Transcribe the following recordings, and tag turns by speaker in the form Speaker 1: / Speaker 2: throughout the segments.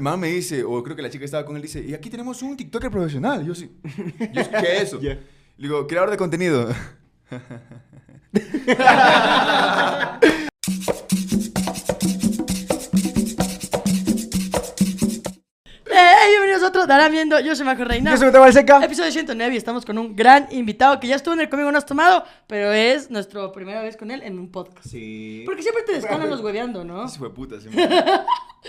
Speaker 1: mamá me dice, o creo que la chica estaba con él, dice, y aquí tenemos un TikToker profesional. Yo sí. Yo, ¿Qué es eso?
Speaker 2: Ya.
Speaker 1: Le digo, creador de contenido.
Speaker 3: ¡Eh, eh, bienvenidos a otro Darán Viendo. Yo soy Majo Reina.
Speaker 2: Yo soy Gustavo Balseca.
Speaker 3: Episodio 109 y estamos con un gran invitado que ya estuvo en el Conmigo No Has Tomado, pero es nuestra primera vez con él en un podcast.
Speaker 2: Sí.
Speaker 3: Porque siempre te descanan los hueveando, ¿no?
Speaker 1: Ese fue puta, sí.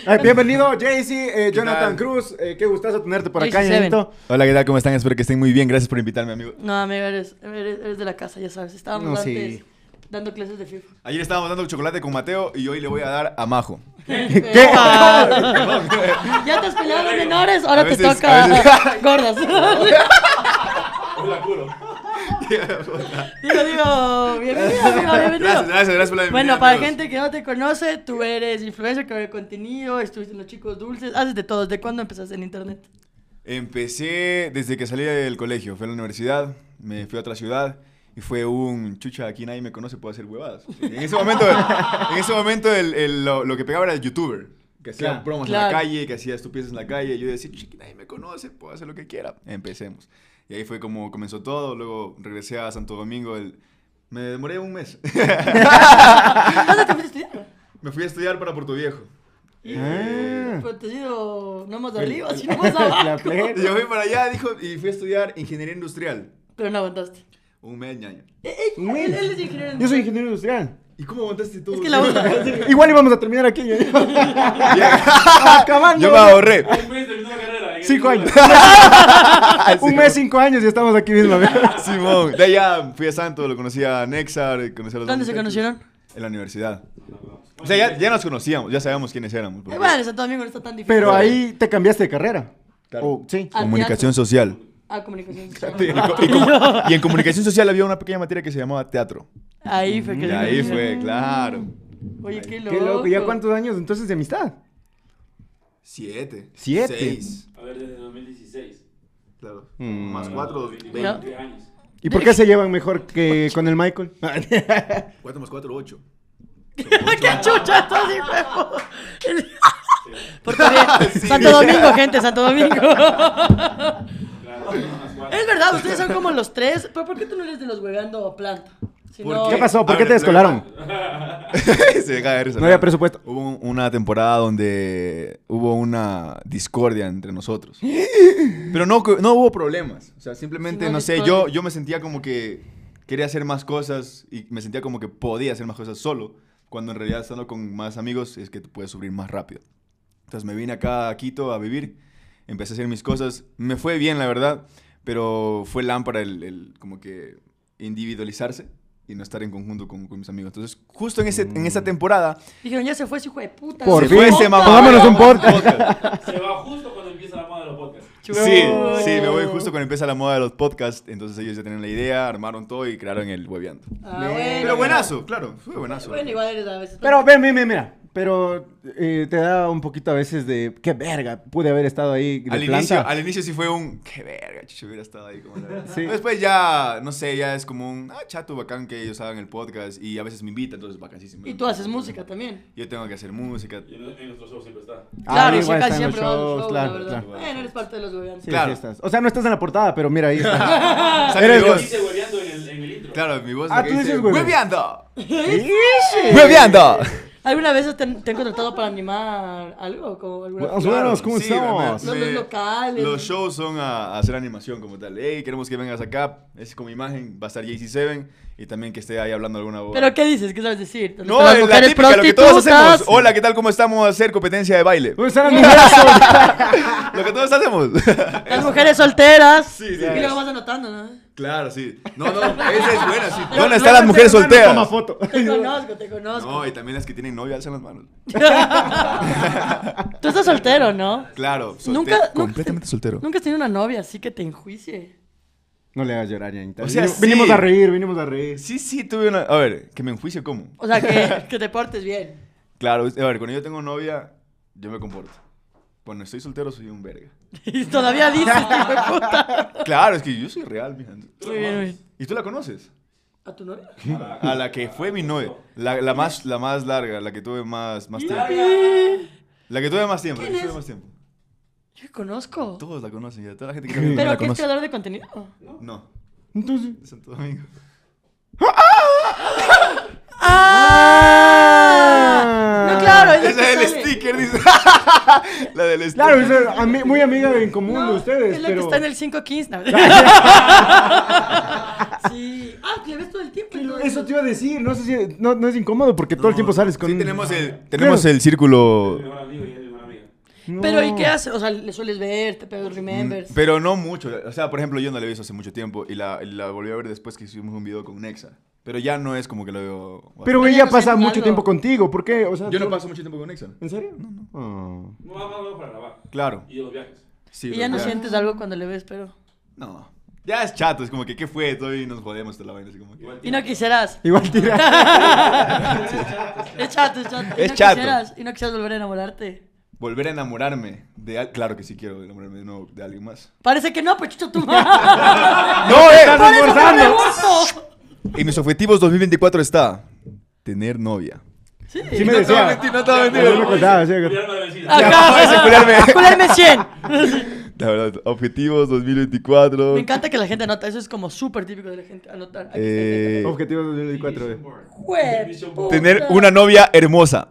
Speaker 2: Ay, bienvenido, Jaycee, eh, Jonathan
Speaker 1: tal?
Speaker 2: Cruz. eh, qué gustazo tenerte por acá,
Speaker 3: Jaycee Seven.
Speaker 2: ñañito.
Speaker 1: Hola, ¿qué tal? ¿Cómo están? Espero que estén muy bien. Gracias por invitarme, amigo.
Speaker 3: No, amigo, eres, eres, eres de la casa, ya sabes. Estábamos
Speaker 2: No, sí.
Speaker 3: antes dando clases de FIFA.
Speaker 1: Ayer estábamos dando chocolate con Mateo y hoy le voy a dar a Majo.
Speaker 3: Eh, ya te has peleado los menores, ahora
Speaker 1: A
Speaker 3: te
Speaker 1: veces-
Speaker 3: toca
Speaker 1: a veces-
Speaker 3: gordas. digo, digo, bienvenido, amigo, bienvenido.
Speaker 1: Gracias, gracias, gracias por la bienvenida.
Speaker 3: Bueno, para
Speaker 1: amigos.
Speaker 3: gente que no te conoce, tú eres influencer, creador de contenido, estuviste en Los Chicos Dulces, haces de todo. ¿De cuándo empezaste en internet?
Speaker 1: Empecé desde que salí del colegio, fui a la universidad, me fui a otra ciudad y fue un chucha, aquí nadie me conoce, puedo hacer huevadas. En ese momento, en ese momento el- el- lo, lo que pegaba era el youtuber, que hacía
Speaker 2: Claro.
Speaker 1: promos en
Speaker 3: Claro.
Speaker 1: la calle, que hacía estupideces en la calle. y yo decía, chucha, aquí nadie me conoce, puedo hacer lo que quiera. Empecemos. Y ahí fue como comenzó todo, luego regresé a Santo Domingo, el- me demoré un mes.
Speaker 3: ¿Dónde Ah, te fuiste a estudiar?
Speaker 1: me fui a estudiar para Puerto Viejo.
Speaker 2: Ah.
Speaker 3: Pues te has ido no más arriba, sino más abajo.
Speaker 2: plena.
Speaker 1: Y yo fui para allá, dijo, y fui a estudiar ingeniería industrial.
Speaker 3: Pero no aguantaste.
Speaker 1: Un mes, ñaño.
Speaker 3: Eh, eh,
Speaker 2: Mm.
Speaker 3: Él, él es ingeniero. en-
Speaker 2: Yo soy ingeniero industrial.
Speaker 1: ¿Y cómo aguantaste tú?
Speaker 3: Es que la otra.
Speaker 2: Igual íbamos a terminar aquí, ñañito. Acabando.
Speaker 1: Yo me ahorré.
Speaker 4: Un mes terminó la carrera.
Speaker 2: Cinco años. Un mes, cinco años y estamos aquí mismo.
Speaker 1: Simón. De allá fui a Santo, lo conocí a Nexar, conocí a los
Speaker 3: ¿Dónde
Speaker 1: dos
Speaker 3: se
Speaker 1: muchachos.
Speaker 3: conocieron?
Speaker 1: En la universidad. O sea, ya, ya nos conocíamos, ya sabíamos quiénes éramos. porque-
Speaker 3: Eh, bueno, Santo Domingo no está tan difícil.
Speaker 2: Pero ahí te cambiaste de carrera.
Speaker 1: Claro.
Speaker 2: Oh, sí.
Speaker 3: Ah.
Speaker 1: Comunicación social.
Speaker 3: Ah, comunicación.
Speaker 1: Y, como- y en comunicación social había una pequeña materia que se llamaba teatro.
Speaker 3: Ahí fue que.
Speaker 1: Y ahí fue, claro.
Speaker 3: Oye, qué loco.
Speaker 2: Qué loco. ¿Ya cuántos años entonces de amistad?
Speaker 1: Siete.
Speaker 2: Siete.
Speaker 1: Seis.
Speaker 4: A ver, desde 2016.
Speaker 1: Claro.
Speaker 2: Mm.
Speaker 1: Más cuatro,
Speaker 3: Ya.
Speaker 4: 20 años.
Speaker 2: ¿Y por qué se llevan mejor que con el Michael?
Speaker 1: Cuatro más cuatro, ocho.
Speaker 3: ¡Qué chucha! Todo así, huevo. Puerto Viejo. Santo Domingo, gente, Santo Domingo.
Speaker 4: Claro, más cuatro.
Speaker 3: Es verdad, ustedes son como los tres. ¿Pero por qué tú no eres de los hueveando planta? Si
Speaker 1: ¿Por
Speaker 3: no-
Speaker 2: ¿Qué pasó? ¿Por
Speaker 1: A
Speaker 2: qué
Speaker 1: ver,
Speaker 2: te descolaron?
Speaker 1: se me cae de risa.
Speaker 2: No había presupuesto.
Speaker 1: Hubo un- una temporada donde hubo una discordia entre nosotros. Pero no, co- no hubo problemas. O sea, simplemente,
Speaker 3: Sino
Speaker 1: no sé,
Speaker 3: discordia.
Speaker 1: yo, yo me sentía como que quería hacer más cosas y me sentía como que podía hacer más cosas solo, cuando en realidad estando con más amigos es que te puedes subir más rápido. Entonces me vine acá a Quito a vivir, empecé a hacer mis cosas. Me fue bien, la verdad, pero fue lámpara el, el como que individualizarse y no estar en conjunto con, con mis amigos. Entonces, justo en, ese, en esa temporada
Speaker 3: Dijeron, ya se fue ese hijo de puta.
Speaker 2: Mm. Por
Speaker 1: se
Speaker 2: fin.
Speaker 1: fue ese
Speaker 2: Podcast.
Speaker 1: mamá.
Speaker 2: Pongámonos un podcast.
Speaker 4: Se va justo cuando empieza la moda de los podcasts.
Speaker 1: Sí, sí, me voy justo cuando empieza la moda de los podcasts. Entonces ellos ya tenían la idea, armaron todo y crearon el Hueveando.
Speaker 3: Ah, bueno,
Speaker 1: Pero buenazo, claro, fue buenazo.
Speaker 3: Bueno, igual eres a veces.
Speaker 2: Pero, ven, ven, ven, mira. Pero eh, te da un poquito a veces de qué verga, pude haber estado ahí de
Speaker 1: Al
Speaker 2: planta.
Speaker 1: inicio, al inicio sí fue un qué verga, chicho, hubiera estado ahí como la
Speaker 2: Sí.
Speaker 1: Después ya, no sé, ya es como un ah, chato bacán que ellos hagan el podcast y a veces me invitan, entonces bacanísimo.
Speaker 3: Y tú haces música también.
Speaker 1: Yo tengo que hacer música.
Speaker 4: Y en, en nuestro show siempre está.
Speaker 2: Ah,
Speaker 3: Claro, sí,
Speaker 2: igual
Speaker 3: casi
Speaker 2: está en los
Speaker 3: siempre va a los
Speaker 2: shows,
Speaker 3: shows,
Speaker 2: claro,
Speaker 3: la verdad.
Speaker 2: claro.
Speaker 3: Bueno, eres parte de los hueveantes.
Speaker 2: Sí,
Speaker 1: Claro.
Speaker 2: sí estás. O sea, no estás en la portada, pero mira, ahí está.
Speaker 3: Ah.
Speaker 1: Sale
Speaker 2: Eres
Speaker 1: mi
Speaker 2: vos.
Speaker 1: voz.
Speaker 4: Dice hueveando en el, en el intro.
Speaker 1: Claro, mi voz.
Speaker 2: Ah,
Speaker 1: la que
Speaker 2: tú
Speaker 1: dice,
Speaker 2: dices, hueve.
Speaker 1: ¡Hueveando!
Speaker 2: Ish.
Speaker 1: ¡Hueveando!
Speaker 3: ¿Eh? ¿Alguna vez te han, te han contratado para animar algo? Como alguna-
Speaker 2: Bueno, Más o menos, ¿cómo estamos?
Speaker 1: me-
Speaker 3: Son los locales.
Speaker 1: Los shows son a, a hacer animación como tal. Hey, queremos que vengas acá. Es como imagen. Va a estar JC7 y también que esté ahí hablando alguna voz.
Speaker 3: ¿Pero qué dices? ¿Qué sabes decir?
Speaker 1: no, es la típica, lo que todos hacemos. Hola, ¿qué tal? ¿Cómo estamos? A hacer competencia de baile.
Speaker 2: ¿Dónde están las mujeres?
Speaker 1: lo que todos hacemos.
Speaker 3: Las mujeres solteras.
Speaker 1: Sí, sí.
Speaker 3: Y luego vas anotando, ¿no?
Speaker 1: claro, sí. No, no, esa es buena, sí.
Speaker 3: Luego-
Speaker 1: ¿Dónde están las mujeres
Speaker 2: Hermano,
Speaker 1: solteras?
Speaker 2: Toma foto.
Speaker 3: Te conozco, te conozco.
Speaker 1: No, y también las que tienen novia alzan las manos.
Speaker 3: Tú estás soltero, ¿no?
Speaker 1: Claro, solte-
Speaker 3: Nunca- nunca-
Speaker 1: completamente soltero.
Speaker 3: Nunca has tenido una novia así que te enjuicie.
Speaker 2: No le hagas llorar, ñañita.
Speaker 1: O sea,
Speaker 2: Vinimos-
Speaker 1: sí.
Speaker 2: vinimos a reír, vinimos a reír.
Speaker 1: Sí, sí, tuve una. A ver, que me enjuicio cómo.
Speaker 3: O sea, que, que te portes bien.
Speaker 1: Claro, a ver, cuando yo tengo novia, yo me comporto. Cuando estoy soltero, soy un verga.
Speaker 3: Y todavía dices, hijo de puta.
Speaker 1: Claro, es que yo soy real, mija.
Speaker 3: Muy bien, muy bien.
Speaker 1: ¿Y tú la conoces?
Speaker 3: ¿A tu novia?
Speaker 1: A la que fue mi novia. La, la más, la más larga, la que tuve más, más tiempo.
Speaker 4: Larga.
Speaker 1: La que tuve más tiempo. la que
Speaker 3: ¿Quién
Speaker 1: tuve
Speaker 3: es?
Speaker 1: más tiempo.
Speaker 3: Yo conozco.
Speaker 1: Todos la conocen ya. Toda la gente que camina
Speaker 3: ¿Pero
Speaker 1: la
Speaker 3: qué es
Speaker 1: conoce.
Speaker 3: creador de contenido?
Speaker 1: No,
Speaker 2: Entonces,
Speaker 1: de Santo Domingo.
Speaker 3: ¡Ah! No, claro, es la
Speaker 1: Ese
Speaker 3: que
Speaker 1: es
Speaker 3: sale.
Speaker 1: el sticker, dice. la del sticker.
Speaker 2: claro, es eh, ami- muy amiga en común
Speaker 3: No,
Speaker 2: de ustedes,
Speaker 3: Es la
Speaker 2: pero...
Speaker 3: que está en el 515. No. sí. Ah, que la ves todo el tiempo.
Speaker 2: Pero
Speaker 3: entonces.
Speaker 2: Eso te iba a decir, no sé si... No, no es incómodo porque todo el tiempo sales con...
Speaker 1: Sí, tenemos el, tenemos el círculo.
Speaker 4: Mi mejor amigo y es mi mejor amiga.
Speaker 2: No.
Speaker 3: Pero, ¿y qué hace? O sea, le sueles ver, te pego remembers.
Speaker 1: Mm, Pero no mucho. O sea, por ejemplo, yo no la he visto hace mucho tiempo y la, la volví a ver después que hicimos un video con Nexa. Pero ya no es como que lo veo.
Speaker 2: Pero
Speaker 3: Pero ya
Speaker 2: ella
Speaker 3: no
Speaker 2: pasa
Speaker 3: siento
Speaker 2: mucho
Speaker 3: algo.
Speaker 2: tiempo contigo, ¿por qué? O sea,
Speaker 1: yo no
Speaker 2: tú-
Speaker 1: paso mucho tiempo con Nexa.
Speaker 2: ¿En serio? No, no.
Speaker 4: No, vamos, vamos para grabar.
Speaker 1: Claro.
Speaker 4: Y de los viajes.
Speaker 1: Sí,
Speaker 3: y ya no
Speaker 1: ya-
Speaker 3: sientes algo cuando le ves, pero.
Speaker 1: No. Ya es chato, es como que, ¿qué fue? Todavía nos jodemos toda la vaina. Así como que-
Speaker 4: Igual
Speaker 3: Y no quisieras.
Speaker 2: Igual tira.
Speaker 3: Es chato, es chato. Y
Speaker 1: Es
Speaker 3: no
Speaker 1: chato.
Speaker 3: quisieras- y no quisieras volver a enamorarte.
Speaker 1: Volver a enamorarme de al- Claro que sí quiero enamorarme de nuevo de alguien más.
Speaker 3: Parece que no, pues chucha tu madre.
Speaker 1: ¡No, eh!
Speaker 3: ¡Por eso no me gusto!
Speaker 1: Y mis objetivos 2024 está tener novia.
Speaker 3: Sí.
Speaker 2: Sí
Speaker 1: No te
Speaker 2: me
Speaker 1: voy a
Speaker 2: decía.
Speaker 1: mentir, no te voy a mentir.
Speaker 2: Yo me contaba, sí,
Speaker 4: Cuidar con la vecina.
Speaker 1: voy a
Speaker 3: Acá.
Speaker 1: circularme.
Speaker 3: Cularme 100.
Speaker 1: La verdad, objetivos 2024.
Speaker 3: Me encanta que la gente anota. Eso es como súper típico de la gente. Anotar. Aquí está, aquí está.
Speaker 1: Eh,
Speaker 2: Objetivo 2024, eh.
Speaker 3: Jue- puta.
Speaker 1: tener una novia hermosa.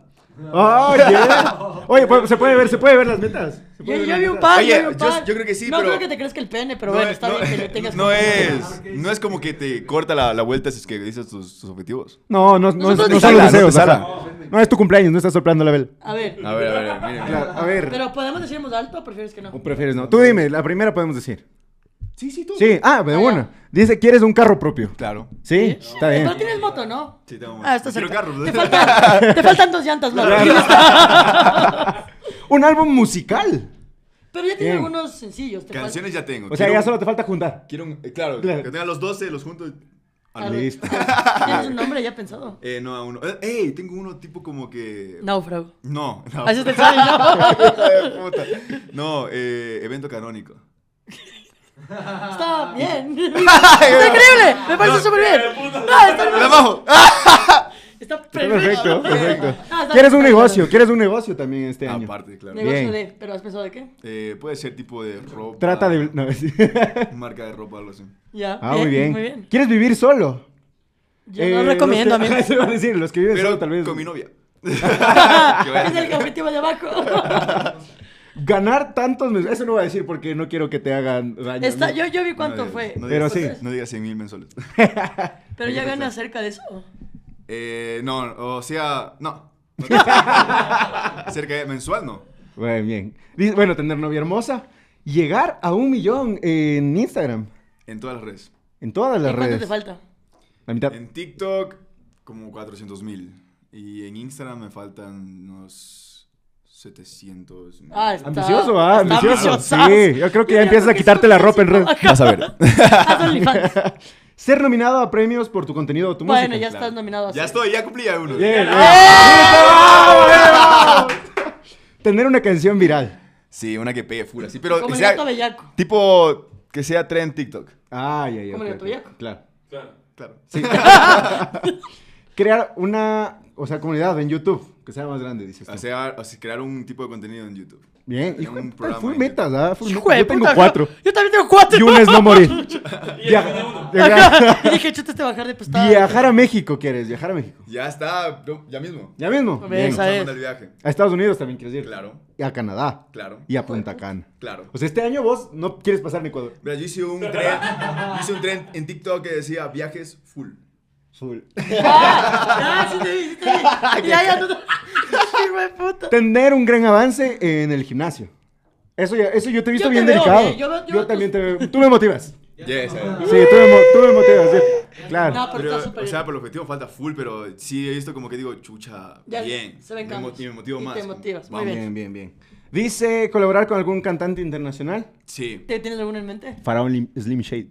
Speaker 2: Oh, yeah. Oye, pues, se puede ver, se puede ver las metas. Se
Speaker 3: Yo,
Speaker 2: puede ver
Speaker 3: yo
Speaker 2: las
Speaker 3: vi un
Speaker 2: metas.
Speaker 3: par,
Speaker 1: Oye,
Speaker 3: yo vi un
Speaker 1: yo-
Speaker 3: par.
Speaker 1: yo creo que sí,
Speaker 3: No
Speaker 1: pero-
Speaker 3: creo que te crezca el pene, pero
Speaker 1: no
Speaker 3: bueno,
Speaker 1: es-
Speaker 3: está
Speaker 1: no-
Speaker 3: bien que le tengas.
Speaker 1: no
Speaker 3: como-
Speaker 1: es, no es como que te corta la, la vuelta si es que dices tus, tus objetivos.
Speaker 2: No, no, no,
Speaker 3: Nosotros
Speaker 2: no
Speaker 3: ni
Speaker 2: son los
Speaker 1: sala,
Speaker 2: deseos,
Speaker 1: no te
Speaker 2: ajá. No es tu cumpleaños, no estás soplando la vela.
Speaker 3: A ver,
Speaker 1: A ver, a ver, miren.
Speaker 2: Claro, a ver.
Speaker 3: pero podemos decir en voz alta o prefieres que no?
Speaker 2: ¿O prefieres no? Tú dime, la primera podemos decir.
Speaker 1: Sí, sí, tú.
Speaker 2: Sí, ah, de una. Dice, ¿quieres un carro propio?
Speaker 1: Claro.
Speaker 2: Sí, está bien.
Speaker 3: Pero tienes moto, ¿no?
Speaker 1: Sí, tengo
Speaker 3: Ah, estás
Speaker 1: Quiero
Speaker 3: cerca.
Speaker 1: carro.
Speaker 3: Te, faltan, te faltan dos llantas, Lolo.
Speaker 2: Un álbum musical.
Speaker 3: Pero ya
Speaker 2: Bien.
Speaker 3: tiene algunos sencillos. te
Speaker 1: Canciones ya tengo.
Speaker 2: O sea,
Speaker 1: Quiero-
Speaker 2: ya solo te falta juntar.
Speaker 1: Quiero un- eh, claro,
Speaker 2: Claro.
Speaker 1: que tenga los 12, los juntos.
Speaker 3: faltan-
Speaker 2: Listo.
Speaker 3: Ah, ¿Tienes un nombre ya pensado?
Speaker 1: Eh, no, a uno. Eh, ¡Ey! Tengo uno tipo como que.
Speaker 3: Náufrago.
Speaker 1: No, no.
Speaker 3: Así te sale, ¿no?
Speaker 1: Hija de puta. No, eh, evento canónico.
Speaker 3: Está bien. Está increíble. Me parece súper bien. No, está
Speaker 1: ¡Para abajo!
Speaker 3: Está
Speaker 2: Perfecto,
Speaker 3: perfecto.
Speaker 2: perfecto.
Speaker 3: Ah, está
Speaker 2: ¿Quieres un
Speaker 3: perfecto.
Speaker 2: negocio? ¿Quieres un negocio también este año?
Speaker 1: Ah, Aparte, claro.
Speaker 3: Negocio
Speaker 2: Bien.
Speaker 3: de. ¿Pero has pensado de qué?
Speaker 1: Eh, puede ser tipo de ropa.
Speaker 2: Trata de... no, sí.
Speaker 1: Marca de ropa, algo así.
Speaker 3: Ya.
Speaker 2: Ah, muy bien.
Speaker 3: Muy bien.
Speaker 2: ¿Quieres vivir solo?
Speaker 3: Yo
Speaker 2: Eh,
Speaker 3: lo
Speaker 2: los
Speaker 3: recomiendo,
Speaker 2: que-
Speaker 3: amigo.
Speaker 2: Eso iba a decir, los que viven
Speaker 1: Pero
Speaker 2: solo tal vez...
Speaker 1: con mi novia.
Speaker 3: Es el objetivo de abajo.
Speaker 2: Ganar tantos... mes- Eso no voy a decir porque no quiero que te hagan daño.
Speaker 3: Está,
Speaker 2: ¿no?
Speaker 3: yo, yo vi cuánto fue.
Speaker 1: No
Speaker 2: Pero
Speaker 1: digas,
Speaker 2: sí.
Speaker 1: No digas 100 mil mensuales.
Speaker 3: Pero ya gana cerca de eso.
Speaker 1: Eh, no, o sea, no. Cerca de mensual, no.
Speaker 2: Bueno, bien. Dice- Bueno, tener novia hermosa. Llegar a un millón en Instagram.
Speaker 1: En todas las redes.
Speaker 2: En todas las
Speaker 3: ¿Y cuánto
Speaker 2: redes.
Speaker 3: te falta?
Speaker 2: La mitad.
Speaker 1: En TikTok, como 400 mil. Y en Instagram me faltan unos 700 mil.
Speaker 3: Ah, está.
Speaker 2: Ambicioso, ah,
Speaker 3: está
Speaker 2: ambicioso.
Speaker 3: ambiciosas.
Speaker 2: Sí, yo creo que ya
Speaker 3: Mira,
Speaker 2: empiezas a
Speaker 3: creo que
Speaker 2: quitarte
Speaker 3: sí,
Speaker 2: la
Speaker 3: sí,
Speaker 2: ropa en
Speaker 3: sí,
Speaker 2: red.
Speaker 3: ajá.
Speaker 1: Vas a ver.
Speaker 3: Haz OnlyFans.
Speaker 2: Ser nominado a premios por tu contenido o tu
Speaker 3: Bueno, ya ¡Eh!
Speaker 2: música.
Speaker 3: estás nominado. a
Speaker 1: Ya
Speaker 3: ser.
Speaker 1: estoy, ya cumplí a uno.
Speaker 2: Bien, bien. Tener una canción viral.
Speaker 1: Sí, una que pegue full así. Pero
Speaker 3: Como
Speaker 1: que
Speaker 3: el
Speaker 1: sea,
Speaker 3: gato bellaco.
Speaker 1: tipo que sea tren TikTok.
Speaker 2: Ay, ay, ay.
Speaker 3: Como el Toyaco.
Speaker 2: Claro.
Speaker 4: Claro.
Speaker 1: Claro.
Speaker 2: Crear una, o sea, comunidad en YouTube que sea más grande, dices tú.
Speaker 1: O sea, o sea, crear un tipo de contenido en YouTube.
Speaker 2: Bien,
Speaker 1: Tener
Speaker 2: hijo, de
Speaker 1: un
Speaker 2: puta,
Speaker 1: programa
Speaker 2: full
Speaker 1: en
Speaker 2: metas, ¿ah? Full
Speaker 3: Hijo
Speaker 2: metas.
Speaker 3: de
Speaker 2: Yo tengo
Speaker 3: puta,
Speaker 2: cuatro.
Speaker 3: Yo también tengo cuatro.
Speaker 2: Y una es no morir.
Speaker 3: Ah,
Speaker 4: Y
Speaker 2: Via-
Speaker 4: ella tiene uno.
Speaker 2: Viajar-
Speaker 3: Y dije, chuta, te bajar de pestada.
Speaker 2: Viajar a México quieres, viajar a México.
Speaker 1: Ya está, no, ya mismo.
Speaker 2: Ya mismo.
Speaker 3: Ves,
Speaker 2: Bien.
Speaker 3: a ver.
Speaker 1: el viaje.
Speaker 2: A Estados Unidos también quieres ir.
Speaker 1: Claro,
Speaker 2: Y a Canadá.
Speaker 1: claro,
Speaker 2: Y a Punta Cana.
Speaker 1: claro.
Speaker 2: O sea, este año vos no quieres pasar ni Ecuador.
Speaker 1: Mira, yo hice un tren, yo hice un tren en TikTok que decía viajes full.
Speaker 2: Full.
Speaker 3: Ah, sí te vi, sí te vi. Ya, ya, no. Hijo de puta.
Speaker 2: Tener un gran avance en el gimnasio. Eso, ya, eso yo te he visto
Speaker 3: Yo te
Speaker 2: bien
Speaker 3: veo,
Speaker 2: delicado.
Speaker 3: eh, yo veo- yo veo
Speaker 2: también
Speaker 3: tus-
Speaker 2: te veo. Tú me motivas.
Speaker 1: Yes, eh.
Speaker 2: Sí, tú me, mo- tú me motivas. sí. Claro.
Speaker 3: No, pero
Speaker 1: Pero,
Speaker 3: está súper
Speaker 1: o sea,
Speaker 3: bien.
Speaker 1: por el objetivo falta full, pero sí he visto como que digo, chucha,
Speaker 3: Ya,
Speaker 1: bien.
Speaker 3: se ven
Speaker 1: me mo-
Speaker 3: cambios.
Speaker 1: y me motivo
Speaker 3: Y
Speaker 1: más.
Speaker 3: te
Speaker 1: como,
Speaker 3: motivas, muy
Speaker 1: vamos.
Speaker 2: bien, bien, bien. Dice colaborar con algún cantante internacional.
Speaker 1: Sí.
Speaker 3: ¿Te- ¿Tienes alguno en mente? Ah,
Speaker 2: Faraón Lim- Slim Shade.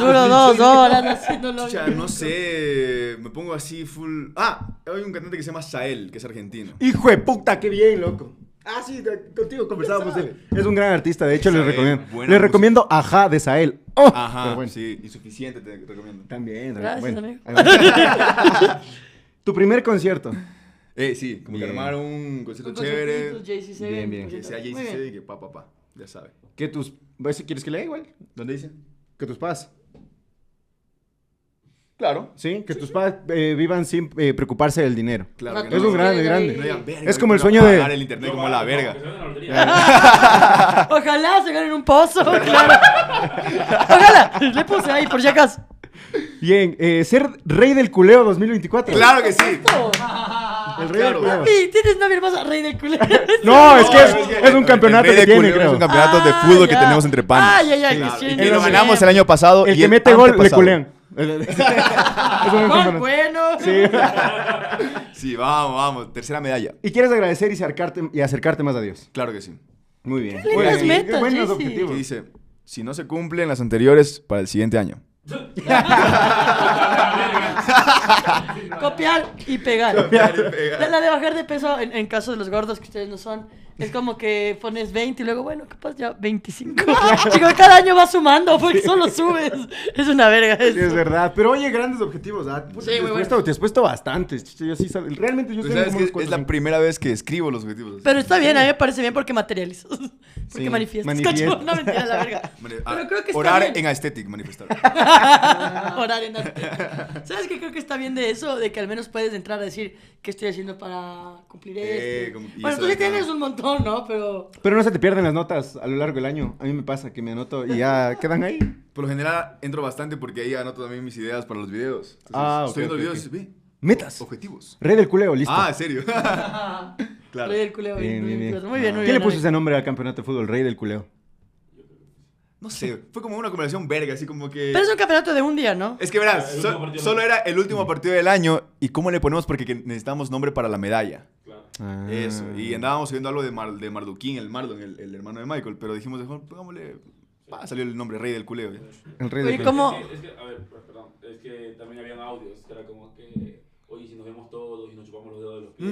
Speaker 3: Duro dos horas haciéndolo.
Speaker 1: Chucha, no sé, me pongo así full. Ah, hay un cantante que se llama Sael, que es argentino.
Speaker 2: Hijo de puta, qué bien, loco. Ah, sí, de- contigo conversábamos. de él. Es un gran artista, de hecho, les
Speaker 1: Sael,
Speaker 2: recomiendo.
Speaker 1: buena
Speaker 2: Les
Speaker 1: música.
Speaker 2: recomiendo Ajá de Sael. Oh,
Speaker 1: Ajá,
Speaker 2: pero bueno.
Speaker 1: sí, insuficiente te recomiendo.
Speaker 2: También, también.
Speaker 3: Gracias,
Speaker 2: bueno.
Speaker 3: amigo.
Speaker 2: Tu primer concierto.
Speaker 1: Eh, sí, como que
Speaker 2: Bien.
Speaker 1: armar un concierto
Speaker 3: Con
Speaker 1: chévere.
Speaker 3: conceptitos, JC7,
Speaker 2: Bien, bien.
Speaker 1: Que
Speaker 3: conciertos.
Speaker 1: sea
Speaker 3: Muy bien.
Speaker 1: JCC y que pa, pa, pa. Ya sabe.
Speaker 2: Que tus... ¿Ese quieres que lea igual?
Speaker 1: ¿Dónde dice?
Speaker 2: Que tus paz.
Speaker 1: Claro.
Speaker 2: Sí, que tus paz vivan sin eh, preocuparse del dinero.
Speaker 1: Claro.
Speaker 3: No,
Speaker 1: que
Speaker 2: Es
Speaker 1: no-
Speaker 2: un grande,
Speaker 3: Sí,
Speaker 2: grande.
Speaker 1: no digan, "Verga,
Speaker 2: Es como el
Speaker 1: ahorita
Speaker 2: sueño
Speaker 1: voy a
Speaker 2: de-
Speaker 1: pagar el internet como la verga.
Speaker 3: Ojalá se ganen un pozo, claro. Ojalá. Le puse ahí por si acaso.
Speaker 2: Bien, eh, ser rey del culeo 2024.
Speaker 1: Claro que sí.
Speaker 2: El rey
Speaker 1: claro.
Speaker 2: del culeo.
Speaker 3: Papi, tienes una hermosa rey del culero.
Speaker 2: No, es que es,
Speaker 1: No, es que
Speaker 2: es un
Speaker 1: el
Speaker 2: campeonato
Speaker 1: rey
Speaker 2: que
Speaker 1: de
Speaker 2: tiene,
Speaker 1: culeo es
Speaker 2: creo.
Speaker 1: un campeonato de
Speaker 3: Ah,
Speaker 1: fútbol que
Speaker 3: ya.
Speaker 1: tenemos entre panas.
Speaker 3: Ay, ay, ay,
Speaker 1: Claro.
Speaker 3: sí,
Speaker 1: Y
Speaker 3: sí,
Speaker 1: lo
Speaker 3: sí.
Speaker 1: ganamos el año pasado.
Speaker 2: El
Speaker 1: y
Speaker 2: que mete gol le
Speaker 1: antepasado.
Speaker 2: culean. Es un
Speaker 3: Juan,
Speaker 2: campeonato.
Speaker 3: bueno.
Speaker 2: Sí.
Speaker 1: Sí, vamos, vamos. Tercera medalla.
Speaker 2: Y quieres agradecer y acercarte, y acercarte más a Dios.
Speaker 1: Claro que sí.
Speaker 2: Muy bien.
Speaker 3: lindas
Speaker 2: Muy bien.
Speaker 3: metas,
Speaker 2: Qué buenos
Speaker 3: Jesse.
Speaker 1: Que
Speaker 2: objetivos.
Speaker 1: dice, si no se cumplen las anteriores, para el siguiente año.
Speaker 3: Copiar y pegar. La, la de bajar de peso, en, en caso de los gordos que ustedes no son, es como que pones 20 y luego, bueno, capaz ya 25. Chico, cada año va sumando porque solo subes. Es una verga eso.
Speaker 2: Sí, es verdad. Pero oye, grandes objetivos. ah, puta, te,
Speaker 3: Sí, muy
Speaker 2: has
Speaker 3: bueno.
Speaker 2: puesto, te has puesto bastantes. chicho, Yo sí, sab- realmente yo
Speaker 1: Tú
Speaker 2: tengo
Speaker 1: Pues sabes
Speaker 2: como
Speaker 1: que
Speaker 2: unos cuatro,
Speaker 1: es la
Speaker 2: cinco.
Speaker 1: primera vez que escribo los objetivos.
Speaker 3: Pero está bien, ¿eh? a mí me parece bien porque materializas. Porque
Speaker 2: Sí,
Speaker 3: manifiestas.
Speaker 2: manifiestas.
Speaker 3: Cacho, no mentira, la verga.
Speaker 1: Mani- ah,
Speaker 3: Pero creo que está
Speaker 1: orar
Speaker 3: bien.
Speaker 1: en aesthetic, manifestar.
Speaker 3: Orar en arte. ¿Sabes qué? Creo que está bien de eso, de que al menos puedes entrar a decir qué estoy haciendo para cumplir
Speaker 1: Eh,
Speaker 3: esto.
Speaker 1: como- y
Speaker 3: Bueno,
Speaker 1: eso
Speaker 3: tú sí
Speaker 1: de acá.
Speaker 3: tienes un montón, ¿no? Pero...
Speaker 2: Pero no se te pierden las notas a lo largo del año. A mí me pasa que me anoto y ya quedan ahí.
Speaker 1: Por lo general entro bastante porque ahí anoto también mis ideas para los videos. Entonces,
Speaker 2: Ah,
Speaker 1: estoy
Speaker 2: ok,
Speaker 1: viendo
Speaker 2: ok,
Speaker 1: los
Speaker 2: ok.
Speaker 1: videos y ve,
Speaker 2: Metas.
Speaker 1: objetivos.
Speaker 2: Rey del culeo, listo.
Speaker 1: Ah, ¿en serio? claro.
Speaker 3: Rey del culeo.
Speaker 2: Bien, bien, Ah. bien.
Speaker 3: pues, Muy bien, muy bien.
Speaker 2: ¿Qué le
Speaker 3: muy
Speaker 2: puso
Speaker 3: bien.
Speaker 2: ese nombre al campeonato de fútbol? Rey del culeo.
Speaker 1: No sé, fue como una conversación verga, así como que...
Speaker 3: Pero es un campeonato de un día, ¿no?
Speaker 1: Es que verás,
Speaker 4: Ah, El
Speaker 1: so-
Speaker 4: último partido.
Speaker 1: solo era el último partido del año y cómo le ponemos porque que- necesitamos nombre para la medalla.
Speaker 2: Ah.
Speaker 1: Eso. Y andábamos viendo algo de, Mar- de Marduquín, el Mardon, el, el hermano de Michael, pero dijimos, mejor pongámosle... pa, salió el nombre, Rey del Culeo. ¿eh? ya.
Speaker 2: El rey del
Speaker 3: Oye,
Speaker 2: culeo.
Speaker 3: ¿cómo...?
Speaker 4: Es que, a ver, perdón, es que también habían audios, que era como que, oye, si nos vemos todos y nos chupamos los dedos de los pies,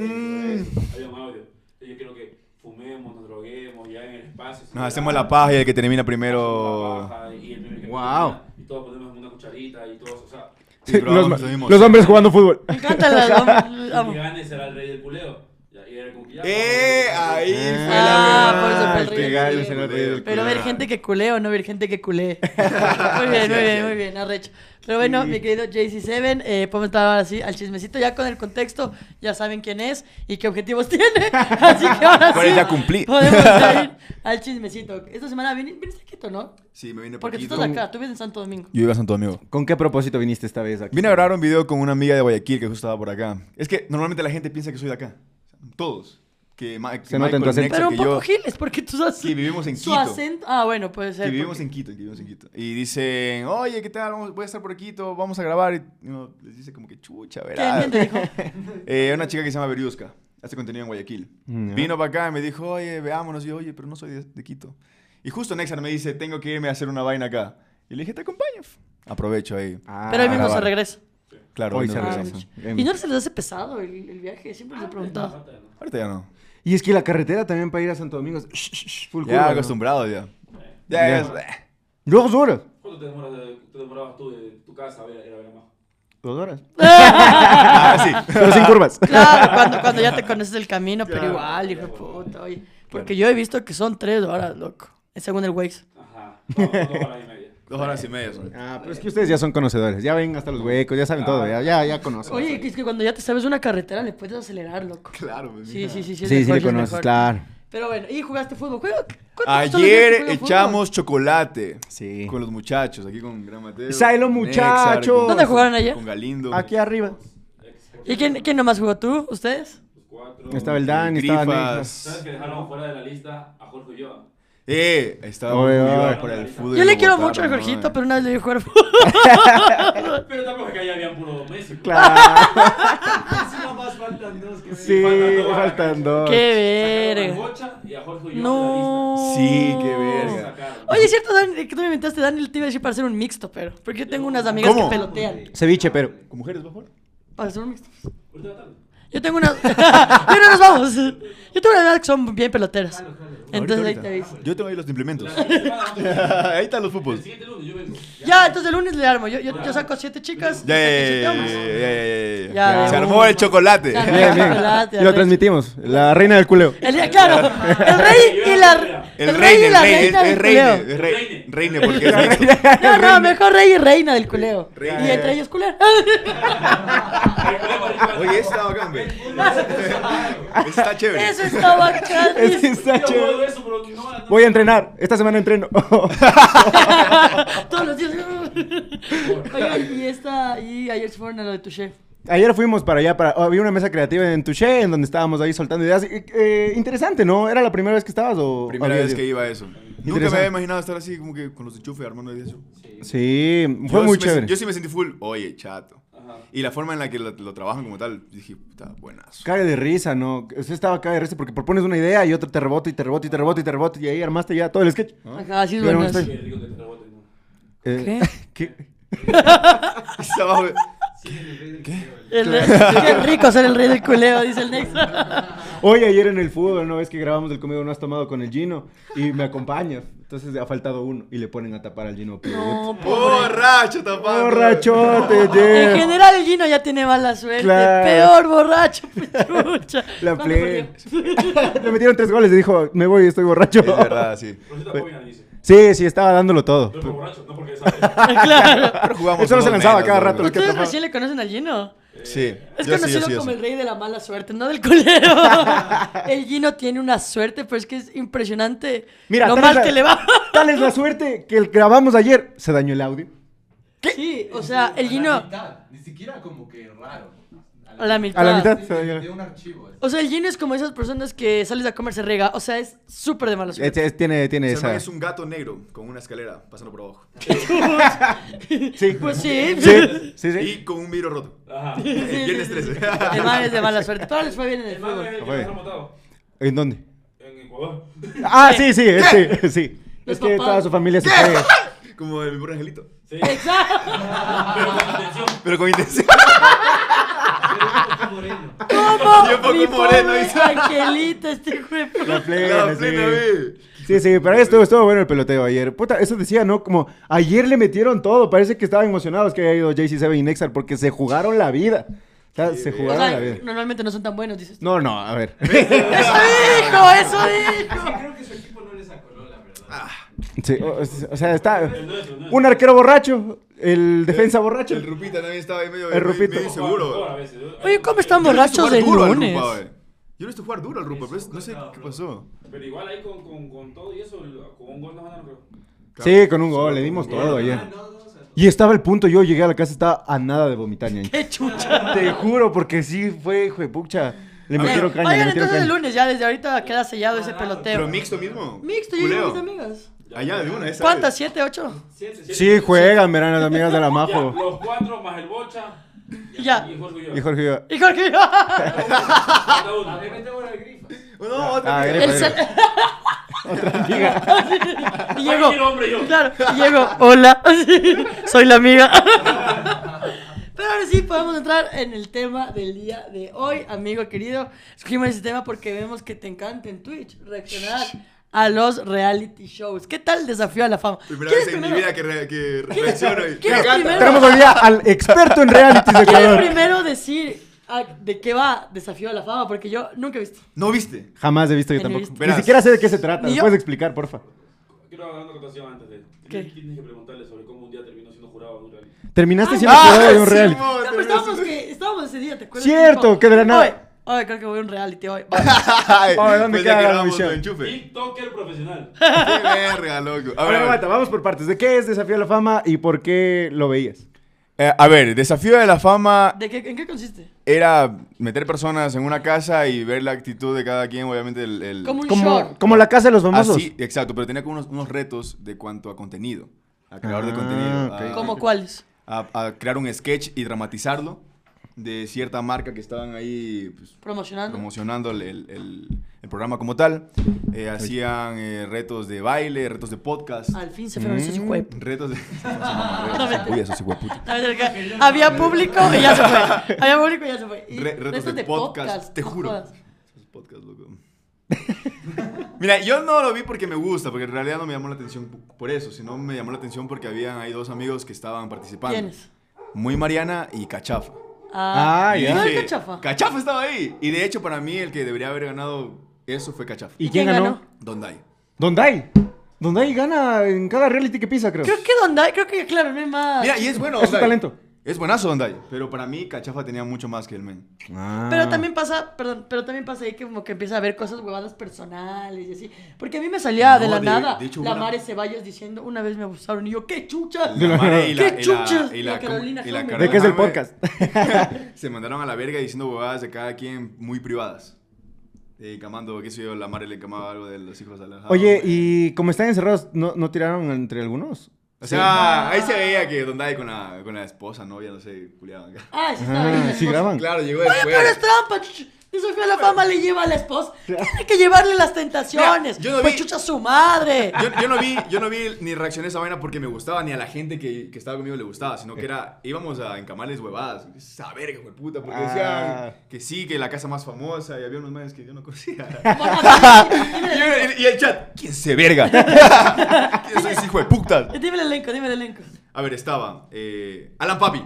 Speaker 1: Mm.
Speaker 4: había un audio. Yo quiero que fumemos, nos droguemos, ya en el espacio.
Speaker 1: Nos hacemos la paja y el que termina primero...
Speaker 4: Ajá, y el primer que
Speaker 2: Guau.
Speaker 4: termina, Y todos ponemos una cucharita y todos, o sea,
Speaker 1: Sí,
Speaker 2: Sí, los,
Speaker 1: probamos lo mismo.
Speaker 2: los hombres jugando fútbol.
Speaker 3: Me encanta la...
Speaker 4: el
Speaker 3: amo.
Speaker 4: que gane será el rey del culeo. Ya, y era como que ya,
Speaker 1: ¡Eh!
Speaker 4: vamos,
Speaker 1: Ahí
Speaker 4: vamos,
Speaker 1: fue
Speaker 3: Ah,
Speaker 1: la
Speaker 3: por eso
Speaker 1: verdad.
Speaker 3: fue el Rey del
Speaker 1: Pegarles
Speaker 3: Culeo.
Speaker 1: en el Rey del
Speaker 3: Pero ver
Speaker 1: Culeo.
Speaker 3: gente que culeo, no ver gente que culé. Muy bien, muy bien, muy bien, arrecho. Pero bueno, mi querido JC7, eh, podemos entrar ahora sí al chismecito, ya con el contexto, ya saben quién es y qué objetivos tiene. Así que ahora
Speaker 1: ¿Cuáles
Speaker 3: sí.
Speaker 1: ya cumplí?
Speaker 3: Podemos entrar ir al chismecito. Esta semana vin- viniste a Quito, ¿no?
Speaker 1: Sí, me vine
Speaker 3: Porque tú
Speaker 1: poquito.
Speaker 3: estás acá, tú vives en Santo Domingo.
Speaker 1: Yo iba a Santo Domingo.
Speaker 2: ¿Con qué propósito viniste esta vez aquí?
Speaker 1: Vine a grabar un video con una amiga de Guayaquil que justo estaba por acá. Es que normalmente la gente piensa que soy de acá. Todos. Que, Ma- que
Speaker 2: Se nota en tu
Speaker 1: Nexa,
Speaker 2: acento.
Speaker 3: Pero
Speaker 1: que
Speaker 3: un poco
Speaker 1: yo-
Speaker 3: giles, porque tú sabes.
Speaker 1: Sí, vivimos en
Speaker 3: su
Speaker 1: Quito.
Speaker 3: acento. Ah, bueno, puede ser.
Speaker 1: Que vivimos
Speaker 3: porque-
Speaker 1: en Quito, que vivimos en Quito. Y dicen, oye, ¿qué tal? Vamos- voy a estar por Quito, vamos a grabar. Y uno les dice como que chucha, verás.
Speaker 3: ¿Quién te dijo?
Speaker 1: Eh, una chica que se llama Beriusca, hace contenido en Guayaquil.
Speaker 2: Ya.
Speaker 1: Vino para acá y me dijo, oye, veámonos. Y yo, oye, pero no soy de, de Quito. Y justo Nexar me dice, tengo que irme a hacer una vaina acá. Y le dije, te acompaño. Aprovecho ahí.
Speaker 2: Ah,
Speaker 3: Pero hoy mismo se
Speaker 1: grabar.
Speaker 3: regresa.
Speaker 1: Claro,
Speaker 2: Hoy
Speaker 1: no
Speaker 2: se
Speaker 1: regresamos.
Speaker 2: regresa.
Speaker 3: Ah, ¿Y no se les hace pesado el, el viaje? Siempre les he preguntado.
Speaker 1: Ahorita ya no.
Speaker 2: Y es que la carretera también para ir a Santo Domingo es sh- sh- sh, full
Speaker 1: Ya
Speaker 2: curva, ¿no?
Speaker 1: acostumbrado ya. Ya,
Speaker 2: Ya.
Speaker 1: es- eh.
Speaker 2: Dos horas.
Speaker 4: ¿Cuánto te, demoras de- te demorabas tú de tu casa a ver, a ver a Majo?
Speaker 2: Dos horas.
Speaker 1: Ah, sí.
Speaker 2: Pero sin curvas.
Speaker 3: Claro, cuando, cuando ya te conoces el camino, pero igual, hijo de puta, oye. Porque yo he visto que son tres horas, loco. Es según el Waze.
Speaker 4: Ajá, dos, dos horas y media.
Speaker 1: Dos horas y media son.
Speaker 2: Ah, pero es que ustedes ya son conocedores. Ya ven hasta los huecos, ya saben todo. Ya, ya, ya conocen.
Speaker 3: Oye, que es que cuando ya te sabes una carretera le puedes acelerar, loco.
Speaker 1: Claro, pues,
Speaker 3: Sí,
Speaker 1: mira.
Speaker 3: sí, sí. Sí,
Speaker 2: sí,
Speaker 3: es
Speaker 2: sí,
Speaker 3: mejor,
Speaker 2: le
Speaker 3: es
Speaker 2: conoces,
Speaker 3: mejor.
Speaker 2: claro.
Speaker 3: Pero bueno, y jugaste fútbol. ¿Juego? ¿Cuántos son los días que
Speaker 1: Ayer
Speaker 3: juegan fútbol?
Speaker 1: echamos chocolate
Speaker 2: Sí.
Speaker 1: con los muchachos, aquí con Gran Mateo.
Speaker 2: ¡Sailo,
Speaker 1: con
Speaker 2: muchachos!
Speaker 1: Nexar, con-
Speaker 3: ¿Dónde jugaron ayer?
Speaker 1: Con Galindo.
Speaker 2: Aquí arriba.
Speaker 3: ¿Y quién, quién nomás jugó tú? ¿Ustedes?
Speaker 4: Los cuatro.
Speaker 2: Estaba el
Speaker 1: con
Speaker 2: Dan, estaba
Speaker 1: Grifas.
Speaker 4: ¿Sabes que dejaron fuera de la lista a Jorge Ulloa?
Speaker 1: Eh, estaba
Speaker 2: Oye,
Speaker 1: muy
Speaker 2: oye.
Speaker 1: viva para el fútbol.
Speaker 3: Yo
Speaker 1: y
Speaker 3: le
Speaker 1: lo
Speaker 3: quiero
Speaker 1: botaron,
Speaker 3: mucho a
Speaker 1: ¿no?
Speaker 3: Jorgito,
Speaker 2: Eh.
Speaker 3: pero una vez le vi jugar fútbol.
Speaker 4: Pero tampoco es que allá habían puro Messi. pues.
Speaker 2: Claro.
Speaker 4: Nada más faltan dos. Que
Speaker 2: Sí, faltan dos.
Speaker 3: ¡Qué
Speaker 4: Sacaron a
Speaker 3: verga!
Speaker 4: Bocha y a Jorge Ulloa
Speaker 3: No.
Speaker 1: Sí, qué
Speaker 4: de la lista.
Speaker 1: verga.
Speaker 4: Sacaron.
Speaker 3: Oye, es cierto, Dani, que tú me inventaste, Dani, te iba a decir para hacer un mixto, pero. Porque yo tengo unas amigas
Speaker 1: ¿Cómo?
Speaker 3: que pelotean.
Speaker 2: Ceviche, pero.
Speaker 1: ¿Con mujeres mejor?
Speaker 3: Para hacer un mixto.
Speaker 4: Ahorita va tarde.
Speaker 3: Yo tengo unas. ya no nos vamos. Yo tengo unas edad que son bien peloteras.
Speaker 4: Claro, claro.
Speaker 3: Entonces ahí
Speaker 1: Ahorita,
Speaker 3: te
Speaker 1: ahorita.
Speaker 3: aviso.
Speaker 1: Yo tengo ahí los implementos.
Speaker 4: La siguiente semana,
Speaker 1: ahí están los
Speaker 4: El
Speaker 1: fútbols.
Speaker 4: siguiente lunes yo vengo.
Speaker 3: Ya, entonces el lunes le armo. Yo, yo, yo saco siete chicas.
Speaker 1: Ya, ya,
Speaker 3: saco siete
Speaker 1: ya,
Speaker 3: hombres.
Speaker 1: ya, ya, ya,
Speaker 3: Ya,
Speaker 1: ya. Se
Speaker 3: de
Speaker 1: armó
Speaker 3: una.
Speaker 1: el chocolate.
Speaker 3: Se armó.
Speaker 2: Bien, bien.
Speaker 3: Chocolate,
Speaker 2: Y lo
Speaker 3: arrecho.
Speaker 2: transmitimos. La reina del culeo.
Speaker 3: El día, claro. El rey y la.
Speaker 1: El rey, el rey, es- es
Speaker 3: del
Speaker 1: reine,
Speaker 3: culeo.
Speaker 1: es rey, reine porque es mixto.
Speaker 3: No, no, mejor rey y reina del culeo.
Speaker 1: Reina.
Speaker 3: Y entre ellos culeo.
Speaker 1: Oye, está bacán, güey. Está chévere.
Speaker 3: Eso está bacán.
Speaker 2: Es que está
Speaker 4: Yo
Speaker 2: chévere.
Speaker 4: puedo eso, pero que no, no-
Speaker 2: Voy a entrenar. Esta semana entreno.
Speaker 3: Todos los días. Oigan, y esta. Y ayer se fueron a lo de tu chef.
Speaker 2: Ayer fuimos para allá, para, había una mesa creativa en Touché, en donde estábamos ahí soltando ideas. Eh, eh, interesante, ¿no? ¿Era la primera vez que estabas o...?
Speaker 1: Primera
Speaker 2: habías
Speaker 1: vez
Speaker 2: ido?
Speaker 1: que iba a eso. Nunca me
Speaker 2: Interesante.
Speaker 1: había imaginado estar así como que con los enchufes armando de eso.
Speaker 2: Sí, fue
Speaker 1: Yo
Speaker 2: muy
Speaker 1: sí me
Speaker 2: chévere.
Speaker 1: sen- yo sí me sentí full, oye, chato.
Speaker 4: Ajá.
Speaker 1: Y la forma en la que lo, lo trabajan como tal, dije, está buenazo.
Speaker 2: Caga de risa, ¿no? Usted estaba caga de risa porque propones una idea y otro te rebota y te rebota y te rebota y te rebota y ahí armaste ya todo el sketch.
Speaker 1: ¿Ah?
Speaker 3: Ajá, así es
Speaker 2: Yo era
Speaker 3: buenas.
Speaker 2: un
Speaker 4: Qué rico que te rebote, ¿no?
Speaker 2: Eh, ¿Qué?
Speaker 1: Está abajo.
Speaker 3: El- Qué rico ser el rey del culeo, dice el Nexo.
Speaker 2: Hoy ayer en el fútbol, ¿no? Es que grabamos el comido, no has tomado con el Gino y me acompañas. Entonces ha faltado uno y le ponen a tapar al Gino.
Speaker 3: No, pobre.
Speaker 1: Borracho, tapado.
Speaker 2: ¡Borrachote,
Speaker 3: En
Speaker 2: Jeff!
Speaker 3: general el Gino ya tiene mala suerte.
Speaker 2: Claro.
Speaker 3: Peor borracho, puchucha.
Speaker 2: La
Speaker 3: ¿Cuándo
Speaker 2: play.
Speaker 3: perdió?
Speaker 2: Le metieron tres goles y dijo, me voy, estoy borracho.
Speaker 1: Es verdad, sí.
Speaker 4: Por eso tampoco me analice.
Speaker 2: Sí, sí, estaba dándolo todo.
Speaker 4: eh. Pero por borracho, no porque sabe.
Speaker 3: Claro.
Speaker 1: Pero jugamos.
Speaker 2: Él solo se
Speaker 1: dos
Speaker 2: lanzaba
Speaker 1: menos,
Speaker 2: cada
Speaker 1: ¿no?
Speaker 2: rato. Lo que
Speaker 3: Ustedes
Speaker 2: atrapaba.
Speaker 3: recién le conocen al Gino.
Speaker 1: Sí.
Speaker 3: Es
Speaker 1: yo sí,
Speaker 3: conocido
Speaker 1: yo sí, yo
Speaker 3: como
Speaker 1: sí.
Speaker 3: el rey de la mala suerte, no del culeo. el Gino tiene una suerte, pero es que es impresionante
Speaker 2: Mira,
Speaker 3: lo
Speaker 2: tal
Speaker 3: mal
Speaker 2: es la-
Speaker 3: que le va.
Speaker 2: Tal es la suerte que el grabamos ayer. Se dañó el audio.
Speaker 3: Sí, o sea, el Gino
Speaker 5: Ni siquiera como que raro.
Speaker 3: a la mitad.
Speaker 2: A la mitad se dañó.
Speaker 5: De, de un archivo. así.
Speaker 3: O sea, el Gino es como esas personas que sales a comer se rega. O sea, es súper de mala
Speaker 2: Es-
Speaker 3: suerte.
Speaker 2: es- tiene tiene
Speaker 1: O sea, el man
Speaker 2: esa.
Speaker 1: es un gato negro con una escalera pasando por abajo.
Speaker 2: Sí.
Speaker 3: Pues sí.
Speaker 2: Sí, sí, sí.
Speaker 1: Y con un vidrio roto.
Speaker 4: Ajá.
Speaker 3: Sí, sí,
Speaker 1: Viernes
Speaker 3: sí,
Speaker 1: 13.
Speaker 3: sí. El man es de mala suerte. Todos les fue bien en el
Speaker 4: El man
Speaker 3: fútbol.
Speaker 4: es el que nos ha remontado.
Speaker 2: ¿En dónde?
Speaker 4: En Ecuador.
Speaker 2: Ah, sí, sí, es- sí, sí.
Speaker 3: Los
Speaker 2: Es que
Speaker 3: papás.
Speaker 2: toda su familia se fue.
Speaker 1: Como el mi pobre angelito.
Speaker 4: Sí.
Speaker 3: Exacto.
Speaker 4: Pero con intención.
Speaker 1: Pero con intención.
Speaker 3: ¿Cómo?
Speaker 1: Yo poco
Speaker 3: Mi
Speaker 1: moreno,
Speaker 3: pobre
Speaker 1: dice.
Speaker 3: Angelito, este güey.
Speaker 2: La plena,
Speaker 1: La
Speaker 2: sí.
Speaker 1: plena, ve.
Speaker 2: Sí, sí, pero ahí estuvo, estuvo bueno el peloteo ayer. Puta, eso decía, ¿no? Como ayer le metieron todo. Parece que estaban emocionados que haya ido JC7 y Nexar porque se jugaron la vida. O sea, se
Speaker 3: O
Speaker 2: jugaron
Speaker 3: sea,
Speaker 2: la vida.
Speaker 3: normalmente no son tan buenos, dices. tú.
Speaker 2: No, no, a ver.
Speaker 3: ¡Eso dijo! ¡Eso dijo!
Speaker 5: Sí, creo que su equipo no les acoló, la verdad.
Speaker 2: Sí, o, o sea, está
Speaker 4: El nuestro, el nuestro.
Speaker 2: un arquero borracho, el defensa borracho.
Speaker 1: El Rupita también estaba ahí medio.
Speaker 2: El
Speaker 1: medio-
Speaker 2: Rupita.
Speaker 1: medio
Speaker 4: Juega- juega a
Speaker 1: seguro.
Speaker 4: veces.
Speaker 3: Oye, ¿cómo están
Speaker 1: Yo lo he visto
Speaker 3: borrachos
Speaker 1: jugar
Speaker 3: el
Speaker 1: duro al
Speaker 3: lunes?
Speaker 1: Rupa, ve. Yo lo he visto jugar duro al Rupa, pero es- no sé qué pasó.
Speaker 4: Pero igual ahí con, con, con todo y eso, el- con un gol no ganaron, creo.
Speaker 2: Sí, con un gol, le dimos todo ayer.
Speaker 5: Ah,
Speaker 2: Y estaba el punto, yo llegué a la casa, estaba a nada de vomitar, ñaño.
Speaker 3: ¡Qué chucha!
Speaker 2: Te juro, porque sí fue, hijo de pucha. Le
Speaker 1: A ver,
Speaker 2: metieron caña, le
Speaker 3: Oigan,
Speaker 2: metieron
Speaker 3: entonces el
Speaker 2: caña.
Speaker 3: lunes ya desde ahorita queda sellado ese peloteo.
Speaker 1: Pero mixto mismo.
Speaker 3: Mixto, yo
Speaker 1: Culeo.
Speaker 3: llevo mis amigas.
Speaker 1: Allá de una, esa.
Speaker 3: ¿Cuántas? ¿Siete, ocho?
Speaker 4: Siete, siete.
Speaker 2: Sí, juegan, verán las amigas de la
Speaker 4: Ya,
Speaker 2: Majo.
Speaker 4: los cuatro más el Bocha
Speaker 3: Y ya.
Speaker 4: y Jorge y yo.
Speaker 2: Y Jorge iba,
Speaker 3: Y Jorge,
Speaker 4: Cada uno.
Speaker 5: Le metemos la grifa.
Speaker 1: No,
Speaker 2: Ah,
Speaker 1: otra. vez.
Speaker 2: eres-
Speaker 3: él sale- y llegó.
Speaker 4: Ay, el hombre, yo.
Speaker 3: Claro, y llegó. Hola, soy la amiga. Pero ahora sí podemos entrar en el tema del día de hoy, amigo querido. Escogimos ese tema porque vemos que te encanta en Twitch reaccionar a los reality shows. ¿Qué tal el desafío a la fama?
Speaker 1: Primera
Speaker 3: ¿Quieres
Speaker 1: vez en mi
Speaker 3: primero?
Speaker 1: vida que re- que
Speaker 3: ¿Quieres-
Speaker 1: reacciono y.
Speaker 3: quieres primero?
Speaker 2: Tenemos hoy día al experto en reality de
Speaker 3: ¿Quieres
Speaker 2: Ecuador.
Speaker 3: primero decir a- de qué va Desafío a la Fama? Porque yo nunca he visto.
Speaker 1: ¿No viste?
Speaker 2: Jamás he visto yo
Speaker 3: Ni
Speaker 2: tampoco.
Speaker 3: visto.
Speaker 2: Ni siquiera sé de qué se trata.
Speaker 3: Ni
Speaker 2: ¿Me
Speaker 3: yo.
Speaker 2: puedes explicar, porfa?
Speaker 4: Quiero dar una acotación antes de.
Speaker 3: ¿Qué?
Speaker 4: Tienes que preguntarle sobre cómo un día terminó siendo jurado de un reality.
Speaker 2: Terminaste
Speaker 3: Ah,
Speaker 2: siendo
Speaker 3: ah,
Speaker 2: jurado de un
Speaker 1: sí,
Speaker 2: reality.
Speaker 1: mo-
Speaker 3: No, pero pues, estábamos, que, estábamos ese día, ¿te acuerdas?
Speaker 2: Cierto,
Speaker 3: Dijo,
Speaker 2: que de la nada-
Speaker 3: "Oye, Oye, creo que voy a un reality hoy. Vamos.
Speaker 1: Ay,
Speaker 2: Oye, ¿dónde
Speaker 1: pues ya
Speaker 2: queda
Speaker 1: que
Speaker 2: la
Speaker 1: grabamos
Speaker 2: misión?
Speaker 1: lo enchufe.
Speaker 4: TikToker profesional.
Speaker 1: Qué verga, loco. A
Speaker 2: A
Speaker 1: ver, a ver.
Speaker 2: aguanta, vamos por partes. ¿De qué es Desafío a la Fama y por qué lo veías?
Speaker 1: Eh, a ver, desafío de la fama
Speaker 3: ¿De qué, ¿En qué consiste?
Speaker 1: era meter personas en una casa y ver la actitud de cada quien, obviamente el... el-
Speaker 3: Como un
Speaker 2: Como,
Speaker 3: short.
Speaker 2: como la casa de los famosos.
Speaker 1: Así, exacto, pero tenía como unos, unos retos de cuanto a contenido, a creador de
Speaker 2: Ah,
Speaker 1: contenido,
Speaker 2: ok.
Speaker 1: a-
Speaker 3: ¿Como cuáles?
Speaker 1: a, a crear un sketch y dramatizarlo. de cierta marca que estaban ahí pues,
Speaker 3: Promocionando.
Speaker 1: promocionando el, el- el- el programa como tal. Eh, hacían eh, retos de baile, retos de podcast.
Speaker 3: Al fin se fueron
Speaker 2: Mm.
Speaker 3: esos hijos de p-
Speaker 1: Retos de. Uy, esos hijueputas.
Speaker 3: A ver, acá. Había público y ya se fue. Había público y ya se fue. Y
Speaker 1: Re- retos de, podcast, te
Speaker 3: no
Speaker 1: juro.
Speaker 3: jodas.
Speaker 1: Esos podcasts, loco. Mira, yo no lo vi porque me gusta, porque en realidad no me llamó la atención p- por eso, sino me llamó la atención porque habían ahí dos amigos que estaban participando.
Speaker 3: ¿Quiénes?
Speaker 1: Muy Mariana y Cachafa.
Speaker 3: Ah,
Speaker 2: Ah,
Speaker 1: Y
Speaker 2: ya.
Speaker 3: ¿No era
Speaker 1: dije,
Speaker 3: Cachafa?
Speaker 1: Cachafa estaba ahí. Y de hecho, para mí, el que debería haber ganado eso fue Cachafa.
Speaker 2: ¿Y quién ganó?
Speaker 1: Donday.
Speaker 2: Donday. Donday gana en cada reality que pisa, creo.
Speaker 3: Creo que Donda, creo que claro, no hay más.
Speaker 1: Mira, y es bueno.
Speaker 2: Es un
Speaker 1: Donday.
Speaker 2: talento.
Speaker 1: Es buenazo Donday. Pero para mí, Cachafa tenía mucho más que el men. Ah.
Speaker 3: Pero
Speaker 2: Ah.
Speaker 3: también pasa, perdón, pero también pasa ahí que como que empieza a ver cosas huevadas personales y así. Porque a mí me salía de
Speaker 1: No,
Speaker 3: la
Speaker 1: de-
Speaker 3: nada
Speaker 1: de hecho,
Speaker 3: la
Speaker 1: una-
Speaker 3: Mare Ceballos diciendo, una vez me abusaron y yo, ¿qué chucha?
Speaker 1: La Mara y la-
Speaker 3: ¡Qué
Speaker 1: y la-
Speaker 3: chuchas!
Speaker 1: y la-
Speaker 3: La Carolina
Speaker 1: y la
Speaker 3: Homer.
Speaker 1: Carolina
Speaker 2: ¿De qué es el
Speaker 1: Hammer.
Speaker 2: podcast?
Speaker 1: se mandaron a la verga diciendo huevadas de cada quien muy privadas. Eh, camando, qué sé yo, la madre le camaba algo de los hijos de la
Speaker 2: Oye, y como están encerrados, ¿no, no tiraron entre algunos?
Speaker 1: O sea, ahí se veía que Donday con la, con la esposa, novia, no sé, culiaban acá.
Speaker 3: Ah, sí, estaba ahí
Speaker 2: Ah,
Speaker 3: la
Speaker 2: sí
Speaker 3: esposa.
Speaker 2: graban.
Speaker 1: Claro, llegó
Speaker 3: Oye, pero es
Speaker 1: después.
Speaker 3: trampa. ch- De Sofía la fama le lleva a la esposa. Tiene que llevarle las tentaciones.
Speaker 1: Mira, yo no
Speaker 3: pues
Speaker 1: vi-
Speaker 3: chucha su madre.
Speaker 1: Yo, yo no vi, yo no vi ni reaccioné a esa vaina porque me gustaba, ni a la gente que, que estaba conmigo le gustaba, sino que era, íbamos a encamarles huevadas, esa verga, hijo de puta, porque
Speaker 2: Ah.
Speaker 1: decían que sí, que la casa más famosa, y había unos manes que yo no conocía.
Speaker 3: Dime
Speaker 1: Y,
Speaker 3: el elenco.
Speaker 1: y- y el chat, ¿quién se verga? ¿Quién soy ese hijo de puta?
Speaker 3: Dime el elenco, dime el elenco.
Speaker 1: A ver, estaba eh, Alan Papi.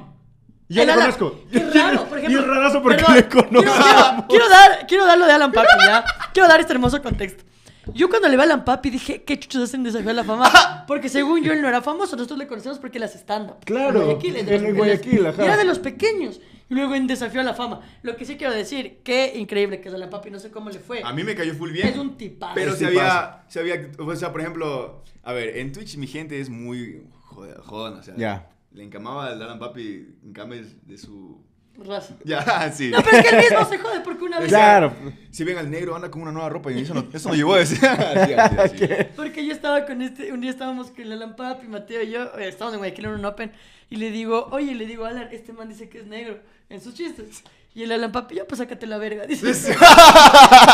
Speaker 2: Yo
Speaker 3: El
Speaker 2: lo
Speaker 3: Alan-
Speaker 2: conozco.
Speaker 3: Qué raro, por
Speaker 2: Y
Speaker 3: ejemplo.
Speaker 2: es rarazo porque
Speaker 3: Perdón,
Speaker 2: le conozco.
Speaker 3: Quiero, quiero, quiero dar, quiero dar lo de Alan Papi, ya. Quiero dar este hermoso contexto. Yo cuando le vi a Alan Papi dije, ¿qué chuchos hacen de Desafío a la Fama? Porque según yo él no era famoso, nosotros le conocemos porque las stand-up.
Speaker 2: Claro,
Speaker 3: En Guayaquil, es de
Speaker 2: en
Speaker 3: los-
Speaker 2: el Guayaquil, ajá.
Speaker 3: y Era de los pequeños. Y luego en Desafío a la Fama. Lo que sí quiero decir, qué increíble que es Alan Papi, no sé cómo le fue.
Speaker 1: A mí me cayó full bien.
Speaker 3: Es un tipazo.
Speaker 1: Pero
Speaker 2: Es
Speaker 1: se
Speaker 2: tipazo.
Speaker 1: había, se había. O sea, por ejemplo, a ver, en Twitch mi gente es muy joda- jodona, o sea.
Speaker 2: Ya.
Speaker 1: Le encamaba al Alan Papi encames de su.
Speaker 3: Raza.
Speaker 1: Ya, sí.
Speaker 3: No, pero es que él mismo se jode porque una vez...
Speaker 2: Claro.
Speaker 1: Si ven al negro, anda con una nueva ropa y eso no, eso no llevó a decir. Así, así, así.
Speaker 3: Porque yo estaba con este, un día estábamos con la lámpara, y Mateo y yo, eh, estábamos en Guayaquil en un open, y le digo, oye, le digo, Alan, este man dice que es negro, en sus chistes. Y el Alan Papi, ya pues sácate la verga, dice.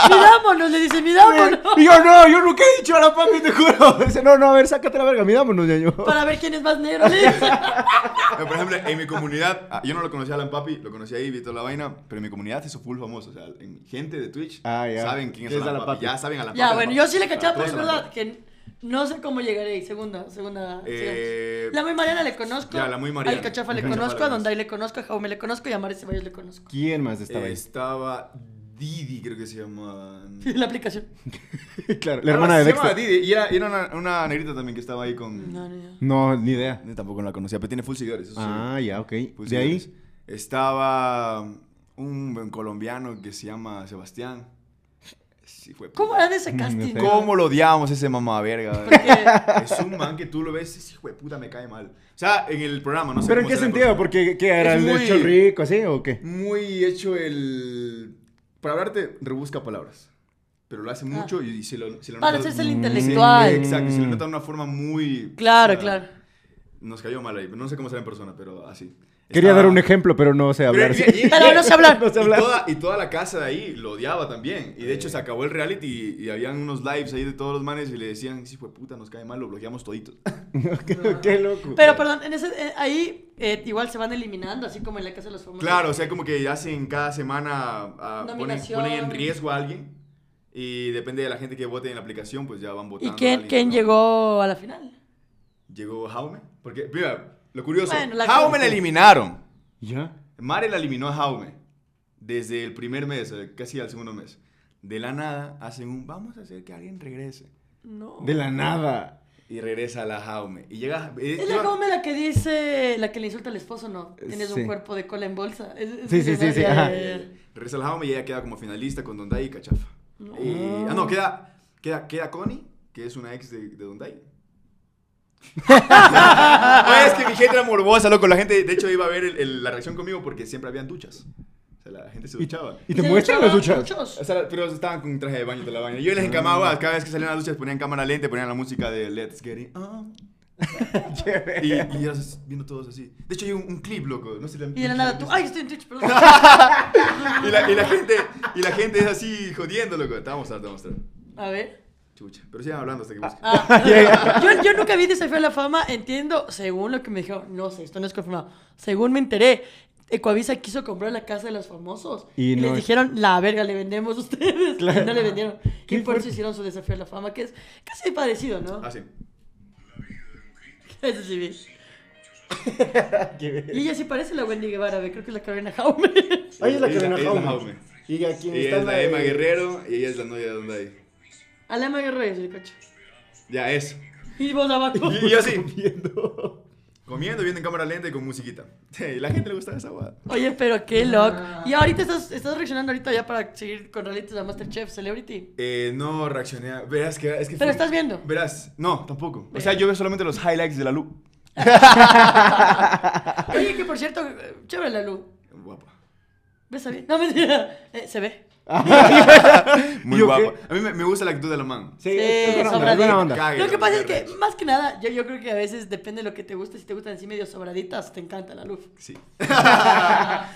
Speaker 3: mirámonos, le dice, mirámonos.
Speaker 2: Y yo no, yo nunca he dicho a la papi, te juro. Dice, no, no, a ver, sácate la verga, mirámonos, ñaño.
Speaker 3: Para ver quién es más negro, le dice.
Speaker 1: Pero, por ejemplo, en mi comunidad, ah, yo no lo conocía a Alan Papi, lo conocí ahí, vi toda la vaina, pero en mi comunidad se hizo full famoso. O sea, en- gente de Twitch
Speaker 2: Ah, ya.
Speaker 1: saben quién es,
Speaker 2: ¿Quién es
Speaker 1: Alan,
Speaker 2: Alan
Speaker 1: Papi.
Speaker 2: Papi?
Speaker 1: Ya saben a Alan
Speaker 3: ya,
Speaker 1: Papi.
Speaker 3: bueno, yo sí le
Speaker 1: Para
Speaker 3: cachaba, pero
Speaker 1: todos
Speaker 3: es
Speaker 1: Alan
Speaker 3: verdad
Speaker 1: Papi.
Speaker 3: que no sé cómo llegaré. Segunda, segunda.
Speaker 1: Eh,
Speaker 3: sigamos. la muy Mariana le conozco.
Speaker 1: ya, la muy Mariana.
Speaker 3: Al Cachafa le
Speaker 1: Cachafa le
Speaker 3: conozco, a
Speaker 1: conozco.
Speaker 3: Donday le conozco, a Jaume le conozco y a Mari Ceballos le conozco.
Speaker 2: ¿Quién más estaba
Speaker 1: Eh,
Speaker 2: ahí?
Speaker 1: Estaba Didi, creo que se llama.
Speaker 3: La aplicación.
Speaker 2: claro, la hermana
Speaker 1: Ah,
Speaker 2: de
Speaker 1: se llamaba
Speaker 2: Dexter.
Speaker 1: Didi. Y era, y era una, una negrita también que estaba ahí con.
Speaker 3: No, no, no.
Speaker 2: No, ni idea.
Speaker 1: Yo Tampoco la conocía, pero tiene full seguidores. eso sí. Pues
Speaker 2: Ah, ya, ok.
Speaker 1: Full
Speaker 2: De ahí.
Speaker 1: seguidores. Estaba um, un buen colombiano que se llama Sebastián. Sí, fue.
Speaker 3: ¿Cómo era de ese casting?
Speaker 2: sé.
Speaker 1: Mm, ¿Cómo lo odiamos ese mamá verga?
Speaker 3: Porque-
Speaker 1: Es un man que tú lo ves, ese hijo de puta me cae mal. O sea, en el programa, no sé.
Speaker 2: ¿Pero en
Speaker 1: cómo
Speaker 2: qué
Speaker 1: será el
Speaker 2: sentido?
Speaker 1: programa.
Speaker 2: Porque ¿qué era
Speaker 1: Es
Speaker 2: el
Speaker 1: muy-
Speaker 2: hecho rico, así o qué?
Speaker 1: Muy hecho el. Para hablarte, rebusca palabras. Pero lo hace mucho y, y se lo. Se lo
Speaker 3: Ah. Para
Speaker 1: nota-
Speaker 3: hacerse
Speaker 1: Sí,
Speaker 3: el intelectual.
Speaker 1: exacto, se lo nota de una forma muy.
Speaker 3: Claro,
Speaker 1: o sea,
Speaker 3: claro.
Speaker 1: Nos cayó mal ahí, no sé cómo será en persona, pero así.
Speaker 2: Quería
Speaker 1: Estaba-
Speaker 2: dar un ejemplo, pero no sé hablar.
Speaker 1: Pero, y- y-
Speaker 3: Pero no sé hablar.
Speaker 2: No sé
Speaker 1: y
Speaker 2: hablar.
Speaker 1: toda, y toda la casa de ahí lo odiaba también. Y de hecho se acabó el reality y, y habían unos lives ahí de todos los manes y le decían, sí, fue puta, nos cae mal, lo bloqueamos todito.
Speaker 2: qué, qué loco.
Speaker 3: Pero perdón, en ese, eh, ahí eh, igual se van eliminando, así como en la casa de los famosos.
Speaker 1: Claro, o sea, como que hacen cada semana, ah, ponen,
Speaker 3: Nominación.
Speaker 1: ponen en riesgo a alguien y depende de la gente que vote en la aplicación, pues ya van
Speaker 3: ¿Y
Speaker 1: votando. a
Speaker 3: quién,
Speaker 1: alguien,
Speaker 3: quién
Speaker 1: ¿no?
Speaker 3: llegó a la final?
Speaker 1: Llegó Jaume, porque, mira, lo curioso,
Speaker 3: Bueno, la
Speaker 1: Jaume la
Speaker 3: conocen.
Speaker 1: eliminaron.
Speaker 2: ¿Ya?
Speaker 1: Mare la eliminó a Jaume desde el primer mes, eh, casi al segundo mes. De la nada hacen un, vamos a hacer que alguien regrese.
Speaker 3: No.
Speaker 2: De la nada.
Speaker 1: Y regresa la Jaume. Y llega. eh,
Speaker 3: Es
Speaker 1: lleva-
Speaker 3: la Jaume la que dice, la que le insulta al esposo, ¿no? Tienes
Speaker 2: Sí.
Speaker 3: un cuerpo de cola en bolsa. Es- es-
Speaker 2: Sí, sí, sí, sí,
Speaker 3: ya,
Speaker 2: ajá.
Speaker 3: ya, ya, ya.
Speaker 1: eh, regresa la Jaume y ella queda como finalista con Donday y Cachafa.
Speaker 3: No.
Speaker 1: Y- ah, no, queda, queda, queda Connie, que es una ex de, de Donday. Oye, es que mi gente era morbosa, loco. La gente, de hecho, iba a ver el- el- la reacción conmigo porque siempre habían duchas. O sea, la gente se duchaba.
Speaker 2: ¿Y te
Speaker 3: Se
Speaker 2: muestran las
Speaker 3: luchaban
Speaker 2: duchas?
Speaker 3: muchos.
Speaker 1: O sea, pero estaban con traje de
Speaker 2: Ah.
Speaker 1: baño y toda la vaina. Yo les encamaba, cada vez que salían las duchas ponían cámara lenta, y ponían la música de Let's Get It On. Y, y ya los viendo todos así. De hecho, hay un, un clip, loco. No sé si lo han-
Speaker 3: Y de
Speaker 1: no
Speaker 3: la
Speaker 1: sé
Speaker 3: nada
Speaker 1: si
Speaker 3: tú,
Speaker 1: lo han
Speaker 3: ay, estoy en Twitch, perdón.
Speaker 1: visto. Y la, y la gente, y la gente es así jodiendo, loco. Te voy a mostrar, te voy a mostrar.
Speaker 3: A ver.
Speaker 1: Chucha. Pero sigan hablando hasta que busquen.
Speaker 3: Ah, yo, yo nunca vi Desafío a la Fama, entiendo, según lo que me dijeron, no sé, esto no es confirmado. Según me enteré, Ecoavisa quiso comprar la casa de los famosos
Speaker 2: Y
Speaker 3: y,
Speaker 2: no-
Speaker 3: les dijeron, la verga, le vendemos a ustedes.
Speaker 2: Claro.
Speaker 3: Y no le vendieron.
Speaker 2: Qué
Speaker 3: Y por
Speaker 2: fuerte.
Speaker 3: eso hicieron su Desafío a la Fama, que es casi parecido, ¿no?
Speaker 1: Ah, sí.
Speaker 3: Eso sí vi.
Speaker 2: Qué verga.
Speaker 3: Y ella sí parece la Wendy Guevara, ve, creo que es la Carolina Jaume.
Speaker 2: Ahí es
Speaker 1: Ella-
Speaker 2: la que ven
Speaker 1: ella
Speaker 2: a
Speaker 1: es la
Speaker 2: Jaume.
Speaker 1: Jaume.
Speaker 2: Y a quien
Speaker 1: Ella
Speaker 2: está
Speaker 1: es la
Speaker 2: de-
Speaker 1: Emma Guerrero y ella es la novia de Donday.
Speaker 3: Alema Guerrero, el coche.
Speaker 1: Ya, eso.
Speaker 3: Y vos abajo.
Speaker 1: Y, y así,
Speaker 2: Viendo.
Speaker 1: comiendo, viendo en cámara lenta y con musiquita. Y la gente le gusta esa guada.
Speaker 3: Oye, pero qué loco.
Speaker 2: Ah.
Speaker 3: Y ahorita estás, estás reaccionando ahorita ya para seguir con realities de Masterchef Celebrity.
Speaker 1: Eh, no reaccioné. a- Verás que. Es que
Speaker 3: Pero estás viendo.
Speaker 1: Verás. No, tampoco. O sea, yo veo solamente los highlights de la luz.
Speaker 2: Ah.
Speaker 3: Oye, que por cierto, eh, chévere la luz.
Speaker 1: Guapa.
Speaker 3: ¿Ves a bien? No, mentira. Eh, se ve.
Speaker 1: Muy
Speaker 2: ¿Yo
Speaker 1: guapa.
Speaker 2: qué?
Speaker 1: A mí me, me gusta la actitud de la man.
Speaker 2: Sí,
Speaker 3: Sí,
Speaker 2: es buena onda, es
Speaker 3: sobradita.
Speaker 2: buena onda.
Speaker 1: Cague,
Speaker 3: Lo que
Speaker 1: loco,
Speaker 3: pasa es
Speaker 1: qué
Speaker 3: que,
Speaker 1: recho.
Speaker 3: más que nada, yo, yo creo que a veces depende de lo que te guste. Si te gustan así medio sobraditas, te encanta la luz.
Speaker 1: Sí. Soy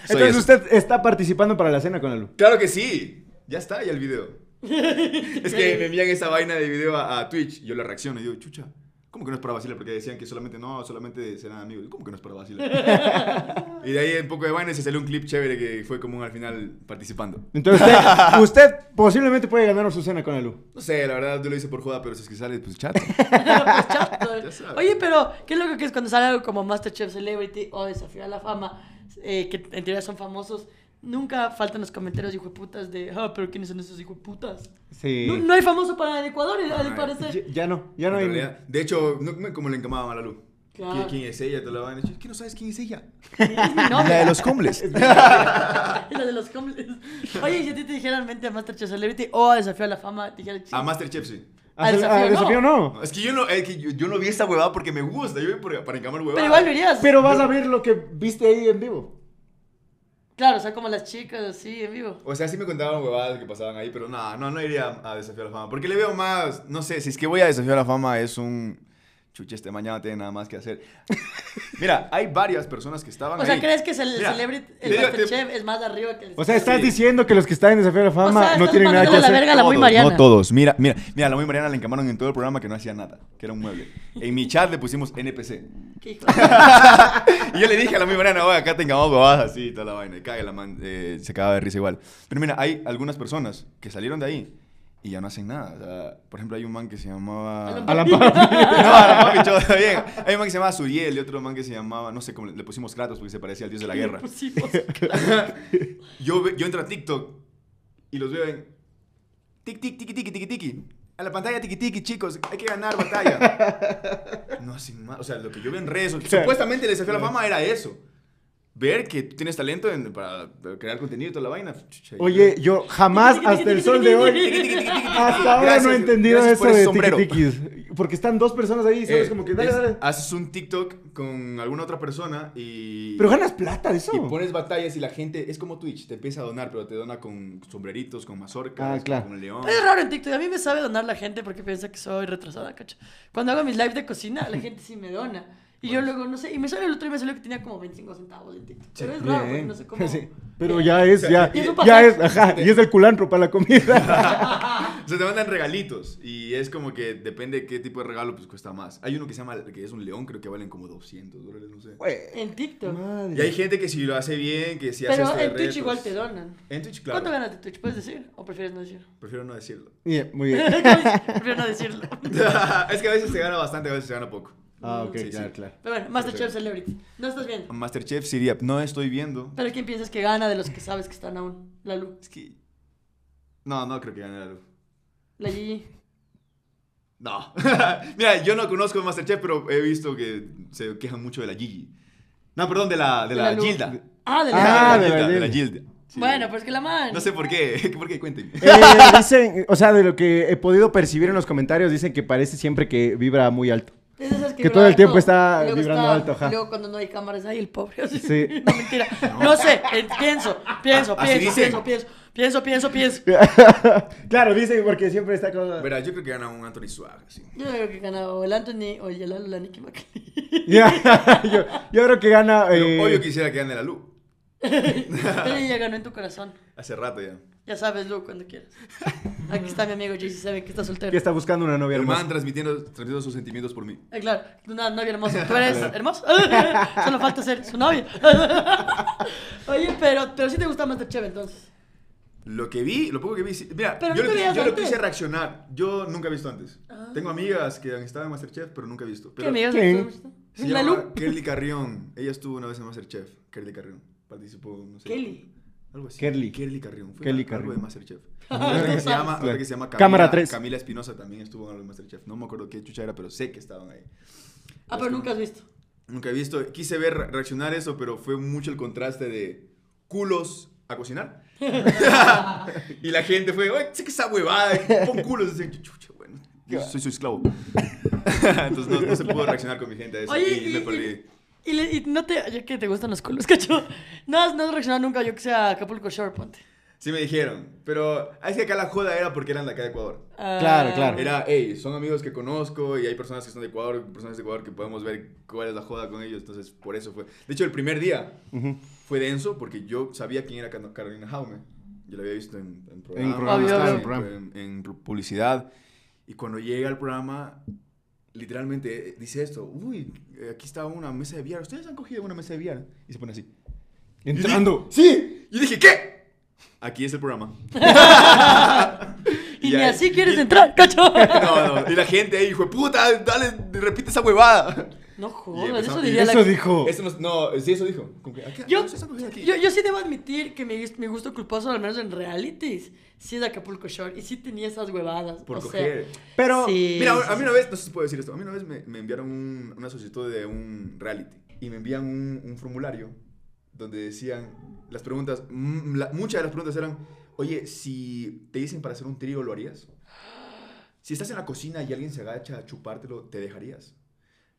Speaker 2: Entonces
Speaker 1: eso.
Speaker 2: usted está participando para la cena con la Lu.
Speaker 1: Claro que sí. Ya está, ya el video. es que me envían esa vaina de video a, a Twitch. y Yo la reacciono y digo, chucha, ¿cómo que no es para vacilar? Porque decían que solamente no, solamente serán amigos. ¿Cómo que no es para vacilar? y de ahí un poco de vaina y se salió un clip chévere que fue como un al final participando.
Speaker 2: Entonces usted, usted posiblemente puede ganar su cena con la Lu.
Speaker 1: No sé, la verdad yo lo hice por joda, pero si es que sale, pues chat.
Speaker 3: Pues, chato.
Speaker 1: Ya sabes.
Speaker 3: Oye, pero qué loco que es cuando sale algo como Masterchef Celebrity o Desafío a la Fama, eh, que en teoría son famosos. Nunca faltan los comentarios de hijueputas de, ah, pero ¿quiénes son esos hijueputas?
Speaker 2: Sí.
Speaker 3: No, no hay famoso para Ecuador, al
Speaker 1: Ay,
Speaker 2: Ya,
Speaker 3: parecer.
Speaker 2: ya no, ya no
Speaker 1: En
Speaker 2: hay.
Speaker 1: realidad, de hecho, no, no- como le encamaba a la luz.
Speaker 3: Claro.
Speaker 1: ¿Quién, quién es ella? Te la vaina. ¿Qué no sabes quién es ella?
Speaker 3: Es mi novia.
Speaker 1: combles.
Speaker 3: Y la de los homeless. Oye, y si a ti te dijeran, vente a Masterchef Celebrity o a Desafío a la Fama, te dijeran,
Speaker 1: A Masterchef, sí.
Speaker 2: Ah,
Speaker 3: al
Speaker 2: sí, ah,
Speaker 3: desafío
Speaker 2: desafío no.
Speaker 1: No, Es que yo no, es que yo, yo no vi esta huevada porque me gusta. Yo vi por- para encamar huevada.
Speaker 3: Pero igual lo irías.
Speaker 2: Pero vas a ver lo que viste ahí en vivo.
Speaker 3: Claro, o sea, como las chicas, así, en vivo.
Speaker 1: O sea, sí me contaban huevadas que pasaban ahí, pero nada, no, no iría a desafiar la fama. Porque le veo más, no sé, si es que voy a desafiar la fama es un... Chuche, este mañana no tiene nada más que hacer. Mira, hay varias personas que estaban
Speaker 3: O sea,
Speaker 1: ahí.
Speaker 3: ¿crees que es el
Speaker 1: Mira,
Speaker 3: Celebrity,
Speaker 1: te
Speaker 3: el
Speaker 1: digo, te-
Speaker 3: Masterchef es más de arriba que el
Speaker 2: O sea, estás
Speaker 1: Sí.
Speaker 2: diciendo que los que están en Desafío de la Fama
Speaker 3: sea,
Speaker 2: no
Speaker 3: estás
Speaker 2: tienen nada que
Speaker 3: mandándole la
Speaker 2: hacer.
Speaker 3: verga a la muy
Speaker 1: Todos,
Speaker 3: Mariana.
Speaker 1: No todos. Mira, mira, mira, la muy Mariana la encamaron en todo el programa que no hacía nada, que era un mueble. En mi chat le pusimos NPC.
Speaker 3: ¿Qué hijo de-
Speaker 1: Y yo le dije a la muy Mariana, oye, acá te encamamos huevadas así y toda la vaina. Y caga la man, eh, se acaba de risa igual. Pero mira, hay algunas personas que salieron de ahí y ya no hacen nada. O sea, por ejemplo, hay un man que se llamaba...
Speaker 3: Alan
Speaker 2: Alan Pablo.
Speaker 1: No, no, papi, yo, está bien. Hay un man que se llamaba Suriel y otro man que se llamaba, no sé cómo le, le pusimos Kratos porque se parecía al dios de la guerra.
Speaker 3: Pusimos.
Speaker 1: Yo, ve- yo entro a TikTok y los veo en. Tic, tic, tiki, tiki, tiki, tiki. A la pantalla, tiki, tiki, chicos. Hay que ganar batalla. No hacen más. O sea, lo que yo veo en redes. Supuestamente el desafío a la fama era eso. Ver que tú tienes talento en- para crear contenido y toda la vaina. Chucha,
Speaker 2: Oye, yo jamás hasta el sol de
Speaker 1: Tiki,
Speaker 2: hoy.
Speaker 1: tiki, tiki, tiki, tiki.
Speaker 2: Hasta ahora no
Speaker 1: Gracias,
Speaker 2: he entendido
Speaker 1: gracias
Speaker 2: eso
Speaker 1: por ese
Speaker 2: de
Speaker 1: sombrero.
Speaker 2: tiki-tikis. Porque están dos personas ahí, ¿sabes?
Speaker 1: Eh,
Speaker 2: como que dale,
Speaker 1: es-
Speaker 2: dale.
Speaker 1: Haces un TikTok con alguna otra persona y.
Speaker 2: Pero ganas plata de eso.
Speaker 1: Y pones batallas y la gente, es como Twitch, te empieza a donar, pero te dona con sombreritos, con mazorcas,
Speaker 2: Ah, claro.
Speaker 1: con el león.
Speaker 3: Es raro en TikTok. A mí me sabe donar la gente porque piensa que soy retrasada, cacho. Cuando hago mis lives de cocina, la gente sí me dona. Y
Speaker 2: Pues.
Speaker 3: yo luego, no sé, y me sale el otro y me salió que tenía como 25 centavos en TikTok. Pero es raro, porque
Speaker 2: Bien.
Speaker 3: no sé cómo.
Speaker 2: Sí. Pero ya
Speaker 1: Eh,
Speaker 2: es, ya,
Speaker 3: Y es un
Speaker 2: ya
Speaker 3: pajazo.
Speaker 2: es, ajá, y es el culantro para la comida.
Speaker 1: O sea, te mandan regalitos y es como que depende qué tipo de regalo, pues cuesta más. Hay uno que se llama, que es un león, creo que valen como 200 dólares, no sé.
Speaker 3: En TikTok.
Speaker 1: Y hay gente que si lo hace bien, que si hace
Speaker 3: Pero
Speaker 1: esto de
Speaker 3: en Twitch
Speaker 1: retos.
Speaker 3: igual te donan.
Speaker 1: En Twitch,
Speaker 3: ¿Cuánto
Speaker 1: claro.
Speaker 3: ganas de Twitch? ¿Puedes decir? ¿O prefieres no decirlo?
Speaker 1: Prefiero no decirlo.
Speaker 2: Bien, muy bien.
Speaker 3: Prefiero no decirlo.
Speaker 1: es que a veces se gana bastante, a veces se gana poco.
Speaker 2: Ah, ok,
Speaker 1: Sí, sí.
Speaker 2: claro, claro.
Speaker 3: Pero bueno, Masterchef Celebrity. No estás bien.
Speaker 1: Masterchef Siria, no estoy viendo.
Speaker 3: Pero ¿quién piensas que gana de los que sabes que están aún? La Lu,
Speaker 1: Es que... No, no creo que gane la luz.
Speaker 3: la Gigi.
Speaker 1: No. Mira, yo no conozco Masterchef, pero he visto que se quejan mucho de la Gigi. No, perdón, de la, de la,
Speaker 3: Lu.
Speaker 1: Gilda.
Speaker 3: Ah, de la
Speaker 2: Ah,
Speaker 1: de
Speaker 2: de
Speaker 1: la
Speaker 2: la
Speaker 1: Gilda. de la Gilda. Sí.
Speaker 3: Bueno, pues que la man.
Speaker 1: No sé por qué. ¿Por qué? Cuenten.
Speaker 2: Eh, dicen, o sea, de lo que he podido percibir en los comentarios, dicen que parece siempre que vibra muy alto.
Speaker 3: Es de esas que,
Speaker 2: Que todo el
Speaker 3: vibraba
Speaker 2: tiempo está
Speaker 3: Y luego
Speaker 2: vibrando
Speaker 3: estaba-
Speaker 2: alto, ajá.
Speaker 3: y Luego cuando no hay cámaras, ay, el pobre. así.
Speaker 2: Sí.
Speaker 3: No, mentira. No sé, eh, pienso, pienso,
Speaker 1: Así
Speaker 3: pienso,
Speaker 1: dicen.
Speaker 3: pienso, pienso, pienso, pienso, pienso.
Speaker 2: Claro, dice porque siempre está cosa.
Speaker 1: Verá, yo creo que gana un Anthony Suárez. Sí.
Speaker 3: Yo creo que ganaba o el Anthony o el Yalal o la Nicky McLean.
Speaker 2: Ya, yo, yo creo que gana.
Speaker 1: Pero
Speaker 2: eh,
Speaker 1: hoy yo quisiera que gane la luz.
Speaker 3: Pero ella ganó en tu corazón.
Speaker 1: Hace rato ya.
Speaker 3: Ya sabes, Lu, cuando quieras. Aquí está mi amigo JC7 que está soltero.
Speaker 2: que está buscando una novia
Speaker 1: El
Speaker 2: hermosa.
Speaker 1: man transmitiendo, transmitiendo sus sentimientos por mí.
Speaker 3: Ah, claro, una novia hermosa. Tú eres hermoso. Solo falta ser su novia. Oye, pero, pero sí te gusta Masterchef entonces.
Speaker 1: Lo que vi, lo poco que vi, sí- mira,
Speaker 3: Pero
Speaker 1: yo,
Speaker 3: no
Speaker 1: lo
Speaker 3: te
Speaker 1: quise,
Speaker 3: veías
Speaker 1: yo lo
Speaker 3: antes. Ah.
Speaker 1: quise reaccionar. Yo nunca he visto antes. Tengo amigas que han estado en Masterchef, pero nunca he visto.
Speaker 3: ¿Qué
Speaker 1: Pero
Speaker 3: amigas
Speaker 2: ¿quién?
Speaker 1: Se
Speaker 3: ¿La
Speaker 1: llama
Speaker 3: Lu?
Speaker 1: Kelly Carrión. Ella estuvo una vez en Masterchef. Kelly Carrión. Participó, no sé.
Speaker 3: Kelly.
Speaker 1: Algo así.
Speaker 2: Kerly.
Speaker 1: Kelly Carrión. Fue
Speaker 2: Kelly
Speaker 1: algo
Speaker 2: Carrión.
Speaker 1: de Masterchef.
Speaker 3: Ah,
Speaker 1: Otra que
Speaker 3: no
Speaker 1: se llama,
Speaker 2: sabes.
Speaker 1: otra que se llama
Speaker 2: Cámara
Speaker 1: Camila-
Speaker 2: tres.
Speaker 1: Camila Espinosa también estuvo en algo de Masterchef. No me acuerdo qué chucha era, pero sé que estaban ahí.
Speaker 3: Ah, pero nunca has visto.
Speaker 1: Nunca he visto, quise ver re- reaccionar eso, pero fue mucho el contraste de culos a cocinar. y la gente fue, oye, sé que esa huevada, pon culos. Y dicen, chucha, bueno, yo soy su esclavo. Entonces no, no se pudo reaccionar con mi gente a eso.
Speaker 3: Oye,
Speaker 1: y,
Speaker 3: y-
Speaker 1: me
Speaker 3: y-
Speaker 1: perdí.
Speaker 3: Y, le- y no te. Ya que te gustan los culos, cacho. No has, no has reaccionado nunca, yo que sea Acapulco Shore, ponte.
Speaker 1: Sí me dijeron, pero ah, es que acá la joda era porque eran de acá de Ecuador.
Speaker 3: Ah,
Speaker 2: Claro, claro.
Speaker 1: Era, hey, son amigos que conozco y hay personas que son de Ecuador, personas de Ecuador que podemos ver cuál es la joda con ellos. Entonces, por eso fue. De hecho, el primer día fue denso porque yo sabía quién era Car- Carolina Jaume. Yo la había visto en, en programas,
Speaker 2: programas,
Speaker 3: Obvio, claro,
Speaker 1: en,
Speaker 2: en programa.
Speaker 1: en- en pu- publicidad. Y cuando llega al programa, literalmente eh, dice esto: Uy, eh, aquí está una mesa de billar. ¿Ustedes han cogido una mesa de billar? Y se pone así.
Speaker 2: Entrando.
Speaker 1: ¡Sí! Yo dije, ¿qué? Aquí es el programa.
Speaker 3: Y
Speaker 1: Ya,
Speaker 3: ni así
Speaker 1: y-
Speaker 3: quieres entrar, cacho.
Speaker 1: No, no. Y la gente ahí, hijo de puta, dale, repite esa huevada.
Speaker 3: No
Speaker 1: Y
Speaker 3: jodas, eso
Speaker 1: empezamos-
Speaker 3: diría
Speaker 2: Eso
Speaker 3: la.
Speaker 2: dijo.
Speaker 1: Eso no, no, sí, eso dijo. Como que, ¿a qué-
Speaker 3: Yo,
Speaker 1: ¿se está cogiendo aquí?
Speaker 3: yo, yo sí debo admitir que mi, gust- mi gusto culposo, al menos en realities, sí es de Acapulco Shore. Y sí tenía esas huevadas.
Speaker 1: Por
Speaker 3: o sea,
Speaker 1: coger.
Speaker 2: Pero.
Speaker 3: sí,
Speaker 1: Mira,
Speaker 3: sí,
Speaker 1: a
Speaker 3: sí,
Speaker 1: mí una vez, no sé si puedo decir esto, a mí una vez me, me enviaron un- una solicitud de un reality y me envían un, un formulario donde decían las preguntas, mm, la- muchas de las preguntas eran, oye, si te dicen para hacer un trío, ¿lo harías? Si estás en la cocina y alguien se agacha a chupártelo, ¿te dejarías?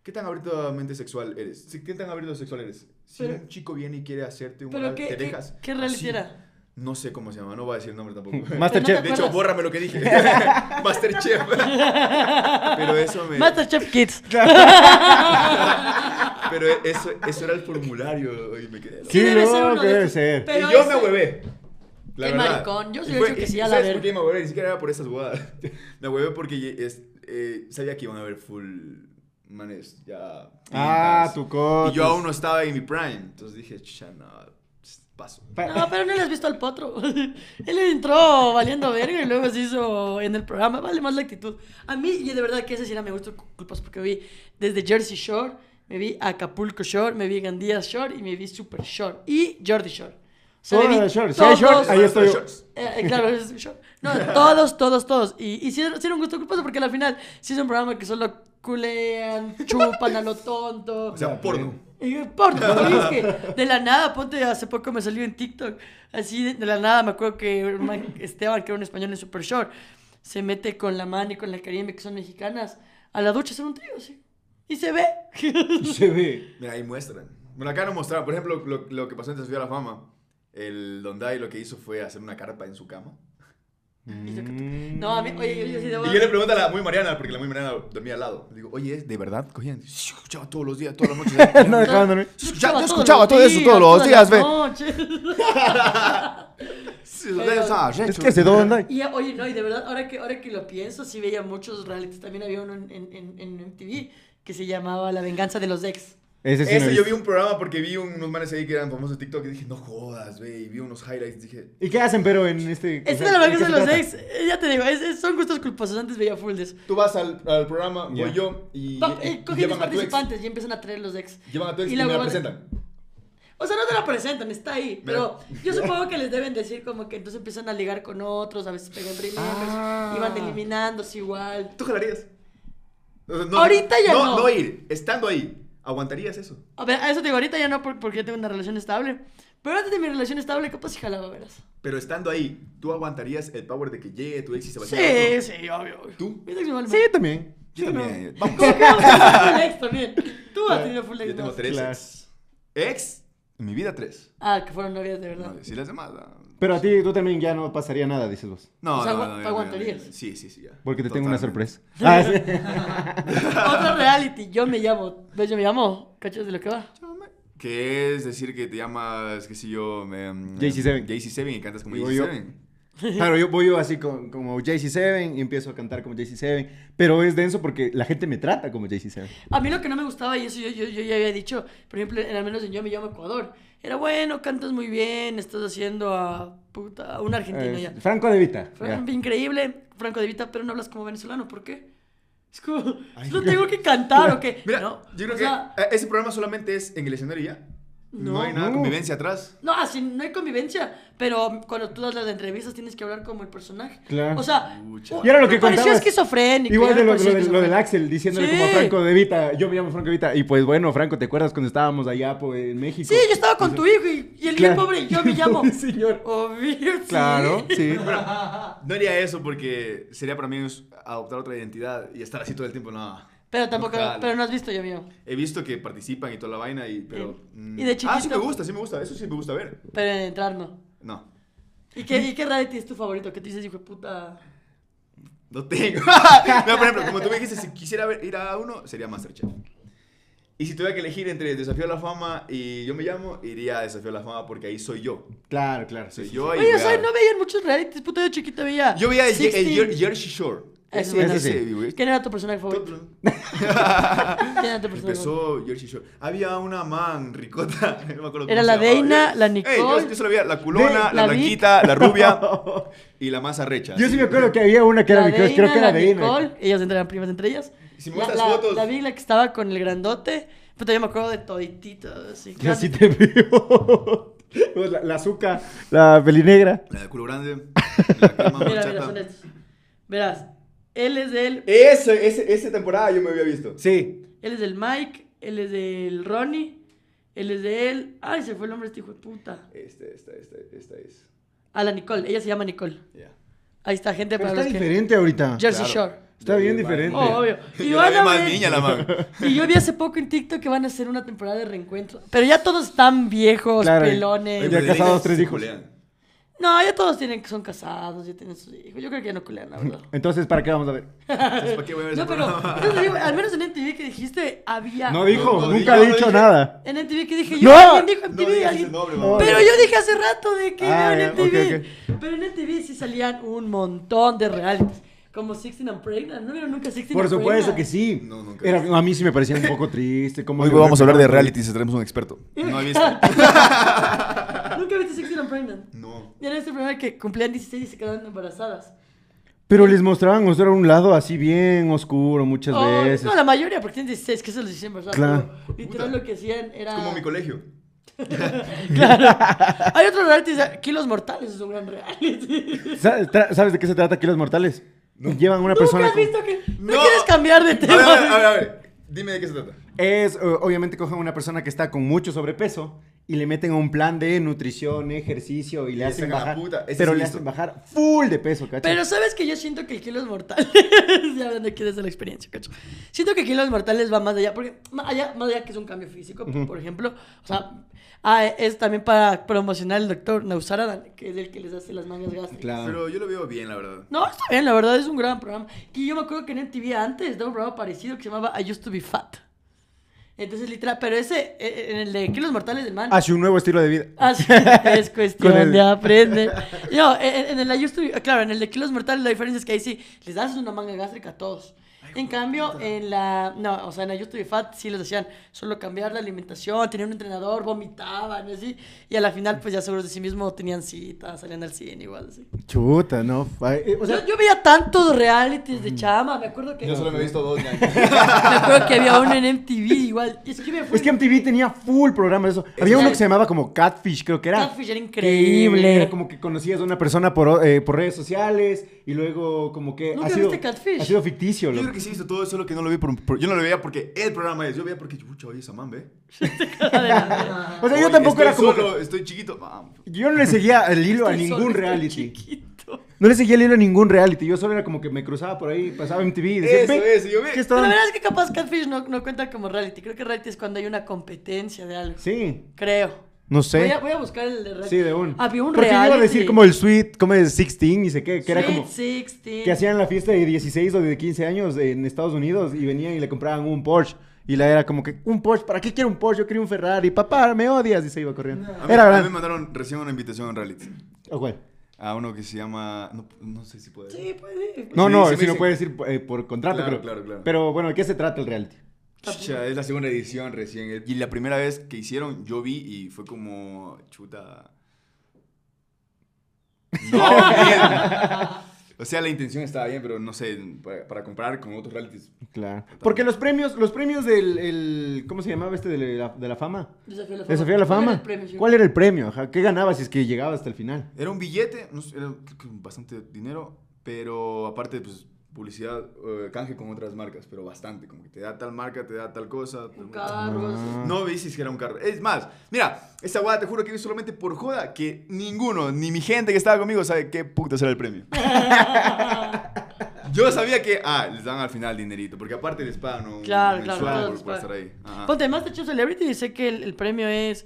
Speaker 1: ¿Qué tan abiertamente sexual eres? Si- ¿Qué tan abierto sexual eres? Si
Speaker 3: Pero-
Speaker 1: un chico viene y quiere hacerte un
Speaker 3: Pero
Speaker 1: oral,
Speaker 3: ¿qué,
Speaker 1: ¿te
Speaker 3: qué,
Speaker 1: dejas?
Speaker 3: qué reality
Speaker 1: Así.
Speaker 3: era?
Speaker 1: No sé cómo se llama, no voy a decir el nombre tampoco.
Speaker 3: Pero no
Speaker 2: Masterchef.
Speaker 1: De
Speaker 3: te
Speaker 1: hecho,
Speaker 3: acuerdas.
Speaker 1: bórrame lo que dije. Masterchef. Pero eso me.
Speaker 3: Masterchef Kids.
Speaker 1: Pero eso, eso era el formulario y me quedé. loco.
Speaker 2: Sí,
Speaker 3: debe
Speaker 2: no,
Speaker 3: ser uno
Speaker 2: que
Speaker 3: de
Speaker 2: debe
Speaker 3: estos,
Speaker 2: ser.
Speaker 3: pero
Speaker 1: y yo
Speaker 3: ese-
Speaker 1: me huevé. La
Speaker 3: Qué
Speaker 1: verdad.
Speaker 3: maricón, yo sí
Speaker 1: Y
Speaker 3: hubiera
Speaker 1: fue-
Speaker 3: dicho que
Speaker 1: y-
Speaker 3: sí,
Speaker 1: y
Speaker 3: a la
Speaker 1: ¿sabes
Speaker 3: verga.
Speaker 1: por qué me huevé? Ni siquiera era por esas jugadas. Me huevé porque ye- es- eh, sabía que iban a haber full manes ya.
Speaker 2: Ah,
Speaker 1: pintas.
Speaker 2: tu coche.
Speaker 1: Y yo aún no estaba en mi prime. Entonces dije, chucha, no, pss, paso.
Speaker 3: No, pero no le has visto al potro. Él entró valiendo verga y luego se hizo en el programa. Vale más la actitud. A mí, y de verdad que ese sí era mi gusto culpas porque vi desde Jersey Shore, me vi Acapulco Shore, me vi Gandía Shore y me vi Super Shore y Jordi Shore. O sea, me
Speaker 2: Todo
Speaker 3: vi
Speaker 2: de shorts. Si hay shorts,
Speaker 3: todos-
Speaker 2: ahí estoy yo.
Speaker 1: Shorts.
Speaker 3: eh, eh, claro, es un show. No, todos, todos, todos. Y, y sí, era- sí era un gusto culposo porque al final sí es un programa que solo culean, chupan a lo tonto.
Speaker 1: O sea, porno.
Speaker 3: Y yo, porno, porque es que de la nada, ponte, hace poco me salió en TikTok, así de, de la nada, me acuerdo que un man- Esteban, que era un español en Super Short, se mete con la man y con la Karime, que son mexicanas, a la ducha a hacer un trío, así. Y se ve.
Speaker 2: Se ve.
Speaker 1: Mira, ahí muestran. Bueno, acá no mostraron. Por ejemplo, lo, lo que pasó en Desafío a la Fama. El Dondai lo que hizo fue hacer una carpa en su cama.
Speaker 3: No, a mí, oye, yo, yo sí debo...
Speaker 1: Mm. Y yo le pregunto a la muy Mariana, porque la muy Mariana dormía al lado. Le digo, oye, ¿es de verdad? Cogían. Sí, escuchaba todos los días, todas las noches.
Speaker 2: No dejaban dormir.
Speaker 1: Yo escuchaba, yo
Speaker 3: todos
Speaker 1: escuchaba
Speaker 3: los
Speaker 1: todo eso
Speaker 3: días,
Speaker 1: todos los
Speaker 3: todas
Speaker 1: días, ve.
Speaker 3: las noches.
Speaker 1: Sí, ah, de esa
Speaker 2: Es
Speaker 1: recho.
Speaker 2: que se dónde.
Speaker 3: Y oye, no, y de verdad, ahora que, ahora que lo pienso, sí veía muchos realities. También había uno en, en, en, en MTV que se llamaba La venganza de los ex.
Speaker 2: Ese sí. no
Speaker 1: Ese
Speaker 2: he
Speaker 1: yo vi
Speaker 2: visto.
Speaker 1: un programa porque vi unos manes ahí que eran famosos de TikTok y dije, no jodas, ve. Y vi unos highlights dije,
Speaker 2: ¿Y qué hacen, pero en este. o
Speaker 3: Este
Speaker 2: sea,
Speaker 3: de la
Speaker 2: ¿en qué
Speaker 3: venganza de
Speaker 2: se
Speaker 3: los
Speaker 2: trata?
Speaker 3: ex, eh, ya te digo, es- es- son gustos culposos. Antes veía full de eso.
Speaker 1: tú vas al, al programa,
Speaker 2: Ya.
Speaker 1: voy yo y,
Speaker 3: Pa-
Speaker 1: y-
Speaker 3: eh,
Speaker 1: y
Speaker 3: cogen los
Speaker 1: llevan a tu ex.
Speaker 3: participantes y empiezan a traer los ex.
Speaker 1: Llevan a tu ex
Speaker 3: Y
Speaker 1: y,
Speaker 3: la
Speaker 1: me la
Speaker 3: huevona-
Speaker 1: presentan.
Speaker 3: O sea, no te la presentan, está ahí. Pero
Speaker 1: Mira.
Speaker 3: yo supongo que les deben decir como que entonces empiezan a ligar con otros, a veces pegan primero,
Speaker 1: Ah.
Speaker 3: y van eliminándose igual.
Speaker 1: ¿Tú jalarías? O sea,
Speaker 3: Ahorita ya no.
Speaker 1: no. No ir, estando ahí. ¿Aguantarías eso?
Speaker 3: A ver, a eso te digo, ahorita ya no por- porque yo tengo una relación estable. Pero antes de mi relación estable, capaz si jalaba, verás.
Speaker 1: Pero estando ahí, ¿tú aguantarías el power de que llegue tu ex y se va
Speaker 3: Sí, sí, obvio. obvio.
Speaker 1: ¿Tú?
Speaker 3: Mi sexo normal.
Speaker 2: Sí, también.
Speaker 1: Yo también. yo-
Speaker 3: ¿Cómo que vamos a tener full ex también? Tú has tenido full ex.
Speaker 1: Yo tengo
Speaker 3: dos.
Speaker 1: tres
Speaker 2: Claro.
Speaker 1: ex. Ex, en mi vida tres.
Speaker 3: Ah, que fueron novias de verdad.
Speaker 1: No, si las demás. ah,
Speaker 2: Pero a ti, tú también ya no pasaría nada, dices vos.
Speaker 1: No,
Speaker 3: O sea,
Speaker 1: no,
Speaker 3: agu-
Speaker 1: no,
Speaker 3: ¿te
Speaker 1: ya,
Speaker 3: aguantarías?
Speaker 1: ya, ya. Sí, sí, sí. ya.
Speaker 2: Porque te tengo una
Speaker 1: Totalmente.
Speaker 2: sorpresa. Ah, sí.
Speaker 3: Otro reality, yo me llamo. ¿Ves? Yo me llamo. ¿Cachas de lo que va?
Speaker 1: Que es decir que te llamas, qué sé yo, em,
Speaker 2: JC7.
Speaker 1: JC7 y cantas como
Speaker 2: Digo yo.
Speaker 1: JC7.
Speaker 2: Claro, yo voy yo así con, como JC7 y empiezo a cantar como JC7. Pero es denso porque la gente me trata como JC7.
Speaker 3: A mí lo que no me gustaba, y eso yo, yo, yo ya había dicho, por ejemplo, en, al menos en Yo me llamo Ecuador, era bueno, cantas muy bien, estás haciendo a, puta, a un argentino
Speaker 2: Eh,
Speaker 3: ya.
Speaker 2: Franco De Vita.
Speaker 3: Fue
Speaker 2: ya.
Speaker 3: increíble, Franco de Vita, pero no hablas como venezolano, ¿por qué? Es como, no tengo que cantar o qué.
Speaker 1: Mira,
Speaker 3: no,
Speaker 1: yo creo
Speaker 3: o
Speaker 1: que
Speaker 3: sea,
Speaker 1: eh, ese programa solamente es en el escenario y ya. No,
Speaker 3: No.
Speaker 1: hay nada de
Speaker 2: No.
Speaker 1: convivencia atrás.
Speaker 3: No, así no hay convivencia, pero cuando tú das las entrevistas tienes que hablar como el personaje.
Speaker 2: Claro.
Speaker 3: O sea,
Speaker 1: Pucha.
Speaker 2: Y era lo
Speaker 3: me
Speaker 2: que
Speaker 3: pareció
Speaker 2: contabas.
Speaker 3: esquizofrénico.
Speaker 2: Igual
Speaker 3: ya
Speaker 2: de
Speaker 3: me
Speaker 2: lo,
Speaker 3: pareció
Speaker 2: lo del- lo del
Speaker 3: esquizofrénico.
Speaker 2: Axel, diciéndole
Speaker 3: Sí.
Speaker 2: como a Franco De Vita, yo me llamo Franco De Vita. Y pues bueno, Franco, ¿te acuerdas cuando estábamos allá pues, en México? Pues,
Speaker 3: Sí, yo estaba con tu hijo y, y el bien
Speaker 2: Claro.
Speaker 3: pobre, yo me llamo.
Speaker 2: Pobre señor.
Speaker 3: Obvio, sí.
Speaker 2: Claro, sí.
Speaker 1: No haría eso porque sería para mí us- adoptar otra identidad y estar así todo el tiempo. No.
Speaker 3: Pero tampoco,
Speaker 1: Ojalá.
Speaker 3: pero no has visto yo mío.
Speaker 1: He visto que participan y toda la vaina, y, pero.
Speaker 3: Y-
Speaker 1: mm,
Speaker 3: y de
Speaker 1: Ah, sí
Speaker 3: chiquito-
Speaker 1: me gusta, sí me gusta. Eso sí me gusta ver.
Speaker 3: Pero en entrar no.
Speaker 1: No.
Speaker 3: ¿Y qué, ¿Y qué reality es tu favorito? ¿Qué te dices, hijo de puta?
Speaker 1: No tengo. no, por ejemplo, como tú me dijiste, si quisiera ver- ir a uno, sería Masterchef. Y si tuviera que elegir entre Desafío a la Fama y Yo me llamo, iría a Desafío a la Fama porque ahí soy yo.
Speaker 2: Claro, claro.
Speaker 1: Soy
Speaker 2: sí, sí.
Speaker 1: yo y
Speaker 3: Oye, o
Speaker 1: voy a-
Speaker 3: sea, no veía muchos realities, puta, yo chiquito veía.
Speaker 1: Yo veía el, el
Speaker 3: 16.
Speaker 1: Jer- Jersey Shore.
Speaker 3: Eso
Speaker 1: Ese-
Speaker 3: bueno,
Speaker 1: ese
Speaker 2: sí.
Speaker 1: sí, güey.
Speaker 3: ¿Quién era tu personaje favorito? ¿Quién era tu personaje favorito?
Speaker 1: Empezó Jersey Shore. Había una man ricota. No me acuerdo
Speaker 3: Era
Speaker 1: cómo
Speaker 3: la
Speaker 1: se llamaba.
Speaker 3: Deina,
Speaker 1: Yo-
Speaker 3: la
Speaker 1: Ey,
Speaker 3: Nicole.
Speaker 1: yo, yo solo veía la culona,
Speaker 3: De-
Speaker 1: la
Speaker 3: la Vic.
Speaker 1: blanquita, la rubia y la más arrecha.
Speaker 2: Yo sí
Speaker 1: así.
Speaker 2: me acuerdo que había una que era
Speaker 3: La
Speaker 2: mi crush, creo
Speaker 3: Deina,
Speaker 2: que era
Speaker 3: la
Speaker 2: Deina.
Speaker 3: Nicole, ellas eran primas entre ellas.
Speaker 1: Si me
Speaker 3: la,
Speaker 1: gustan
Speaker 3: la,
Speaker 1: las fotos.
Speaker 3: la Big, la que estaba con el grandote. Puta, yo me acuerdo de toditito. Así,
Speaker 2: Yo
Speaker 3: claro.
Speaker 2: sí te veo. Pues, La, la azúcar, la pelinegra.
Speaker 1: La de culo grande. La crema
Speaker 3: Mira,
Speaker 1: horchata.
Speaker 3: mira, son estos. Verás, él es del
Speaker 1: Eso, ese- esa temporada yo me había visto.
Speaker 2: Sí.
Speaker 3: Él es del Mike, él es del Ronnie, él es de él. Ay, se fue el nombre de este hijo de puta.
Speaker 1: Esta, esta, esta, esta este, es.
Speaker 3: A la Nicole, ella se llama Nicole.
Speaker 1: Ya.
Speaker 3: Ahí está, gente
Speaker 2: Pero
Speaker 3: para
Speaker 2: está
Speaker 3: los que-
Speaker 2: diferente ahorita.
Speaker 3: Jersey
Speaker 1: Claro.
Speaker 3: Shore.
Speaker 2: Está bien
Speaker 1: Ya, ya,
Speaker 2: diferente.
Speaker 3: Oh, obvio. Y
Speaker 1: Yo
Speaker 3: van
Speaker 1: la
Speaker 3: a
Speaker 1: vi más
Speaker 3: ver-
Speaker 1: niña la man.
Speaker 3: Y yo vi hace poco en TikTok que van a hacer una temporada de reencuentro. Pero ya todos están viejos,
Speaker 2: Claro.
Speaker 3: pelones.
Speaker 2: Ya casados, tres
Speaker 1: Sí,
Speaker 2: hijos.
Speaker 1: culean.
Speaker 3: No, ya todos tienen, son casados, ya tienen sus hijos. Yo creo que ya no culean, la verdad.
Speaker 2: Entonces, ¿para qué vamos a ver?
Speaker 1: Entonces, ¿para qué voy a ver ese
Speaker 3: No, pero
Speaker 1: programa?
Speaker 3: entonces digo, al menos en MTV que dijiste había.
Speaker 2: No dijo,
Speaker 1: no,
Speaker 2: nunca
Speaker 1: no,
Speaker 2: he
Speaker 1: no
Speaker 2: dicho
Speaker 1: dije.
Speaker 2: nada.
Speaker 3: En MTV que dije
Speaker 2: No,
Speaker 3: yo, alguien dijo
Speaker 1: No
Speaker 3: MTV,
Speaker 1: digas ese
Speaker 3: alguien.
Speaker 1: nombre,
Speaker 2: No,
Speaker 1: man.
Speaker 3: Pero yo dije hace rato de que
Speaker 2: Ah,
Speaker 3: veo
Speaker 2: ya,
Speaker 3: en MTV.
Speaker 2: ok,
Speaker 3: Pero en MTV sí salían un montón de realities. Como Sixteen and Pregnant. ¿No vieron nunca Sixteen
Speaker 2: Por
Speaker 3: and
Speaker 2: supuesto que
Speaker 3: Pregnant?
Speaker 2: sí.
Speaker 1: No, nunca.
Speaker 2: Era- a mí sí me parecía un poco triste. Como
Speaker 1: Hoy vamos a hablar de reality, si tenemos un experto. No he visto.
Speaker 3: ¿Nunca viste Sixteen and Pregnant?
Speaker 1: No.
Speaker 3: Era este programa que cumplían 16 y se quedaban embarazadas.
Speaker 2: Pero les mostraban, mostrar un lado así bien oscuro muchas
Speaker 3: Oh,
Speaker 2: veces.
Speaker 3: No, la mayoría, porque tienen 16, que eso los hicieron embarazadas.
Speaker 2: Claro.
Speaker 3: pero Literal
Speaker 1: Puta.
Speaker 3: lo que hacían era.
Speaker 1: Es como mi colegio.
Speaker 3: Claro. Hay otro reality, o sea, Kilos Mortales es un gran reality.
Speaker 2: Sa- tra- ¿Sabes de qué se trata aquí los mortales? Llevan una persona.
Speaker 3: ¿Nunca has
Speaker 2: con-
Speaker 3: visto que.? No,
Speaker 1: No.
Speaker 3: quieres cambiar de
Speaker 1: A ver,
Speaker 3: tema.
Speaker 1: a ver, a ver, a ver. Dime de qué se trata.
Speaker 2: Es, eh, obviamente, cogen una persona que está con mucho sobrepeso y le meten a un plan de nutrición, ejercicio y le
Speaker 1: le
Speaker 2: hacen
Speaker 1: sacan la
Speaker 2: bajar.
Speaker 1: puta. Ese
Speaker 2: Pero
Speaker 1: sí
Speaker 2: le
Speaker 1: listo.
Speaker 2: hacen bajar full de peso, ¿cachai?
Speaker 3: Pero sabes que yo siento que el Kilos Mortales. ya hablando aquí desde la experiencia, cacho. Siento que Kilos Mortales va más allá. Porque más allá, más allá que es un cambio físico, por ejemplo. O sea, ah, es también para promocionar el doctor Nausar Adán, que es el que les hace las mangas gástricas.
Speaker 2: Claro.
Speaker 1: Pero yo lo veo bien, la verdad.
Speaker 3: No, está bien, la verdad es un gran programa. Que yo me acuerdo que en MTV antes estaba un programa parecido que se llamaba I Used to Be Fat. Entonces, literal, pero ese, eh, eh, en el de Kilos Mortales del Man.
Speaker 2: Hace un nuevo estilo de vida.
Speaker 3: Así es cuestión
Speaker 2: Ah, Con el-
Speaker 3: de aprender. No, eh, en, en el I used to- ah, claro, en el de Kilos Mortales la diferencia es que ahí sí les das una manga gástrica a todos. en cambio, en la. No, o sea, en la YouTube Fat sí les hacían solo cambiar la alimentación, tenían un entrenador, vomitaban, así. Y a la final, pues ya seguros de sí mismo tenían citas, salían al cine, igual, así.
Speaker 2: Chuta, no. fa- eh, O sea,
Speaker 3: yo, yo veía tantos realities de chama, me acuerdo que.
Speaker 1: Yo solo me he visto dos. man.
Speaker 3: me acuerdo que había uno en MTV, igual. y Es que me fui.
Speaker 2: Es que MTV tenía full programa de eso. Había uno que se llamaba como Catfish, creo que era.
Speaker 3: Catfish era
Speaker 2: Que
Speaker 3: increíble.
Speaker 2: Era como que conocías a una persona por, eh, por redes sociales y luego como que...
Speaker 3: ¿Nunca
Speaker 2: ha sido,
Speaker 3: viste Catfish?
Speaker 2: Ha sido ficticio,
Speaker 1: Yo
Speaker 2: loco.
Speaker 1: creo que sí he visto todo, solo que no lo vi por, por- Yo no lo veía porque el programa es. Yo veía porque, pucha, oye, esa man, ve.
Speaker 2: O sea,
Speaker 1: Oye,
Speaker 2: yo tampoco
Speaker 1: estoy
Speaker 2: era como...
Speaker 1: solo, Estoy chiquito. ah, Mam.
Speaker 2: que- yo no le seguía el hilo a
Speaker 3: Estoy
Speaker 2: ningún
Speaker 3: solo, estoy
Speaker 2: reality.
Speaker 3: chiquito.
Speaker 2: No le seguía el hilo a ningún reality. Yo solo era como que me cruzaba por ahí, pasaba MTV y decía,
Speaker 1: Eso,
Speaker 2: "Ve,
Speaker 1: eso, yo ve.
Speaker 2: ¿qué
Speaker 3: Pero la
Speaker 2: está?
Speaker 3: verdad es que capaz Catfish no, no cuenta como reality. Creo que reality es cuando hay una competencia de algo.
Speaker 2: Sí,
Speaker 3: Creo.
Speaker 2: no
Speaker 3: Voy, a,
Speaker 2: sé.
Speaker 3: voy a buscar el de reality.
Speaker 2: Sí, de un.
Speaker 3: Había un
Speaker 2: Porque
Speaker 3: reality.
Speaker 2: iba a decir como el Sweet, como el 16 y sé qué, que era
Speaker 3: Sweet
Speaker 2: como...
Speaker 3: 16.
Speaker 2: Que hacían la fiesta de 16 o de 15 años en Estados Unidos y venían y le compraban un Porsche. Y la era como que, ¿un Porsche? ¿Para qué quiero un Porsche? Yo quería un Ferrari. Papá, me odias. Y se iba corriendo.
Speaker 1: A mí,
Speaker 2: Era
Speaker 1: a mí
Speaker 2: Oh,
Speaker 1: me
Speaker 2: verdad.
Speaker 1: mandaron recién una invitación en reality.
Speaker 2: ¿O cuál?
Speaker 1: A uno que se llama. No, no sé si puede.
Speaker 3: Sí, pues sí.
Speaker 2: No,
Speaker 1: Sí,
Speaker 2: no,
Speaker 1: sí me
Speaker 2: si no
Speaker 1: dicen.
Speaker 2: puede decir eh, por contrato,
Speaker 1: Claro,
Speaker 2: pero,
Speaker 1: claro, claro.
Speaker 2: pero bueno, ¿de qué se trata el reality?
Speaker 1: Chucha, es la segunda edición recién. Y la primera vez que hicieron, yo vi y fue como. Chuta. No, bien. O sea, la intención estaba bien, pero no sé, para, para comparar con otros realities.
Speaker 2: Claro. Porque los premios, los premios del, el- ¿cómo se llamaba este de la, de la fama?
Speaker 3: Desafío a la fama.
Speaker 2: ¿Desafío a la
Speaker 3: ¿Cuál era
Speaker 2: fama?
Speaker 3: el premio, sí?
Speaker 2: ¿Cuál era el premio? Ajá, ¿Qué ganabas si es que llegabas hasta el final?
Speaker 1: Era un billete, no sé, era creo que bastante dinero, pero aparte, pues, publicidad, eh, canje con otras marcas, pero bastante. Como que te da tal marca, te da tal cosa. te-
Speaker 3: Un cargo, no sé.
Speaker 2: Ah.
Speaker 1: No vi si es que era un carro. Es más, mira, esta guada te juro que vi solamente por joda que ninguno, ni mi gente que estaba conmigo, sabe qué putas era el premio. Yo sabía que, ah, les dan al final dinerito, porque aparte les pagan un
Speaker 3: Claro,
Speaker 1: mensual
Speaker 3: claro, todos
Speaker 1: por-
Speaker 3: les
Speaker 1: por
Speaker 3: pagan.
Speaker 1: estar ahí. Ajá.
Speaker 3: Ponte, Masterchef Celebrity, sé que el, el premio es.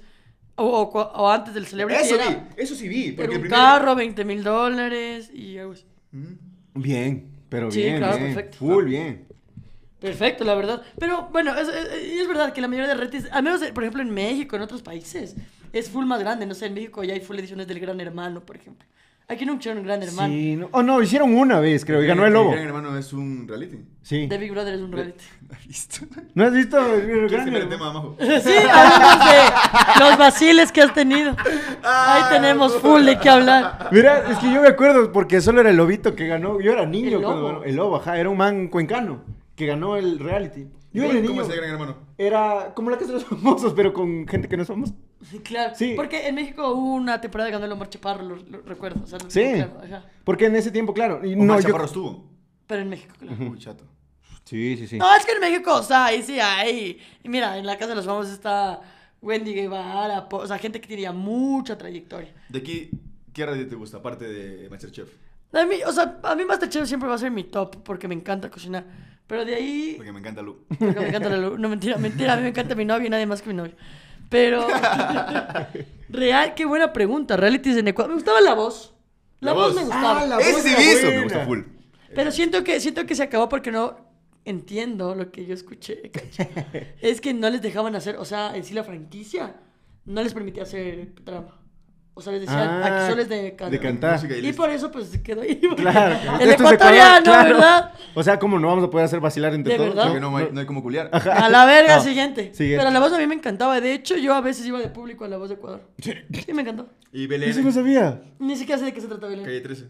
Speaker 2: Ah.
Speaker 3: O, o cua- o antes del Celebrity.
Speaker 1: Eso
Speaker 3: era,
Speaker 1: vi, eso sí vi.
Speaker 3: era
Speaker 1: Porque
Speaker 3: un
Speaker 1: el primer-
Speaker 3: carro, 20 mil dólares y algo así.
Speaker 1: Mm.
Speaker 2: Bien, pero
Speaker 3: Sí,
Speaker 2: bien,
Speaker 3: claro,
Speaker 2: bien.
Speaker 3: perfecto.
Speaker 2: Full bien.
Speaker 3: Perfecto, la verdad. Pero bueno, es, es- es verdad que la mayoría de retis, al menos eh, por ejemplo en México, en otros países, es full más grande. No sé, en México ya hay full ediciones del Gran Hermano, por ejemplo. Aquí nunca hicieron un Gran Hermano.
Speaker 2: Sí, no- oh no, hicieron una vez, creo, y ganó el lobo.
Speaker 1: Gran hermano es un reality.
Speaker 2: Sí.
Speaker 3: The Big Brother es un reality.
Speaker 1: Listo.
Speaker 2: ¿No has visto el
Speaker 1: ¿Quieres
Speaker 2: Gran
Speaker 1: cambiar el
Speaker 2: Hermano?
Speaker 1: tema, Majo?
Speaker 3: Sí, hablamos de los vaciles que has tenido. Ahí tenemos full de qué hablar.
Speaker 2: Mira, es que yo me acuerdo porque solo era el lobito que ganó. Yo era niño
Speaker 3: El
Speaker 2: cuando
Speaker 3: lobo.
Speaker 2: ganó- El lobo, ajá, era un man cuencano que ganó el reality. Yo
Speaker 1: ¿Cómo,
Speaker 2: era
Speaker 1: cómo
Speaker 2: niño.
Speaker 1: es el gran hermano?
Speaker 2: Era como la casa de los famosos, pero con gente que no es famosa.
Speaker 3: Claro,
Speaker 2: Sí.
Speaker 3: porque en México hubo una temporada que ganó el Omar Chaparro, lo, lo recuerdo. o sea, lo-
Speaker 2: Sí.
Speaker 3: claro, ajá.
Speaker 2: Porque en ese tiempo, claro. Y
Speaker 1: Omar
Speaker 2: no,
Speaker 1: no,
Speaker 2: yo-
Speaker 1: Chaparro estuvo.
Speaker 3: Pero en México, claro.
Speaker 1: Uy, chato.
Speaker 2: Sí, sí, sí.
Speaker 3: No, es que en México, o sea, ahí sí hay. y Mira, en la casa de los famosos está Wendy Guevara, po- o sea, gente que tiene ya mucha trayectoria.
Speaker 1: ¿De aquí qué radio te gusta, aparte de Masterchef?
Speaker 3: A mí, o sea, a mí Masterchef siempre va a ser mi top porque me encanta cocinar. Pero de ahí.
Speaker 1: Porque me encanta Lu.
Speaker 3: Porque me encanta la luz. No, mentira, mentira. A mí me encanta mi novia y nadie más que mi novia. Pero. Real, qué buena pregunta. Realities en Ecuador. Me gustaba la voz. La,
Speaker 1: La
Speaker 3: voz.
Speaker 1: Voz.
Speaker 3: me gustaba.
Speaker 2: Ah, la
Speaker 1: ¡Ese
Speaker 2: voz
Speaker 1: sí
Speaker 2: era
Speaker 1: vi eso! Me
Speaker 2: buena.
Speaker 1: gusta full.
Speaker 3: Pero siento que, siento que se acabó porque no entiendo lo que yo escuché. cacha. es que no les dejaban hacer, o sea, en sí la franquicia no les permitía hacer trama. O sea, les decían,
Speaker 2: Ah,
Speaker 3: aquí solo es de
Speaker 2: De
Speaker 3: cantar.
Speaker 2: cantar.
Speaker 1: Música
Speaker 3: Y por eso pues se quedó ahí. porque
Speaker 2: Claro. esto
Speaker 3: El
Speaker 2: es Ecuador,
Speaker 3: ecuatoriano,
Speaker 2: claro.
Speaker 3: ¿verdad?
Speaker 2: O sea, ¿cómo no vamos a poder hacer vacilar entre
Speaker 3: ¿De
Speaker 2: todos?
Speaker 3: verdad?
Speaker 1: Porque no, hay, no hay como culiar.
Speaker 3: A la verga,
Speaker 2: No.
Speaker 3: siguiente.
Speaker 2: Siguiente.
Speaker 3: Pero la voz a mí me encantaba. De hecho, yo a veces iba de público a la voz de Ecuador. Sí. me encantó.
Speaker 1: Y
Speaker 2: Eso no
Speaker 1: Belén,
Speaker 2: sabía.
Speaker 3: Ni siquiera sé de qué se trata Belén.
Speaker 1: calle 13.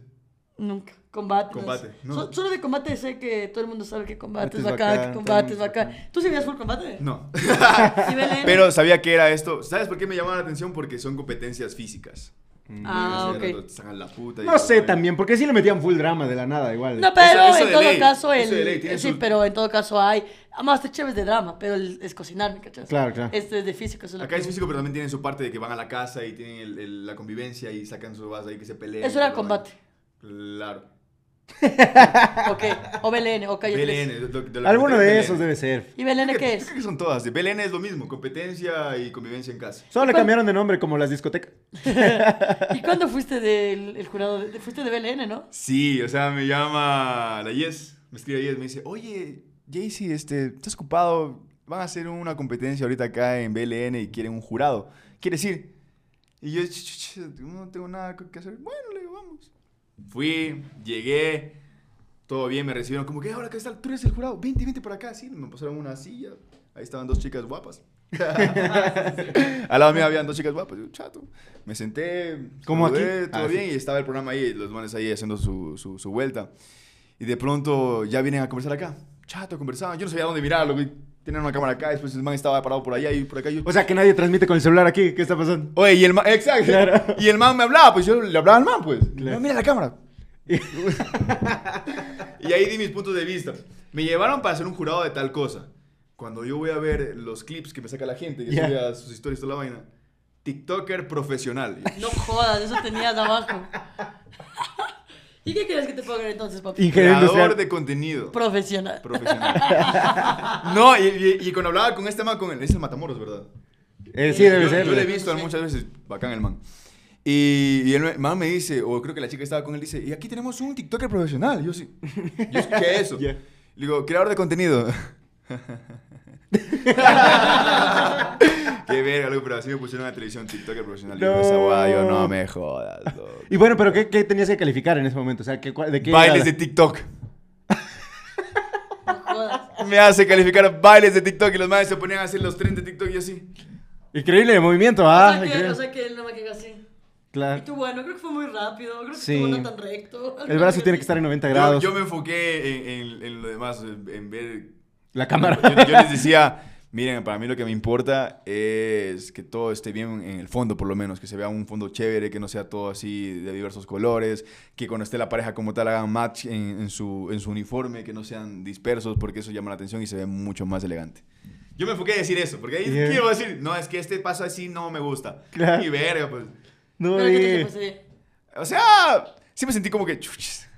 Speaker 3: Nunca. Combate.
Speaker 1: Combate,
Speaker 3: sé.
Speaker 1: no.
Speaker 3: So- solo de combate sé que todo el mundo sabe que combate es
Speaker 2: Combates
Speaker 3: bacán, que
Speaker 2: bacán,
Speaker 3: combate es
Speaker 1: todo el mundo
Speaker 3: bacán. ¿Tú sí veías full combate?
Speaker 1: No.
Speaker 3: Sí, Belén.
Speaker 1: Pero sabía que era esto. ¿Sabes por qué me llamaba la atención? Porque son competencias físicas.
Speaker 3: Ah, ok.
Speaker 1: Sacan la puta y
Speaker 2: No
Speaker 1: todo,
Speaker 2: sé
Speaker 1: ¿eh?
Speaker 2: también, porque sí le metían full drama de la nada, igual.
Speaker 3: No, pero
Speaker 1: eso
Speaker 3: en
Speaker 1: de
Speaker 3: todo
Speaker 1: ley,
Speaker 3: caso,
Speaker 1: eso de
Speaker 3: el,
Speaker 1: ley, tiene
Speaker 3: sí,
Speaker 1: su-
Speaker 3: pero en todo caso hay, además te chéves de drama, pero el- es cocinar, ¿me cachas?
Speaker 2: Claro, claro.
Speaker 3: Este es de físico, eso es lo
Speaker 1: Acá
Speaker 3: que-
Speaker 1: es físico, pero también tienen su parte de que van a la casa y tienen el- el- la convivencia y sacan su vas ahí que se pelean.
Speaker 3: Eso
Speaker 1: y
Speaker 3: era
Speaker 1: todo, ¿no?
Speaker 3: combate.
Speaker 1: Claro.
Speaker 3: Ok, o BLN, o calle 13.
Speaker 1: Belén. de- de la
Speaker 2: Alguno
Speaker 1: competencia
Speaker 2: de
Speaker 1: Belén.
Speaker 2: esos debe ser.
Speaker 3: ¿Y BLN qué
Speaker 1: Yo
Speaker 3: es?
Speaker 1: creo que son todas. De Belén es lo mismo, competencia y convivencia en casa.
Speaker 2: Solo le
Speaker 3: ¿Cuál-
Speaker 2: cambiaron de nombre como las discotecas.
Speaker 3: ¿Y cuándo fuiste del el jurado? de- fuiste de BLN, ¿no?
Speaker 1: Sí, o sea, me llama la Yes. Me escribe Yes, me dice, oye, Jaycee, este, ¿estás ocupado? Van a hacer una competencia ahorita acá en BLN y quieren un jurado. ¿Quieres ir? Y yo, "Ch, ch, ch, no tengo nada que hacer. Bueno, le digo, vamos. Fui, llegué, todo bien, me recibieron como que, ahora acá está, tú eres el jurado, vente, vente para acá. Sí, me pasaron una silla, ahí estaban dos chicas guapas. Al lado mío habían dos chicas guapas, yo, chato. Me senté,
Speaker 2: ¿Cómo
Speaker 1: saludé,
Speaker 2: aquí?
Speaker 1: Todo
Speaker 2: Ah,
Speaker 1: bien, y estaba el programa ahí, los manes ahí haciendo su, su, su vuelta. Y de pronto ya vienen a conversar acá. Chato, conversaban. Yo no sabía dónde mirarlo, güey. Tenían una cámara acá, después el man estaba parado por allá y por acá yo.
Speaker 2: O sea, que nadie transmite con el celular aquí. ¿Qué está pasando?
Speaker 1: Oye, y el man, exacto.
Speaker 2: Claro.
Speaker 1: Y el man me hablaba, pues yo le hablaba al man, pues.
Speaker 2: Claro.
Speaker 1: No, mira la cámara. y ahí di mis puntos de vista. Me llevaron para ser un jurado de tal cosa. Cuando yo voy a ver los clips que me saca la gente, que
Speaker 2: Ya.
Speaker 1: sube a sus historias y toda la vaina, TikToker profesional.
Speaker 3: No jodas, eso tenías abajo. ¿Y qué quieres que te pongan entonces, papi?
Speaker 2: Ingeniero
Speaker 1: Creador
Speaker 2: industrial.
Speaker 1: de contenido.
Speaker 3: Profesional.
Speaker 1: Profesional. No, y, y- y cuando hablaba con este man, con el, es el Matamoros, ¿verdad?
Speaker 2: Eh, sí, debe
Speaker 1: yo,
Speaker 2: ser.
Speaker 1: yo le he visto a él muchas veces, bacán el man. Y, y el ma- man me dice, o creo que la chica que estaba con él, dice, y aquí tenemos un TikToker profesional. Yo sí. Yo sí, ¿Qué es eso?
Speaker 2: Ya.
Speaker 1: Le digo, creador de contenido. Qué verga, loco, pero así me pusieron en la televisión TikToker profesional. Y yo,
Speaker 2: No.
Speaker 1: esa guay, yo, no me jodas, loco.
Speaker 2: Y bueno, pero ¿qué, qué tenías que calificar en ese momento? O sea, ¿qué, cuál- ¿de qué?
Speaker 1: Bailes
Speaker 2: era?
Speaker 1: de TikTok.
Speaker 3: No jodas.
Speaker 1: Me hace calificar bailes de TikTok y los madres se ponían a hacer los trends de TikTok y yo así.
Speaker 2: Increíble el movimiento, ah.
Speaker 3: o, sea que,
Speaker 2: increíble.
Speaker 3: o sea que él no me quedó así. Y
Speaker 1: Ah.
Speaker 2: Claro.
Speaker 3: tú, bueno, creo que fue muy rápido. Creo que
Speaker 2: Sí.
Speaker 3: estuvo no tan recto.
Speaker 2: El brazo tiene que estar en 90
Speaker 1: Yo-
Speaker 2: grados.
Speaker 1: Yo, me enfoqué en, en- en lo demás, en, en ver.
Speaker 2: La cámara.
Speaker 1: Yo, yo les decía, miren, para mí lo que me importa es que todo esté bien en el fondo, por lo menos, que se vea un fondo chévere, que no sea todo así de diversos colores, que cuando esté la pareja como tal hagan match en, en su, en su uniforme, que no sean dispersos, porque eso llama la atención y se ve mucho más elegante. Yo me enfoqué en decir eso, porque ahí
Speaker 2: Yeah.
Speaker 1: quiero decir, no, es que este paso así no me gusta.
Speaker 2: Claro.
Speaker 1: Y verga, pues.
Speaker 2: No,
Speaker 3: Pero ¿qué
Speaker 2: eh.
Speaker 3: te pasó?
Speaker 1: O sea, sí me sentí como que chuches.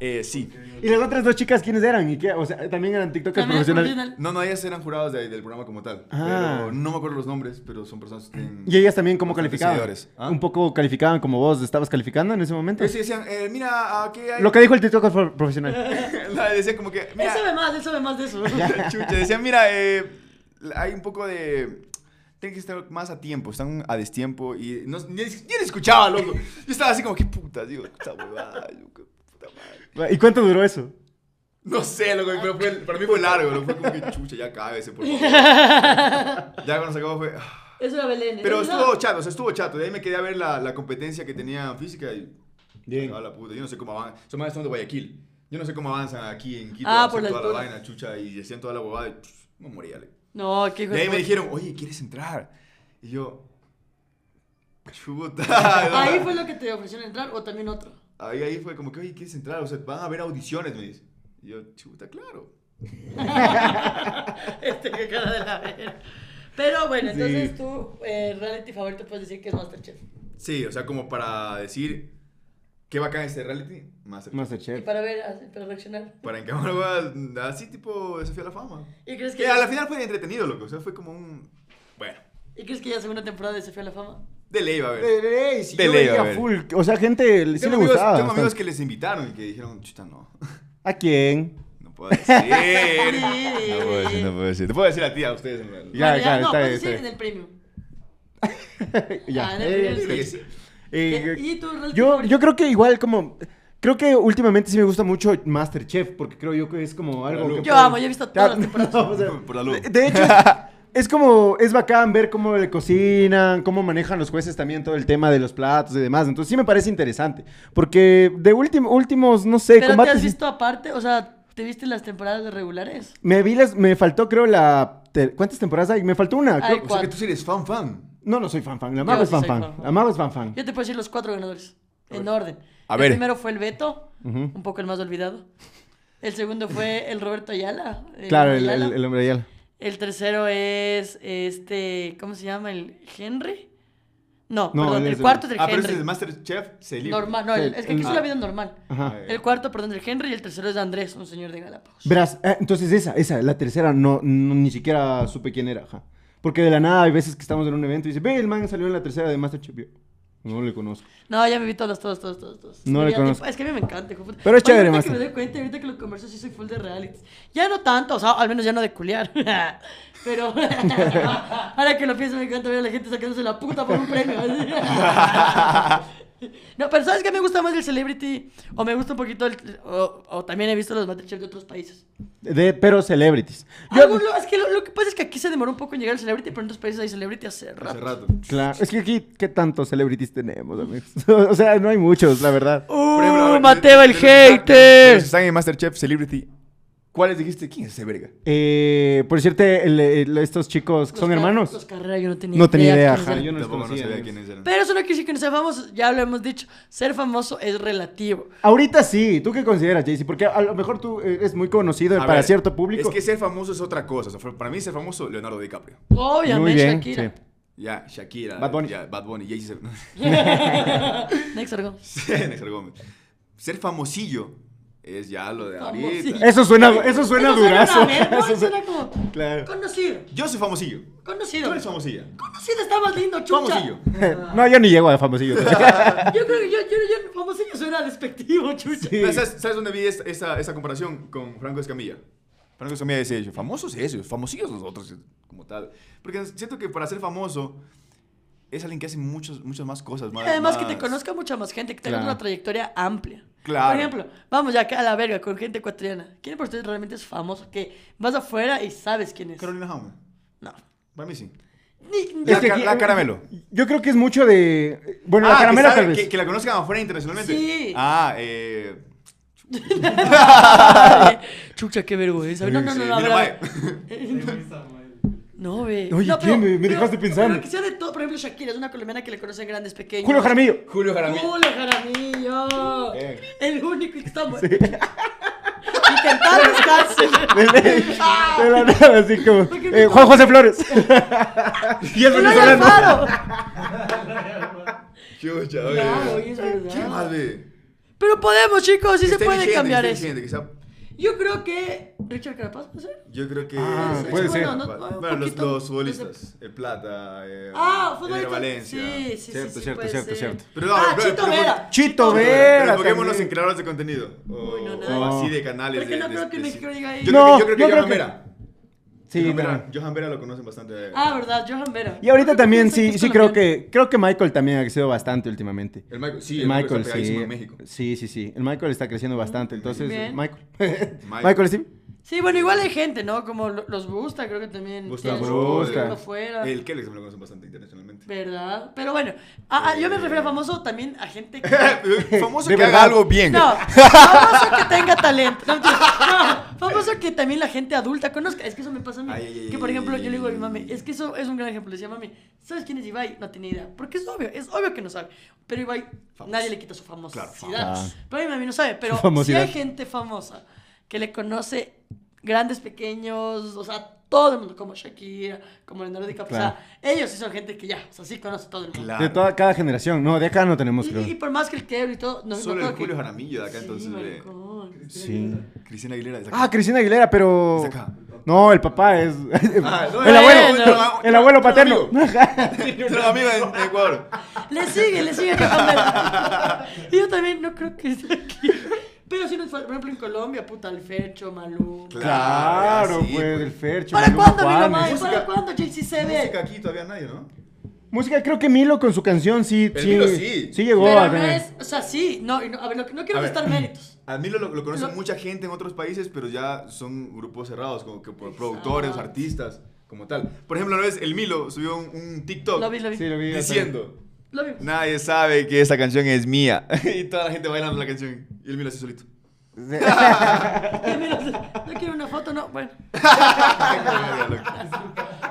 Speaker 1: eh, sí.
Speaker 2: ¿Y las otras dos chicas quiénes eran? ¿Y qué? O sea, también eran TikTokers
Speaker 3: También es
Speaker 2: profesionales.
Speaker 3: profesional.
Speaker 1: No, no, ellas eran juradas de ahí, del programa como tal.
Speaker 2: Ah.
Speaker 1: Pero no me acuerdo los nombres, pero son personas que tienen...
Speaker 2: ¿Y ellas también cómo
Speaker 1: Bastantes
Speaker 2: calificaban?
Speaker 1: seguidores, ¿ah?
Speaker 2: Un poco calificaban como vos estabas calificando en ese momento.
Speaker 1: Pero sí decían, eh, mira, aquí hay...
Speaker 2: Lo que dijo el TikToker pro- profesional.
Speaker 1: No, decían como que,
Speaker 3: Él sabe
Speaker 1: mira,
Speaker 3: más, él sabe más de eso.
Speaker 1: chucha, decían, mira, eh, hay un poco de... Tienen que estar más a tiempo, están a destiempo y... No, ni, ni le escuchaba, loco. Yo estaba así como, qué puta, digo, puta huevada, loco, puta madre.
Speaker 2: ¿Y cuánto duró eso?
Speaker 1: No sé, loco, pero fue- para mí fue largo, loco. Fue como que, chucha, ya cábese, por favor. ya cuando se acabó fue... "Ah".
Speaker 3: Eso era Belén. ¿eh?
Speaker 1: Pero
Speaker 3: Eso
Speaker 1: estuvo chato, o sea, estuvo chato. De ahí me quedé a ver la, la competencia que tenía física y.
Speaker 2: Bien.
Speaker 1: A la puta, yo no sé cómo avanzan. Son más son de Guayaquil. Yo no sé cómo avanzan aquí en Quito.
Speaker 3: Ah,
Speaker 1: hacen
Speaker 3: por la
Speaker 1: toda la
Speaker 3: altura.
Speaker 1: vaina, chucha, y decían toda la bobada y. pff, no moría, le.
Speaker 3: No, qué hijo
Speaker 1: De
Speaker 3: de
Speaker 1: ahí me
Speaker 3: puta.
Speaker 1: dijeron, oye, ¿quieres entrar? Y yo. Chuta.
Speaker 3: Ahí fue lo que te ofrecieron entrar o también otro.
Speaker 1: ahí, ahí fue como que, oye, ¿quieres entrar? O sea, van a haber audiciones, me dice. Y yo, chuta, claro.
Speaker 3: Este que cara de la verga. Pero bueno, entonces tú, eh, reality favorito, puedes decir que es Masterchef.
Speaker 1: Sí, o sea, como para decir. Qué bacán este reality. Masterchef.
Speaker 3: Y
Speaker 2: Masterchef.
Speaker 3: para ver, así, para reaccionar.
Speaker 1: Para encarar huevas, así tipo desafío a la fama.
Speaker 3: ¿Y crees que,
Speaker 1: Que a la final fue entretenido, loco. O sea, fue como un. Bueno,
Speaker 3: ¿Y crees que ya segunda temporada de Desafío a la Fama?
Speaker 1: de ley va a haber.
Speaker 2: De
Speaker 1: De ley, a ver.
Speaker 2: full. O sea, gente sí le
Speaker 1: tengo amigos,
Speaker 2: gustaba.
Speaker 1: tengo
Speaker 2: bastante.
Speaker 1: amigos que les invitaron y que dijeron, chuta, no.
Speaker 2: ¿A quién?
Speaker 1: No puedo decir. no puedo decir, no puedo decir. Te puedo decir a ti, a ustedes. en realidad.
Speaker 2: Ya,
Speaker 3: Bueno,
Speaker 2: claro,
Speaker 3: no,
Speaker 2: está
Speaker 3: puedes
Speaker 2: bien, está
Speaker 3: decir
Speaker 2: bien.
Speaker 3: en el premio.
Speaker 2: Ya.
Speaker 3: Ah, en el
Speaker 2: Eh,
Speaker 1: Sí,
Speaker 3: primer
Speaker 1: sí.
Speaker 2: eh,
Speaker 3: ¿Y tú, reality
Speaker 2: Yo,
Speaker 3: favorito?
Speaker 2: yo creo que igual como... Creo que últimamente sí me gusta mucho Masterchef, porque creo yo que es como algo
Speaker 1: Claro.
Speaker 2: que...
Speaker 3: Yo amo, yo he visto
Speaker 2: Ya,
Speaker 3: todas las temporadas.
Speaker 2: no, o sea,
Speaker 1: Por la luz.
Speaker 2: de, de hecho, es, es como... Es bacán ver cómo le cocinan, cómo manejan los jueces también todo el tema de los platos y demás. Entonces sí me parece interesante, porque de último últimos, no sé,
Speaker 3: Pero te
Speaker 2: combates...
Speaker 3: has visto aparte, o sea, ¿te viste las temporadas de regulares?
Speaker 2: Me vi las... Me faltó creo la... te- ¿Cuántas temporadas hay? Me faltó una.
Speaker 3: Ay,
Speaker 2: creo-
Speaker 1: O sea que tú sí eres fan, fan.
Speaker 2: No, no soy fan fan. La Mago
Speaker 3: Yo
Speaker 2: es
Speaker 3: sí
Speaker 2: fan
Speaker 3: soy
Speaker 2: fan.
Speaker 3: fan, fan.
Speaker 2: La Mago es fan fan.
Speaker 3: Yo te puedo decir los cuatro ganadores, en orden.
Speaker 1: A
Speaker 3: el
Speaker 1: ver.
Speaker 3: primero fue el Beto,
Speaker 2: Ujú.
Speaker 3: un poco el más olvidado. El segundo fue el Roberto Ayala. el
Speaker 2: Claro,
Speaker 3: hombre
Speaker 2: el,
Speaker 3: Ayala.
Speaker 2: el, el hombre de hielo.
Speaker 3: El tercero es este, ¿cómo se llama? ¿El Henry? No,
Speaker 2: No,
Speaker 3: perdón,
Speaker 2: él
Speaker 3: el
Speaker 2: es el-
Speaker 3: cuarto es el
Speaker 1: Ah, pero ese
Speaker 3: Henry.
Speaker 1: es Masterchef, se Eh, libre.
Speaker 3: Normal, no, el-
Speaker 2: Sí,
Speaker 3: es que
Speaker 2: el-
Speaker 3: aquí es
Speaker 2: ah.
Speaker 3: la vida normal.
Speaker 2: Ajá.
Speaker 3: El cuarto, perdón, el Henry y el tercero es Andrés, un señor de Galápagos.
Speaker 2: Verás, eh, entonces esa, esa, la tercera, no, no- ni siquiera supe quién era, ajá. Porque de la nada hay veces que estamos en un evento y dice, ve, el man salió en la tercera de Masterchef. Yo, No le conozco.
Speaker 3: No, ya me vi todos, todos, todos, todos. todos.
Speaker 2: No le
Speaker 3: Ya,
Speaker 2: conozco.
Speaker 3: tipo, Es que a mí me encanta. hijo de puta.
Speaker 2: Pero es
Speaker 3: Oye,
Speaker 2: chévere,
Speaker 3: Ahorita que me
Speaker 2: Master.
Speaker 3: doy cuenta, ahorita que lo converso, sí soy full de realities. Ya no tanto, o sea, al menos ya no de culiar. Pero ahora que lo pienso, me encanta ver a la gente sacándose la puta por un premio. No, pero ¿sabes qué? Me gusta más el Celebrity, o me gusta un poquito el... O, o también he visto los Masterchef de otros países.
Speaker 2: De, pero celebrities. Yo-
Speaker 3: Algo- lo- es que lo, lo que pasa es que aquí se demoró un poco en llegar el Celebrity, pero en otros países hay Celebrity hace rato.
Speaker 1: Hace rato.
Speaker 2: claro, es que aquí, ¿qué tantos celebrities tenemos, amigos? o sea, no hay muchos, la verdad.
Speaker 3: ¡Uh,
Speaker 1: Por ejemplo, ahora,
Speaker 3: Mateo
Speaker 1: de-
Speaker 3: el
Speaker 1: de- de- de- de
Speaker 3: hater!
Speaker 1: los que Están en Masterchef Celebrity. ¿Cuáles dijiste? ¿Quién es ese verga?
Speaker 2: Eh, por cierto, el- el- estos chicos, ¿son
Speaker 3: Los Car-
Speaker 2: hermanos?
Speaker 3: Los Carrera yo no tenía
Speaker 2: No tenía idea,
Speaker 3: quiénes
Speaker 2: ajá,
Speaker 3: eran.
Speaker 2: yo no los
Speaker 1: Tampoco no
Speaker 2: conocía,
Speaker 1: sabía
Speaker 2: amigos.
Speaker 1: quiénes eran.
Speaker 3: Pero eso no quiere decir que no sea famoso, ya lo hemos dicho. Ser famoso es relativo.
Speaker 2: Ahorita sí, ¿tú qué consideras, Jaycee? Porque a lo mejor tú eh, eres muy conocido
Speaker 1: A
Speaker 2: para
Speaker 1: ver,
Speaker 2: cierto público.
Speaker 1: Es que ser famoso es otra cosa. O sea, para mí ser famoso, Leonardo DiCaprio.
Speaker 3: Obviamente,
Speaker 2: Muy bien,
Speaker 3: Shakira.
Speaker 2: sí.
Speaker 1: Ya, Shakira.
Speaker 2: Bad Bunny.
Speaker 1: Ya, Bad Bunny. Jay-Z.
Speaker 3: Next Argo.
Speaker 1: Néstor Gómez. Ser famosillo es ya lo de ahorita.
Speaker 3: Famosillo.
Speaker 2: Eso suena, eso suena
Speaker 3: Eso
Speaker 2: durazo.
Speaker 3: a ver, ¿no?
Speaker 2: Eso suena-
Speaker 3: ¿eh? Suena como
Speaker 2: Claro.
Speaker 3: conocido.
Speaker 1: Yo soy famosillo. Tú
Speaker 3: Conocido.
Speaker 1: eres famosilla.
Speaker 3: Conocido está más lindo, chucha.
Speaker 1: Famosillo.
Speaker 2: No, yo ni llego a famosillo.
Speaker 3: Yo creo que yo, yo, yo famosillo suena despectivo, chucha.
Speaker 2: Sí.
Speaker 1: Pero ¿Sabes, sabes dónde vi es- esa, esa comparación con Franco Escamilla? Franco Escamilla decía eso, famosos ellos, famosillos nosotros, como tal. Porque siento que para ser famoso es alguien que hace muchos, muchas más cosas. Más,
Speaker 3: Además que
Speaker 1: más-
Speaker 3: te conozca mucha más gente, que tengas
Speaker 2: Claro.
Speaker 3: una trayectoria amplia.
Speaker 1: Claro.
Speaker 3: Por ejemplo, vamos ya acá a la verga con gente ecuatoriana. ¿Quién por ustedes realmente es famoso? Que vas afuera y sabes quién es.
Speaker 1: Carolina Jaume.
Speaker 3: No.
Speaker 1: Para mí sí.
Speaker 3: Ni- ni-
Speaker 1: La,
Speaker 2: que
Speaker 1: ca-
Speaker 2: aquí-
Speaker 1: la caramelo.
Speaker 2: Yo creo que es mucho de. Bueno,
Speaker 1: Ah,
Speaker 2: la
Speaker 1: que
Speaker 2: caramela
Speaker 1: sabe-
Speaker 2: tal vez.
Speaker 1: Que, que la conozcan afuera internacionalmente.
Speaker 3: Sí.
Speaker 1: Ah, eh.
Speaker 3: chucha, qué vergüenza. No, no, no, no. a
Speaker 1: Dile,
Speaker 3: ver, a ver.
Speaker 1: mae.
Speaker 3: No, ve.
Speaker 2: Oye,
Speaker 3: no,
Speaker 2: ¿qué? Me- me dejaste pensando.
Speaker 3: Pero que sea de todo. Por ejemplo, Shakira es una colombiana que le conocen grandes, pequeños.
Speaker 2: Julio Jaramillo. eh.
Speaker 6: Julio Jaramillo.
Speaker 3: Julio Jaramillo.
Speaker 1: Bien.
Speaker 3: El único que está muerto. Intentando estarse.
Speaker 2: De la nada, así como.
Speaker 3: Porque
Speaker 2: eh,
Speaker 3: no-
Speaker 2: Juan José Flores. y es
Speaker 3: ¡Julio
Speaker 2: venezolano.
Speaker 3: Alfaro!
Speaker 1: Chucha, oye.
Speaker 3: Claro, y es verdad.
Speaker 1: ¿Qué más ve?
Speaker 3: Pero podemos, chicos, sí
Speaker 1: Que
Speaker 3: se
Speaker 1: esté
Speaker 3: puede
Speaker 1: vigente,
Speaker 3: cambiar
Speaker 1: que esté
Speaker 3: eso.
Speaker 1: vigente, que sea-
Speaker 3: Yo creo que. ¿Richard Carapaz puede ser?
Speaker 1: Yo creo que.
Speaker 2: Ah,
Speaker 1: Sí.
Speaker 2: puede ser.
Speaker 3: Bueno, no-
Speaker 1: Va-
Speaker 3: un
Speaker 1: bueno, los,
Speaker 3: poquito-
Speaker 1: los futbolistas. El Plata. Eh,
Speaker 3: Ah,
Speaker 1: Eder
Speaker 3: futbolista.
Speaker 1: Valencia.
Speaker 3: Sí, sí,
Speaker 2: Cierto,
Speaker 3: sí, sí,
Speaker 2: cierto,
Speaker 3: puede
Speaker 2: cierto,
Speaker 3: ser.
Speaker 2: cierto.
Speaker 1: Pero no,
Speaker 3: ah,
Speaker 1: pero-
Speaker 3: Chito
Speaker 1: pero-
Speaker 3: Vera.
Speaker 2: Chito
Speaker 1: Pero-
Speaker 2: Vera
Speaker 1: Pero enfoquémonos
Speaker 2: también.
Speaker 1: en creadores de contenido. O,
Speaker 3: Uy, no,
Speaker 1: o
Speaker 3: nada.
Speaker 1: así de canales.
Speaker 3: Porque
Speaker 1: de-
Speaker 3: no
Speaker 1: de-
Speaker 3: creo que
Speaker 1: de-
Speaker 3: en México diga ahí.
Speaker 1: Yo,
Speaker 2: No,
Speaker 1: creo que, yo creo que
Speaker 2: yo creo
Speaker 1: Johan
Speaker 2: que-
Speaker 1: Vera.
Speaker 2: Sí,
Speaker 1: Johan,
Speaker 2: también.
Speaker 1: Vera Johan Vera lo conocen bastante.
Speaker 3: Ah, verdad, Johan Vera.
Speaker 2: Y ahorita
Speaker 3: ¿Por qué
Speaker 2: también
Speaker 3: piensan
Speaker 2: sí,
Speaker 3: es
Speaker 2: sí creo
Speaker 3: colombiano?
Speaker 2: que creo que Michael también ha crecido bastante últimamente.
Speaker 1: El Michael, sí, el Michael
Speaker 2: Michael
Speaker 1: está pegadísimo en
Speaker 2: sí.
Speaker 1: México.
Speaker 2: Sí, sí, sí. El Michael está creciendo bastante, entonces
Speaker 3: Bien.
Speaker 2: Michael. Michael sí.
Speaker 3: Sí, bueno, igual hay gente, ¿no? Como lo- los Busta, creo que también.
Speaker 1: Gustavo
Speaker 3: tienen
Speaker 2: Busta.
Speaker 3: su tiempo
Speaker 1: Broder.
Speaker 3: Fuera.
Speaker 1: El Kellex me lo conocen bastante internacionalmente.
Speaker 3: ¿Verdad? Pero bueno, a- a- yo me refiero a famoso también a gente que.
Speaker 1: Famoso
Speaker 2: De
Speaker 1: que haga
Speaker 2: verdad.
Speaker 1: algo bien.
Speaker 3: No, famoso que tenga talento. No, mentira. No, famoso que también la gente adulta conozca. Es que eso me pasa a mí.
Speaker 1: Ay, ay, ay,
Speaker 3: que por
Speaker 1: ay,
Speaker 3: ejemplo,
Speaker 1: ay,
Speaker 3: yo le digo a mi
Speaker 1: ay,
Speaker 3: mami,
Speaker 1: ay.
Speaker 3: es que eso es un gran ejemplo. Le decía, mami, ¿sabes quién es Ibai? No tenía idea. Porque es obvio, es obvio que no sabe. Pero Ibai,
Speaker 1: Famoso.
Speaker 3: nadie le quita su famosidad.
Speaker 1: Claro,
Speaker 2: famoso.
Speaker 3: Pero mi mami no sabe. Pero
Speaker 2: Su famosidad.
Speaker 3: si hay gente famosa que le conoce grandes, pequeños, o sea, todo el mundo, como Shakira, como Leonardo DiCaprio.
Speaker 2: Claro.
Speaker 3: O sea, ellos sí son gente que ya, o sea, sí conoce todo el mundo.
Speaker 1: Claro.
Speaker 2: De toda cada generación. No, de acá no tenemos,
Speaker 3: Y,
Speaker 2: creo.
Speaker 3: y por más que el quebro y todo, no
Speaker 1: Solo
Speaker 3: no
Speaker 1: el
Speaker 3: creo
Speaker 1: Julio
Speaker 3: que-
Speaker 1: Jaramillo de acá,
Speaker 3: Sí,
Speaker 1: entonces. eh,
Speaker 3: maricón.
Speaker 2: Sí.
Speaker 1: Cristina Aguilera de acá.
Speaker 2: Ah, Cristina Aguilera, pero
Speaker 1: Es de acá.
Speaker 2: No, el papá es
Speaker 1: Ah, no,
Speaker 2: el abuelo,
Speaker 1: bueno.
Speaker 2: el abuelo paterno.
Speaker 1: Tengo amigo eh. en en Ecuador.
Speaker 3: Le sigue, le sigue Johan Vera. Y yo también no creo que esté aquí. Pero si nos fal- por ejemplo, en Colombia, puta, el Fercho, Malú.
Speaker 2: Claro,
Speaker 1: así,
Speaker 2: pues el Fercho.
Speaker 3: ¿Para
Speaker 2: Maluma
Speaker 3: cuándo, mi
Speaker 2: Juanes.
Speaker 3: mamá? ¿Para
Speaker 1: Música-
Speaker 3: cuándo,
Speaker 1: Música
Speaker 3: JCCB?
Speaker 1: aquí todavía nadie, ¿no?
Speaker 2: Música, creo que Milo con su canción sí,
Speaker 1: El
Speaker 2: sí,
Speaker 1: Milo sí.
Speaker 2: llegó a
Speaker 3: Pero no
Speaker 2: tener.
Speaker 3: es, o sea, sí, no, y no- a ver, lo que no quiero
Speaker 1: A ver.
Speaker 3: gastar méritos.
Speaker 1: A Milo lo, lo conoce
Speaker 3: Lo-
Speaker 1: mucha gente en otros países, pero ya son grupos cerrados, como que por productores,
Speaker 3: Exacto.
Speaker 1: artistas, como tal. Por ejemplo, una vez el Milo subió un, un TikTok
Speaker 3: Lo vi, lo vi.
Speaker 2: Sí, lo vi.
Speaker 1: diciendo,
Speaker 3: Lo vi.
Speaker 1: nadie sabe que esta canción es mía. y toda la gente bailando la canción. Y el Milo así solito.
Speaker 3: Y mira, no quiero una foto, no. Bueno.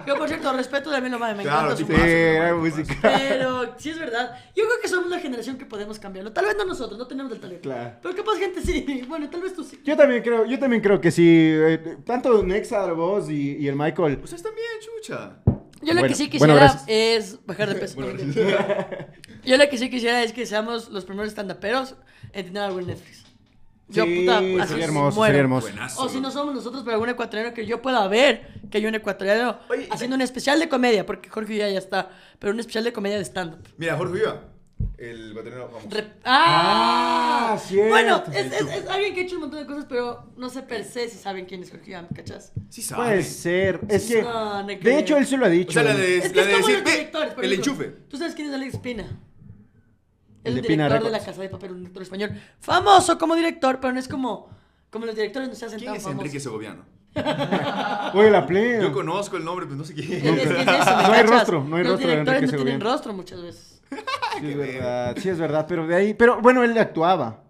Speaker 3: Yo, por cierto, respeto también lo más, me
Speaker 1: Claro,
Speaker 3: encanta su
Speaker 1: sí.
Speaker 2: Sí,
Speaker 1: Paso,
Speaker 2: era
Speaker 1: paso,
Speaker 2: música.
Speaker 3: Pero sí es verdad. Yo creo que somos la generación que podemos cambiarlo. Tal vez no nosotros, no tenemos el talento.
Speaker 2: Claro.
Speaker 3: Pero capaz gente sí. Bueno, tal vez tú sí.
Speaker 2: Yo también creo, yo también creo que sí. eh, tanto Nexa, vos y, y el Michael.
Speaker 1: Ustedes también, chucha.
Speaker 3: Yo lo
Speaker 2: Bueno,
Speaker 3: que sí
Speaker 2: bueno,
Speaker 3: quisiera
Speaker 2: gracias.
Speaker 3: es bajar de peso. Yo lo que sí quisiera es que seamos los primeros estandaperos en tener algo en Netflix. Yo,
Speaker 2: Sí,
Speaker 3: puta,
Speaker 2: sería
Speaker 3: así
Speaker 2: hermoso,
Speaker 3: muero.
Speaker 2: sería hermoso.
Speaker 1: Buenazo.
Speaker 3: O si no somos nosotros, pero algún ecuatoriano que yo pueda ver que hay un ecuatoriano
Speaker 1: Oye,
Speaker 3: haciendo un especial de comedia, porque Jorge ya ya está, pero un especial de comedia de stand-up.
Speaker 1: Mira, Jorge Viva, el baterino. vamos.
Speaker 3: Re- ¡Ah!
Speaker 2: Ah, cierto.
Speaker 3: Bueno, es, es- es alguien que ha hecho un montón de cosas, pero no sé per se si saben quién es Jorge Iván, ¿cachás?
Speaker 1: Sí sabe.
Speaker 2: Puede
Speaker 3: Pues,
Speaker 2: ser. Es que.
Speaker 3: No, no creo.
Speaker 2: de hecho, él se lo ha dicho.
Speaker 1: o sea, la de,
Speaker 3: Es que
Speaker 1: la
Speaker 3: es
Speaker 1: de
Speaker 3: como
Speaker 1: decir,
Speaker 3: los
Speaker 1: "Ve,
Speaker 3: directores. por
Speaker 1: el
Speaker 3: ejemplo.
Speaker 1: enchufe.
Speaker 3: ¿Tú sabes quién es Alex Pina? Es
Speaker 2: El
Speaker 3: un
Speaker 2: de Pina
Speaker 3: director de la
Speaker 2: Records.
Speaker 3: Casa de Papel, un director español. Famoso como director, pero no es como, como los directores no se hacen
Speaker 1: ¿Quién
Speaker 3: tan
Speaker 1: es
Speaker 3: famosos.
Speaker 1: Enrique Segoviano?
Speaker 2: Oye, la plena.
Speaker 1: Yo conozco el nombre, pero no sé quién
Speaker 3: Es- es que es eso, ¿me
Speaker 2: No hay
Speaker 3: cachas?
Speaker 2: rostro, no hay
Speaker 3: Los
Speaker 2: rostro de
Speaker 3: directores
Speaker 2: Enrique
Speaker 3: no tienen
Speaker 2: Segoviano.
Speaker 3: rostro muchas veces.
Speaker 1: Ah,
Speaker 2: Sí, es verdad. Sí, es verdad. Pero de ahí. Pero bueno, él actuaba.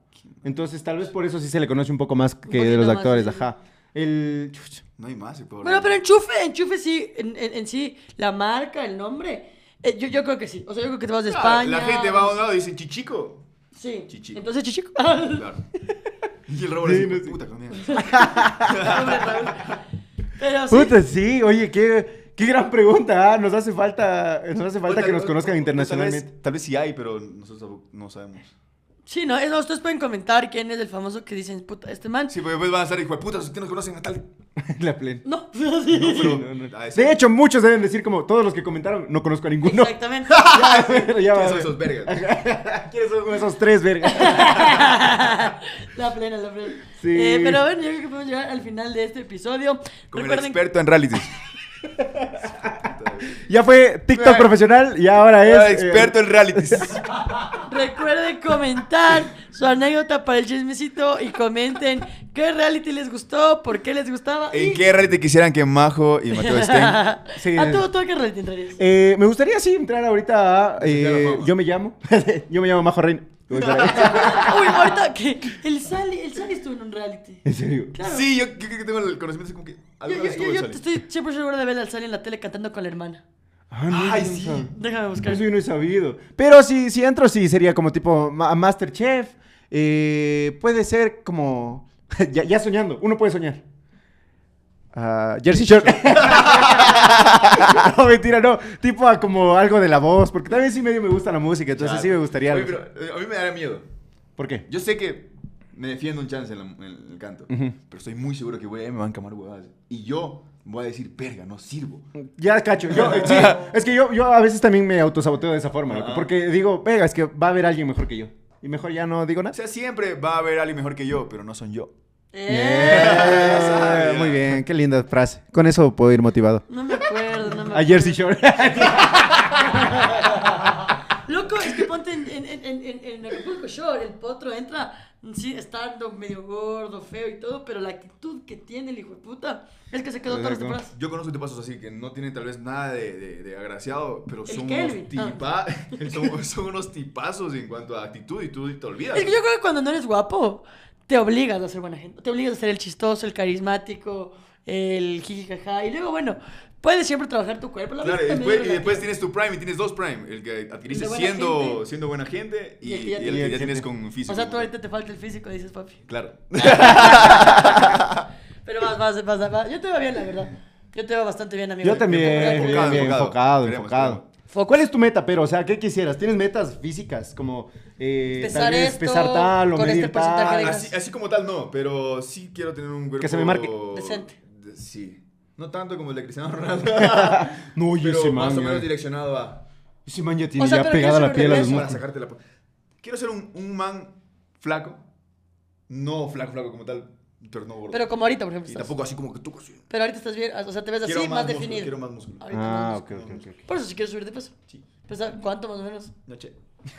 Speaker 2: Entonces, tal vez por eso sí se le conoce un poco más que de
Speaker 3: poquito
Speaker 2: los
Speaker 3: más,
Speaker 2: actores.
Speaker 3: sí.
Speaker 2: Ajá. El. chuch,
Speaker 1: No hay más, el pobre.
Speaker 3: Bueno, pero enchufe, enchufe sí, en, en- en sí, la marca, el nombre. eh, yo, yo creo que sí. O sea, yo creo que te vas de
Speaker 1: Claro,
Speaker 3: España.
Speaker 1: Ah, La gente va a un lado y dice chichico.
Speaker 3: Sí.
Speaker 1: Chichico.
Speaker 3: Entonces, chichico.
Speaker 1: Claro. Y el robot así, puta, con mierda".
Speaker 3: Pero sí.
Speaker 2: Puta, sí. Oye, qué. Qué gran pregunta. ah, Nos hace falta, nos hace falta
Speaker 1: O
Speaker 2: que
Speaker 1: tal-
Speaker 2: nos conozcan
Speaker 1: o- o
Speaker 2: internacionalmente.
Speaker 1: Tal vez, tal vez sí hay, pero nosotros tampoco- no sabemos.
Speaker 3: Sí, no, eso ustedes pueden comentar quién es el famoso que dicen, puta, este man.
Speaker 1: Sí, pero después van a estar hijo de puta, ustedes no conocen a tal.
Speaker 2: La plena.
Speaker 3: No, sí.
Speaker 1: No, pero-
Speaker 2: No, no.
Speaker 1: Ah, ese-
Speaker 2: De hecho, muchos deben decir como todos los que comentaron, no conozco a ninguno.
Speaker 3: Exactamente.
Speaker 2: Ya, pero ya va a
Speaker 1: ¿quiénes son
Speaker 2: ver.
Speaker 1: esos vergas?
Speaker 2: ¿Quiénes son esos tres, verga?
Speaker 3: la plena, la plena.
Speaker 2: Sí.
Speaker 3: Eh, pero bueno, yo creo que podemos llegar al final de este episodio.
Speaker 1: Como el
Speaker 3: Recuerden
Speaker 1: experto en reality.
Speaker 2: Ya fue TikTok
Speaker 1: Ay. Ah,
Speaker 2: profesional y ahora es. eh,
Speaker 1: experto en reality.
Speaker 3: Recuerden comentar su anécdota para el chismecito y comenten qué reality les gustó, por qué les gustaba.
Speaker 1: ¿En
Speaker 3: y-
Speaker 1: qué reality quisieran que Majo y Mateo estén?
Speaker 2: Sí.
Speaker 3: A todo, todo qué reality entrarías.
Speaker 2: eh, me gustaría sí entrar ahorita a. eh,
Speaker 1: llama Majo.
Speaker 2: yo me llamo. yo me llamo Majo Reina. Voy para ahí.
Speaker 3: Uy, ahorita que el Sally, el Sally estuvo en un reality.
Speaker 2: En serio.
Speaker 3: Claro.
Speaker 1: Sí, yo creo que tengo el conocimiento es como que
Speaker 3: Yo,
Speaker 1: alguna
Speaker 3: yo,
Speaker 1: vez
Speaker 3: yo,
Speaker 1: tuve
Speaker 3: yo
Speaker 1: Sally.
Speaker 3: estoy siempre seguro de ver al Sally en la tele cantando con la hermana.
Speaker 2: Ah, no,
Speaker 1: Ay,
Speaker 2: yo no
Speaker 1: sí.
Speaker 2: sab-
Speaker 3: Déjame buscar.
Speaker 2: Eso yo no he sabido. Pero si, si entro, sí sería como tipo ma- Masterchef. eh, puede ser como. ya, ya soñando. Uno puede soñar. Ah, Jersey Shore. no, mentira, no. Tipo a como algo de la voz. Porque también sí medio me gusta la música. Entonces sí me gustaría.
Speaker 1: Oye,
Speaker 2: algo.
Speaker 1: pero eh, a mí me daría miedo.
Speaker 2: ¿Por qué?
Speaker 1: Yo sé que me defiendo un chance en, la- en el canto,
Speaker 2: Ujú.
Speaker 1: pero estoy muy seguro que voy a me van a camar huevadas. Y yo voy a decir, verga, no sirvo.
Speaker 2: Ya cacho. Yo, eh, sí, es que yo, yo a veces también me autosaboteo de esa forma. loco,
Speaker 1: Ajá.
Speaker 2: porque digo, venga, es que va a haber alguien mejor que yo. Y mejor ya no digo
Speaker 1: O
Speaker 2: nada.
Speaker 1: sea, siempre va a haber alguien mejor que yo, pero no son yo.
Speaker 3: Eh,
Speaker 2: Eh, Muy bien, qué linda frase. Con eso puedo ir motivado.
Speaker 3: No me acuerdo, no me acuerdo.
Speaker 2: A Jersey Shore.
Speaker 3: Loco, es que ponte en, en, en, en, en- en Acapulco Shore, el potro entra, sí, estando medio gordo, feo y todo, pero la actitud que tiene el hijo de puta es que se quedó todas las
Speaker 2: Exacto.
Speaker 3: temporadas.
Speaker 1: Yo conozco pasos así que no tienen tal vez nada de, de- de agraciado, pero son
Speaker 3: Kelvin. ah.
Speaker 1: unos, tipa- son, son unos tipazos en cuanto a actitud y tú te olvidas.
Speaker 3: Es que yo creo que cuando no eres guapo, te obligas a ser buena gente. Te obligas a ser el chistoso, el carismático, el jijijaja. Y luego, bueno, puedes siempre trabajar tu cuerpo. La
Speaker 1: Claro,
Speaker 3: verdad
Speaker 1: y
Speaker 3: es que
Speaker 1: después, y
Speaker 3: también es
Speaker 1: después
Speaker 3: relativo.
Speaker 1: tienes tu prime y tienes dos prime. El que adquiriste
Speaker 3: El de buena
Speaker 1: siendo,
Speaker 3: gente.
Speaker 1: siendo buena gente y,
Speaker 3: Y el que ya
Speaker 1: y el
Speaker 2: tienes.
Speaker 1: que ya tienes con físico.
Speaker 3: O sea, tú ahorita te falta el físico, dices, papi.
Speaker 1: Claro.
Speaker 3: Pero vas, vas, vas, vas. Yo te veo bien, la verdad. Yo te veo bastante bien, amigo.
Speaker 2: Yo también,
Speaker 1: Enfocado,
Speaker 2: bien, bien,
Speaker 1: enfocado.
Speaker 2: enfocado,
Speaker 1: Queremos,
Speaker 2: enfocado.
Speaker 1: queremos.
Speaker 3: Foco.
Speaker 2: ¿Cuál es tu meta, pero? O sea, ¿qué quisieras? ¿Tienes metas físicas? Como eh,
Speaker 3: Pesar
Speaker 2: tal vez
Speaker 3: esto,
Speaker 2: pesar tal o
Speaker 3: con
Speaker 2: medir
Speaker 3: este porcentaje de
Speaker 2: tal.
Speaker 3: grasa.
Speaker 1: Así, así como tal, no, pero sí quiero tener un cuerpo.
Speaker 2: se me marque.
Speaker 3: Decente.
Speaker 1: de- sí. No tanto como el de Cristiano Ronaldo.
Speaker 2: Ah, No, oye,
Speaker 1: pero
Speaker 2: ese
Speaker 1: más o
Speaker 2: man.
Speaker 1: menos
Speaker 2: güey.
Speaker 1: direccionado a.
Speaker 2: Ese man ya tiene
Speaker 3: O sea,
Speaker 2: ya
Speaker 3: pero
Speaker 2: pegada
Speaker 3: yo
Speaker 2: la
Speaker 3: soy
Speaker 2: piel a los
Speaker 3: regreso.
Speaker 1: Para
Speaker 2: músculos.
Speaker 1: sacarte la. po- Quiero ser un, un man flaco. No flaco, flaco como tal, pero no gordo.
Speaker 3: Pero como ahorita, por ejemplo.
Speaker 1: y
Speaker 3: estás.
Speaker 1: tampoco así como que tú. así.
Speaker 3: Pero ahorita estás bien, o sea, te ves así,
Speaker 1: Quiero
Speaker 3: más,
Speaker 1: más, músculo,
Speaker 3: definido.
Speaker 1: quiero más músculo.
Speaker 3: Ahorita
Speaker 2: Ah,
Speaker 3: más
Speaker 2: ok, ok, ok. ok.
Speaker 3: Por eso, si quieres subir de peso.
Speaker 1: Sí.
Speaker 3: Pesa, ¿Cuánto más o menos?
Speaker 1: Noche.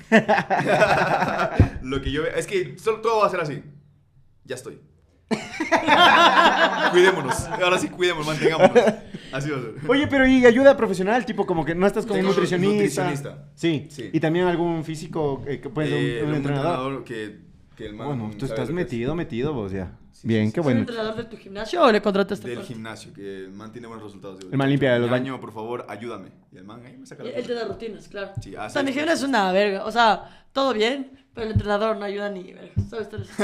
Speaker 1: Lo que yo veo es que solo- todo va a ser así. Ya estoy. cuidémonos. Ahora sí, cuidémonos, mantengámonos. Así va a ser.
Speaker 2: Oye, pero ¿y ayuda profesional? Tipo, como que no estás con un
Speaker 1: Tengo un
Speaker 2: nutricionista.
Speaker 1: nutricionista.
Speaker 2: Sí.
Speaker 1: Sí.
Speaker 2: Y también algún físico, eh, que puede ser un-
Speaker 1: Eh,
Speaker 2: un,
Speaker 1: un
Speaker 2: entrenador.
Speaker 1: entrenador que, que el man
Speaker 2: Bueno,
Speaker 1: sabe
Speaker 2: tú
Speaker 1: lo
Speaker 2: estás
Speaker 1: que
Speaker 2: metido, metido vos ya.
Speaker 1: Sí,
Speaker 2: Bien,
Speaker 1: sí, sí. Soy
Speaker 2: qué
Speaker 3: ¿Es un
Speaker 2: bueno.
Speaker 3: entrenador de tu gimnasio o le contratas
Speaker 1: es.
Speaker 3: esta
Speaker 1: Del
Speaker 3: parte?
Speaker 1: gimnasio, que el man tiene buenos resultados. digo,
Speaker 2: El man limpia los
Speaker 1: "Ñaño, por favor, ayúdame. Y el man, ahí me saca la
Speaker 3: Él te da
Speaker 1: puerta.
Speaker 3: rutinas, claro.
Speaker 1: Sí, hace
Speaker 3: o sea, mi
Speaker 1: esto.
Speaker 3: gimnasio es una verga. O sea, todo bien, pero el entrenador no ayuda ni verga. ¿Sabes? Todo eso.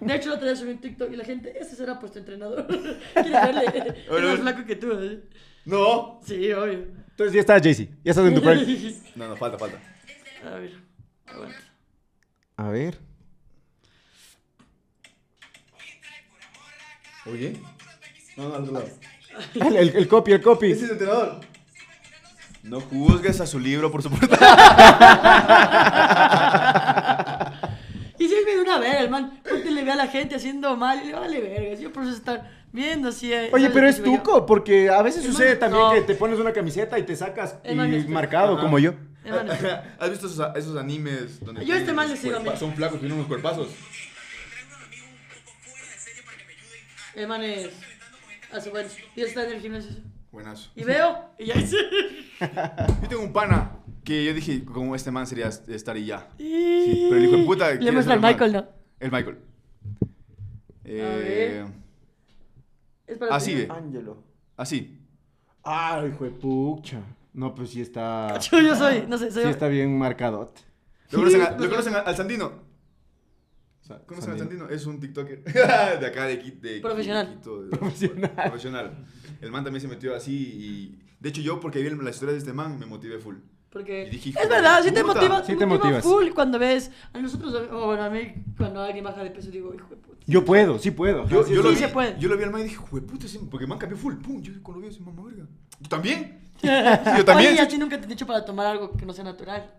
Speaker 3: De hecho, el otro día subí un TikTok y la gente, ese será pues tu entrenador. ¿Quieres verle? Es
Speaker 1: Bueno, bueno.
Speaker 3: más flaco que tú. ¿eh?
Speaker 1: No.
Speaker 3: Sí, obvio.
Speaker 2: Entonces ya estás, Jaycee. Ya estás en tu prime.
Speaker 1: No, no, falta, falta.
Speaker 3: A ver, aguanta.
Speaker 2: A ver.
Speaker 1: Oye. No, no, al otro lado.
Speaker 2: El, Ah, el, el copy, el copy.
Speaker 1: Ese es el entrenador. No juzgues a su libro por su portada.
Speaker 3: Y si es medio una verga, el man, porque le ve a la gente haciendo mal y le vale verga. Yo por eso estar viendo así. eh,
Speaker 2: Oye,
Speaker 3: ¿sabes?
Speaker 2: pero
Speaker 3: Que
Speaker 2: es
Speaker 3: se veía-
Speaker 2: tuco, porque a veces
Speaker 3: Es
Speaker 2: sucede
Speaker 3: mami-
Speaker 2: también
Speaker 3: no.
Speaker 2: que te pones una camiseta y te sacas
Speaker 3: Es mami,
Speaker 2: y
Speaker 3: espera.
Speaker 2: marcado como yo.
Speaker 3: El man es-
Speaker 1: ¿Has visto esos, esos animes donde
Speaker 3: Yo
Speaker 1: tienen
Speaker 3: este man le
Speaker 1: unos
Speaker 3: sigo a mí.
Speaker 1: cuerpa- Son flacos, tienen unos cuerpazos.
Speaker 3: El man es. A su bueno. Y él está en el gimnasio.
Speaker 1: Buenazo.
Speaker 3: Y veo, y ya hice.
Speaker 1: Yo tengo un pana que yo dije, como este man sería estar y ya.
Speaker 3: Sí,
Speaker 1: pero el hijo de puta
Speaker 3: Le
Speaker 1: quiere
Speaker 3: muestra al
Speaker 1: hacerlo mal.
Speaker 3: Michael, ¿no?
Speaker 1: El Michael. Eh,
Speaker 3: ver. Es para
Speaker 1: Así
Speaker 3: ti.
Speaker 1: ve.
Speaker 2: Ángelo.
Speaker 1: así.
Speaker 2: Ay, hijo de pucha. No, pues sí está. Sí
Speaker 3: Yo, yo soy, no sé, soy.
Speaker 2: está bien marcadote.
Speaker 1: ¿Lo conocen, a- lo conocen a-
Speaker 3: pues,
Speaker 1: al Sandino?
Speaker 2: Sa-
Speaker 1: ¿Conocen al
Speaker 2: Sandino.
Speaker 1: Sandino? Es un TikToker. de acá, de, Qui- de
Speaker 3: Profesional.
Speaker 1: Quito, de- profesional. El man también se metió así y... De hecho, yo porque vi las historias de este man, me motivé full.
Speaker 3: Porque
Speaker 1: Y dije, hijo
Speaker 3: es
Speaker 1: de
Speaker 3: verdad, sí te
Speaker 1: puta.
Speaker 3: motiva,
Speaker 2: Sí
Speaker 3: sí
Speaker 2: te
Speaker 3: te motiva
Speaker 2: motivas.
Speaker 3: full cuando ves a nosotros, o bueno, a mí cuando alguien baja de peso digo, hijo de puta.
Speaker 2: Yo puedo, sí puedo.
Speaker 1: Yo,
Speaker 3: sí,
Speaker 1: yo lo
Speaker 3: sí
Speaker 1: vi,
Speaker 3: se puede.
Speaker 1: yo lo vi al man y dije, puta, porque el man cambió full. Pum, yo cuando lo vi, ese mamá verga. ¿Tú también? yo también.
Speaker 3: Oye, ¿y a ti nunca te he dicho para tomar algo que no sea natural.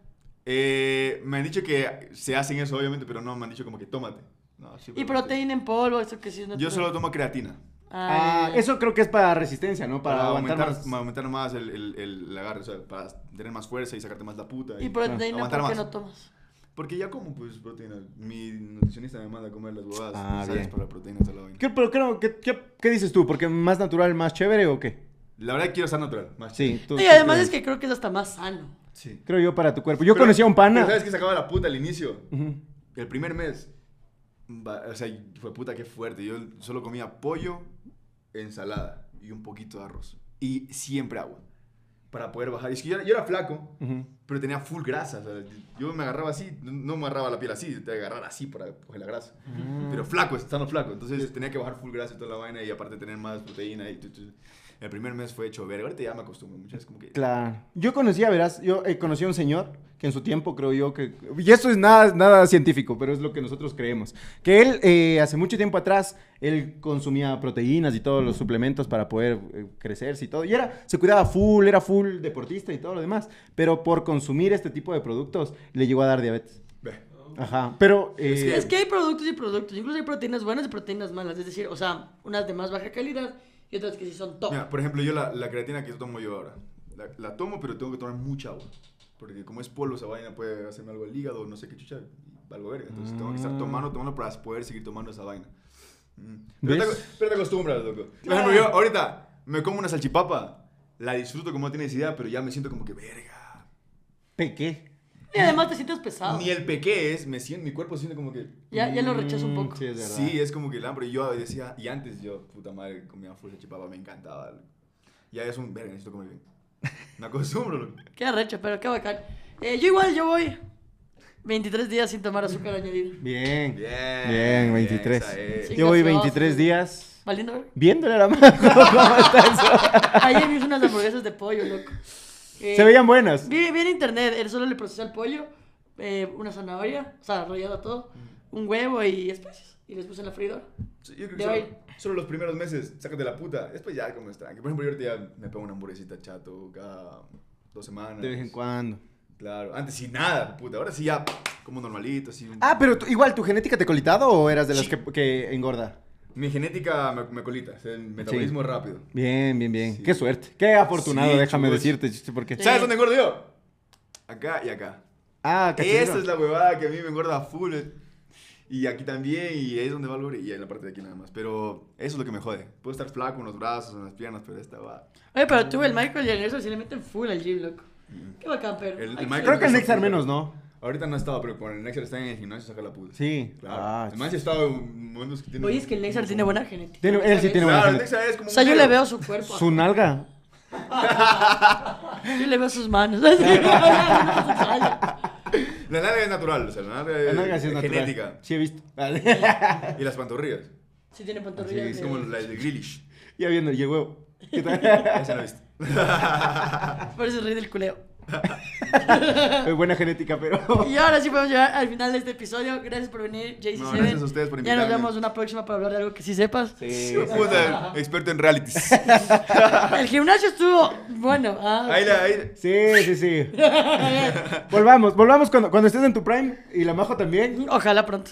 Speaker 1: Eh, me han dicho que se hacen eso, obviamente, pero no, me han dicho como que tómate. No, sí,
Speaker 3: Y
Speaker 1: pero-
Speaker 3: proteína en polvo, eso que sí es natural.
Speaker 1: Yo solo tomo creatina.
Speaker 2: Ah,
Speaker 3: Ah, ya, ya.
Speaker 2: eso creo que es para resistencia, ¿no? Para, aguantar
Speaker 1: aumentar,
Speaker 2: más.
Speaker 1: para aumentar más el, el, el agarre, o sea, para tener más fuerza y sacarte más la puta.
Speaker 3: Y proteína,
Speaker 1: aguantar
Speaker 3: ¿por qué
Speaker 1: más.
Speaker 3: no tomas?
Speaker 1: Porque ya como, pues, proteína. Mi nutricionista me manda a comer las bobadas.
Speaker 2: Ah,
Speaker 1: Ah, ¿Sabes?
Speaker 2: bien.
Speaker 1: Para proteína y toda la vaina.
Speaker 2: ¿Qué, pero creo, ¿qué, qué, qué dices tú? ¿Porque más natural, más chévere o qué?
Speaker 1: La verdad quiero estar natural. Más
Speaker 2: Sí, tú.
Speaker 3: Y
Speaker 2: tú
Speaker 3: además
Speaker 2: crees.
Speaker 3: es que creo que es hasta más sano.
Speaker 1: Sí.
Speaker 2: Creo yo para tu cuerpo. Yo conocí a un pana.
Speaker 1: ¿Sabes que se acaba la puta al inicio?
Speaker 2: Ujú.
Speaker 1: El primer mes, va- o sea, fue puta que fuerte. Yo solo comía pollo, ensalada y un poquito de arroz. Y siempre agua. Para poder bajar. Y es que yo, era- yo era flaco,
Speaker 2: Ujú.
Speaker 1: pero tenía full grasa. o sea, yo me agarraba así, no- no me agarraba la piel así, te agarrar así para coger la grasa. Pero flaco, estando flaco. Entonces tenía que bajar full grasa y toda la vaina y aparte tener más proteína. Y, tu- tu- El primer mes fue hecho verga. Ahorita ya me acostumbro. Muchas veces como que.
Speaker 2: Claro. Yo conocía, verás, yo eh, conocí a un señor que en su tiempo creo yo que... Y esto es nada, nada científico, pero es lo que nosotros creemos. Que él, eh, hace mucho tiempo atrás, él consumía proteínas y todos los suplementos para poder eh, crecerse y todo. Y era, se cuidaba full, era full deportista y todo lo demás. Pero por consumir este tipo de productos, le llegó a dar diabetes.
Speaker 1: Ve.
Speaker 2: Ajá. Pero... eh,
Speaker 3: Es que hay productos y productos. Incluso hay proteínas buenas y proteínas malas. Es decir, o sea, unas de más baja calidad y otras que sí son top.
Speaker 1: Mira, por ejemplo, yo la, la creatina que tomo yo ahora, la, la tomo, pero tengo que tomar mucha agua. Porque como es polvo, esa vaina puede hacerme algo al hígado, no sé qué chucha, algo verga. Entonces tengo que estar tomando, tomando para poder seguir tomando esa vaina. Mm. Pero, te,
Speaker 2: ¿Ves?
Speaker 1: ac- pero te acostumbras, loco. Por ejemplo, yo ahorita me como una salchipapa, la disfruto como no tienes idea, pero ya me siento como que verga.
Speaker 2: Pequé.
Speaker 3: Y además te sientes pesado.
Speaker 1: Ni el pequé es, me siento, mi cuerpo siente como que...
Speaker 3: Ya, ya lo rechazo un
Speaker 2: Mm,
Speaker 3: poco.
Speaker 2: Sí, es verdad.
Speaker 1: Sí, es como que el hambre. Yo decía, y antes yo, puta madre, comía full salchipapa, me encantaba. loco. Ya es un verga, necesito comer bien. Me acostumbro, loco.
Speaker 3: Qué arrecho, pero qué bacán. Eh, yo igual, yo voy 23 días sin tomar azúcar añadido.
Speaker 2: Bien. Bien,
Speaker 1: Bien.
Speaker 2: 23.
Speaker 1: esa es.
Speaker 3: Sí.
Speaker 2: Yo voy
Speaker 3: Chicas, no,
Speaker 2: 23
Speaker 3: sí.
Speaker 2: días
Speaker 3: Valiendo. ver.
Speaker 2: viéndole a la mano cómo está eso.
Speaker 3: Ayer me hice unas hamburguesas de pollo, loco. Eh,
Speaker 2: Se veían buenas.
Speaker 3: Vi, vi en internet, él solo le procesa el pollo, eh, una zanahoria, o sea, rallado todo, un huevo y especias. Y les puse en la freidora.
Speaker 1: Sí, yo creo
Speaker 3: De
Speaker 1: que solo,
Speaker 3: hoy.
Speaker 1: solo los primeros meses, sácate la puta. Después ya como tranqui. Por ejemplo, yo ahorita ya me pego una hamburguesita chato cada dos semanas.
Speaker 2: De vez en cuando.
Speaker 1: Claro. Antes sin nada, puta. Ahora sí ya como normalito, así. un-
Speaker 2: Ah, pero tú- igual, ¿tu genética te colitado o eras de las que, que engorda?
Speaker 1: Mi genética me, me colita, es el metabolismo rápido.
Speaker 2: Bien, bien, bien.
Speaker 1: Sí.
Speaker 2: Qué suerte. Qué afortunado,
Speaker 1: Sí,
Speaker 2: déjame
Speaker 1: chus.
Speaker 2: decirte. chiste, Porque...
Speaker 3: Sí.
Speaker 1: ¿Sabes dónde engordo yo? Acá y acá.
Speaker 2: Ah, cachirro.
Speaker 1: Esa es la huevada que a mí me engorda full. eh. Y aquí también, y ahí es donde va el gore, y en la parte de aquí nada más. Pero eso es lo que me jode. Puedo estar flaco en los brazos, en las piernas, pero esta va.
Speaker 3: Oye,
Speaker 1: Ah.
Speaker 3: pero tú, el Michael y el Nelson sí le meten full al gym, loco. Qué bacán, pero.
Speaker 1: El- el
Speaker 3: Hay que
Speaker 1: Michael-
Speaker 2: Creo que el
Speaker 1: Esa
Speaker 2: Nexar
Speaker 1: puta.
Speaker 2: menos, ¿no?
Speaker 1: Ahorita no estaba, pero con el Nexer está en el gimnasio y saca la puta.
Speaker 2: Sí.
Speaker 1: Claro.
Speaker 2: Ah,
Speaker 1: Además, ya estaba en momentos que
Speaker 3: ser-
Speaker 1: tiene.
Speaker 3: Oye, es que el Nexar tiene buena genética.
Speaker 2: Tiene- él sí tiene
Speaker 1: Claro,
Speaker 2: buena
Speaker 1: el
Speaker 2: genética.
Speaker 1: Nexer es como.
Speaker 3: O sea,
Speaker 1: un
Speaker 3: yo le
Speaker 1: negro.
Speaker 3: veo su cuerpo.
Speaker 2: Su nalga.
Speaker 3: Yo le veo sus manos. Pero
Speaker 1: La nalga es natural, o sea, la nalga es,
Speaker 2: La nalga sí
Speaker 1: es
Speaker 2: es natural.
Speaker 1: Eh, genética.
Speaker 2: Sí, he visto.
Speaker 1: Y las pantorrillas.
Speaker 3: sí tiene
Speaker 1: Sí,
Speaker 3: pantorrillas.
Speaker 1: es como la de Grealish.
Speaker 2: ya viendo, y el huevo. ¿Qué tal?
Speaker 1: Esa la viste.
Speaker 3: Por eso ríe del culeo.
Speaker 2: Eh, Buena genética, pero.
Speaker 3: Y ahora sí podemos llegar al final de este episodio. Gracias por venir, JC7.
Speaker 1: No, gracias a ustedes por
Speaker 3: Ya nos
Speaker 1: invitarme.
Speaker 3: vemos una próxima para hablar de algo que sí sepas.
Speaker 2: Sí.
Speaker 1: Puta, experto en realities.
Speaker 3: El gimnasio estuvo bueno. ah.
Speaker 1: Ahí la. Ahí...
Speaker 2: Sí, sí, sí. volvamos, volvamos cuando, cuando estés en tu prime y la majo también.
Speaker 3: Ojalá pronto.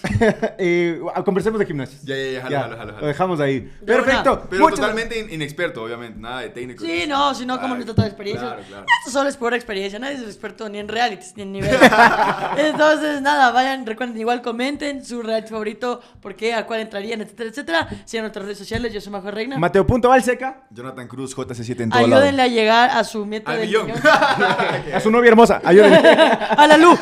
Speaker 2: eh, conversemos de gimnasios.
Speaker 1: Ya, ya, ya, jalo, jalo, jalo,
Speaker 2: Lo
Speaker 1: jalo.
Speaker 2: dejamos ahí.
Speaker 3: De una.
Speaker 2: Perfecto.
Speaker 1: Pero
Speaker 2: Muchas-
Speaker 1: totalmente in- inexperto, obviamente, nada de técnico.
Speaker 3: Sí, no, si no, como
Speaker 1: Ay,
Speaker 3: no toda experiencia.
Speaker 1: Claro, claro.
Speaker 3: Esto solo es pura experiencia, nadie es experto ni en realities ni en nivel. Entonces, nada, vayan, recuerden, igual comenten su reality favorito, por qué, a cuál entrarían, etcétera, etcétera. Sigan nuestras redes sociales, yo soy Majo Reina.
Speaker 2: Mateo.valseca.
Speaker 1: Jonathan Cruz, JC7 en todo lado.
Speaker 3: Ayúdenle a llegar a su meta
Speaker 1: Al
Speaker 3: del
Speaker 1: millón.
Speaker 3: millón.
Speaker 1: Ah,
Speaker 2: A su novia hermosa. Ayúdenme.
Speaker 3: a la luz.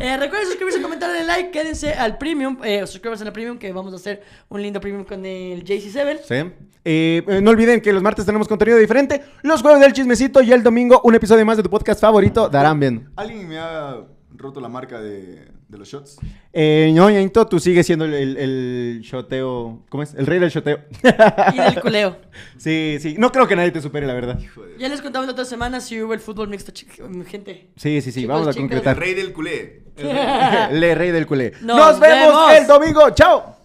Speaker 3: Eh, recuerden suscribirse, comentar, darle like, quédense al premium, eh, suscríbanse al premium que vamos a hacer un lindo premium con el JC7.
Speaker 2: Sí. Eh, eh, no olviden que los martes tenemos contenido diferente. Los jueves del chismecito y el domingo un episodio más de tu podcast favorito. Darán bien.
Speaker 1: Alguien me ha roto la marca de, de los shots.
Speaker 2: Eh, ñoñito, tú sigues siendo el, el, el shoteo. ¿Cómo es? El rey del shoteo.
Speaker 3: Y del culeo.
Speaker 2: Sí, sí. No creo que nadie te supere, la verdad.
Speaker 3: Ya les contamos la otra semana si hubo el fútbol mixto, chi- gente.
Speaker 2: Sí, sí, sí.
Speaker 3: Chicos,
Speaker 2: vamos a
Speaker 3: chicas.
Speaker 2: concretar.
Speaker 6: Rey del culé.
Speaker 2: El rey del culé.
Speaker 3: Nos
Speaker 2: Nos, vemos
Speaker 3: vemos.
Speaker 2: el domingo. Chao.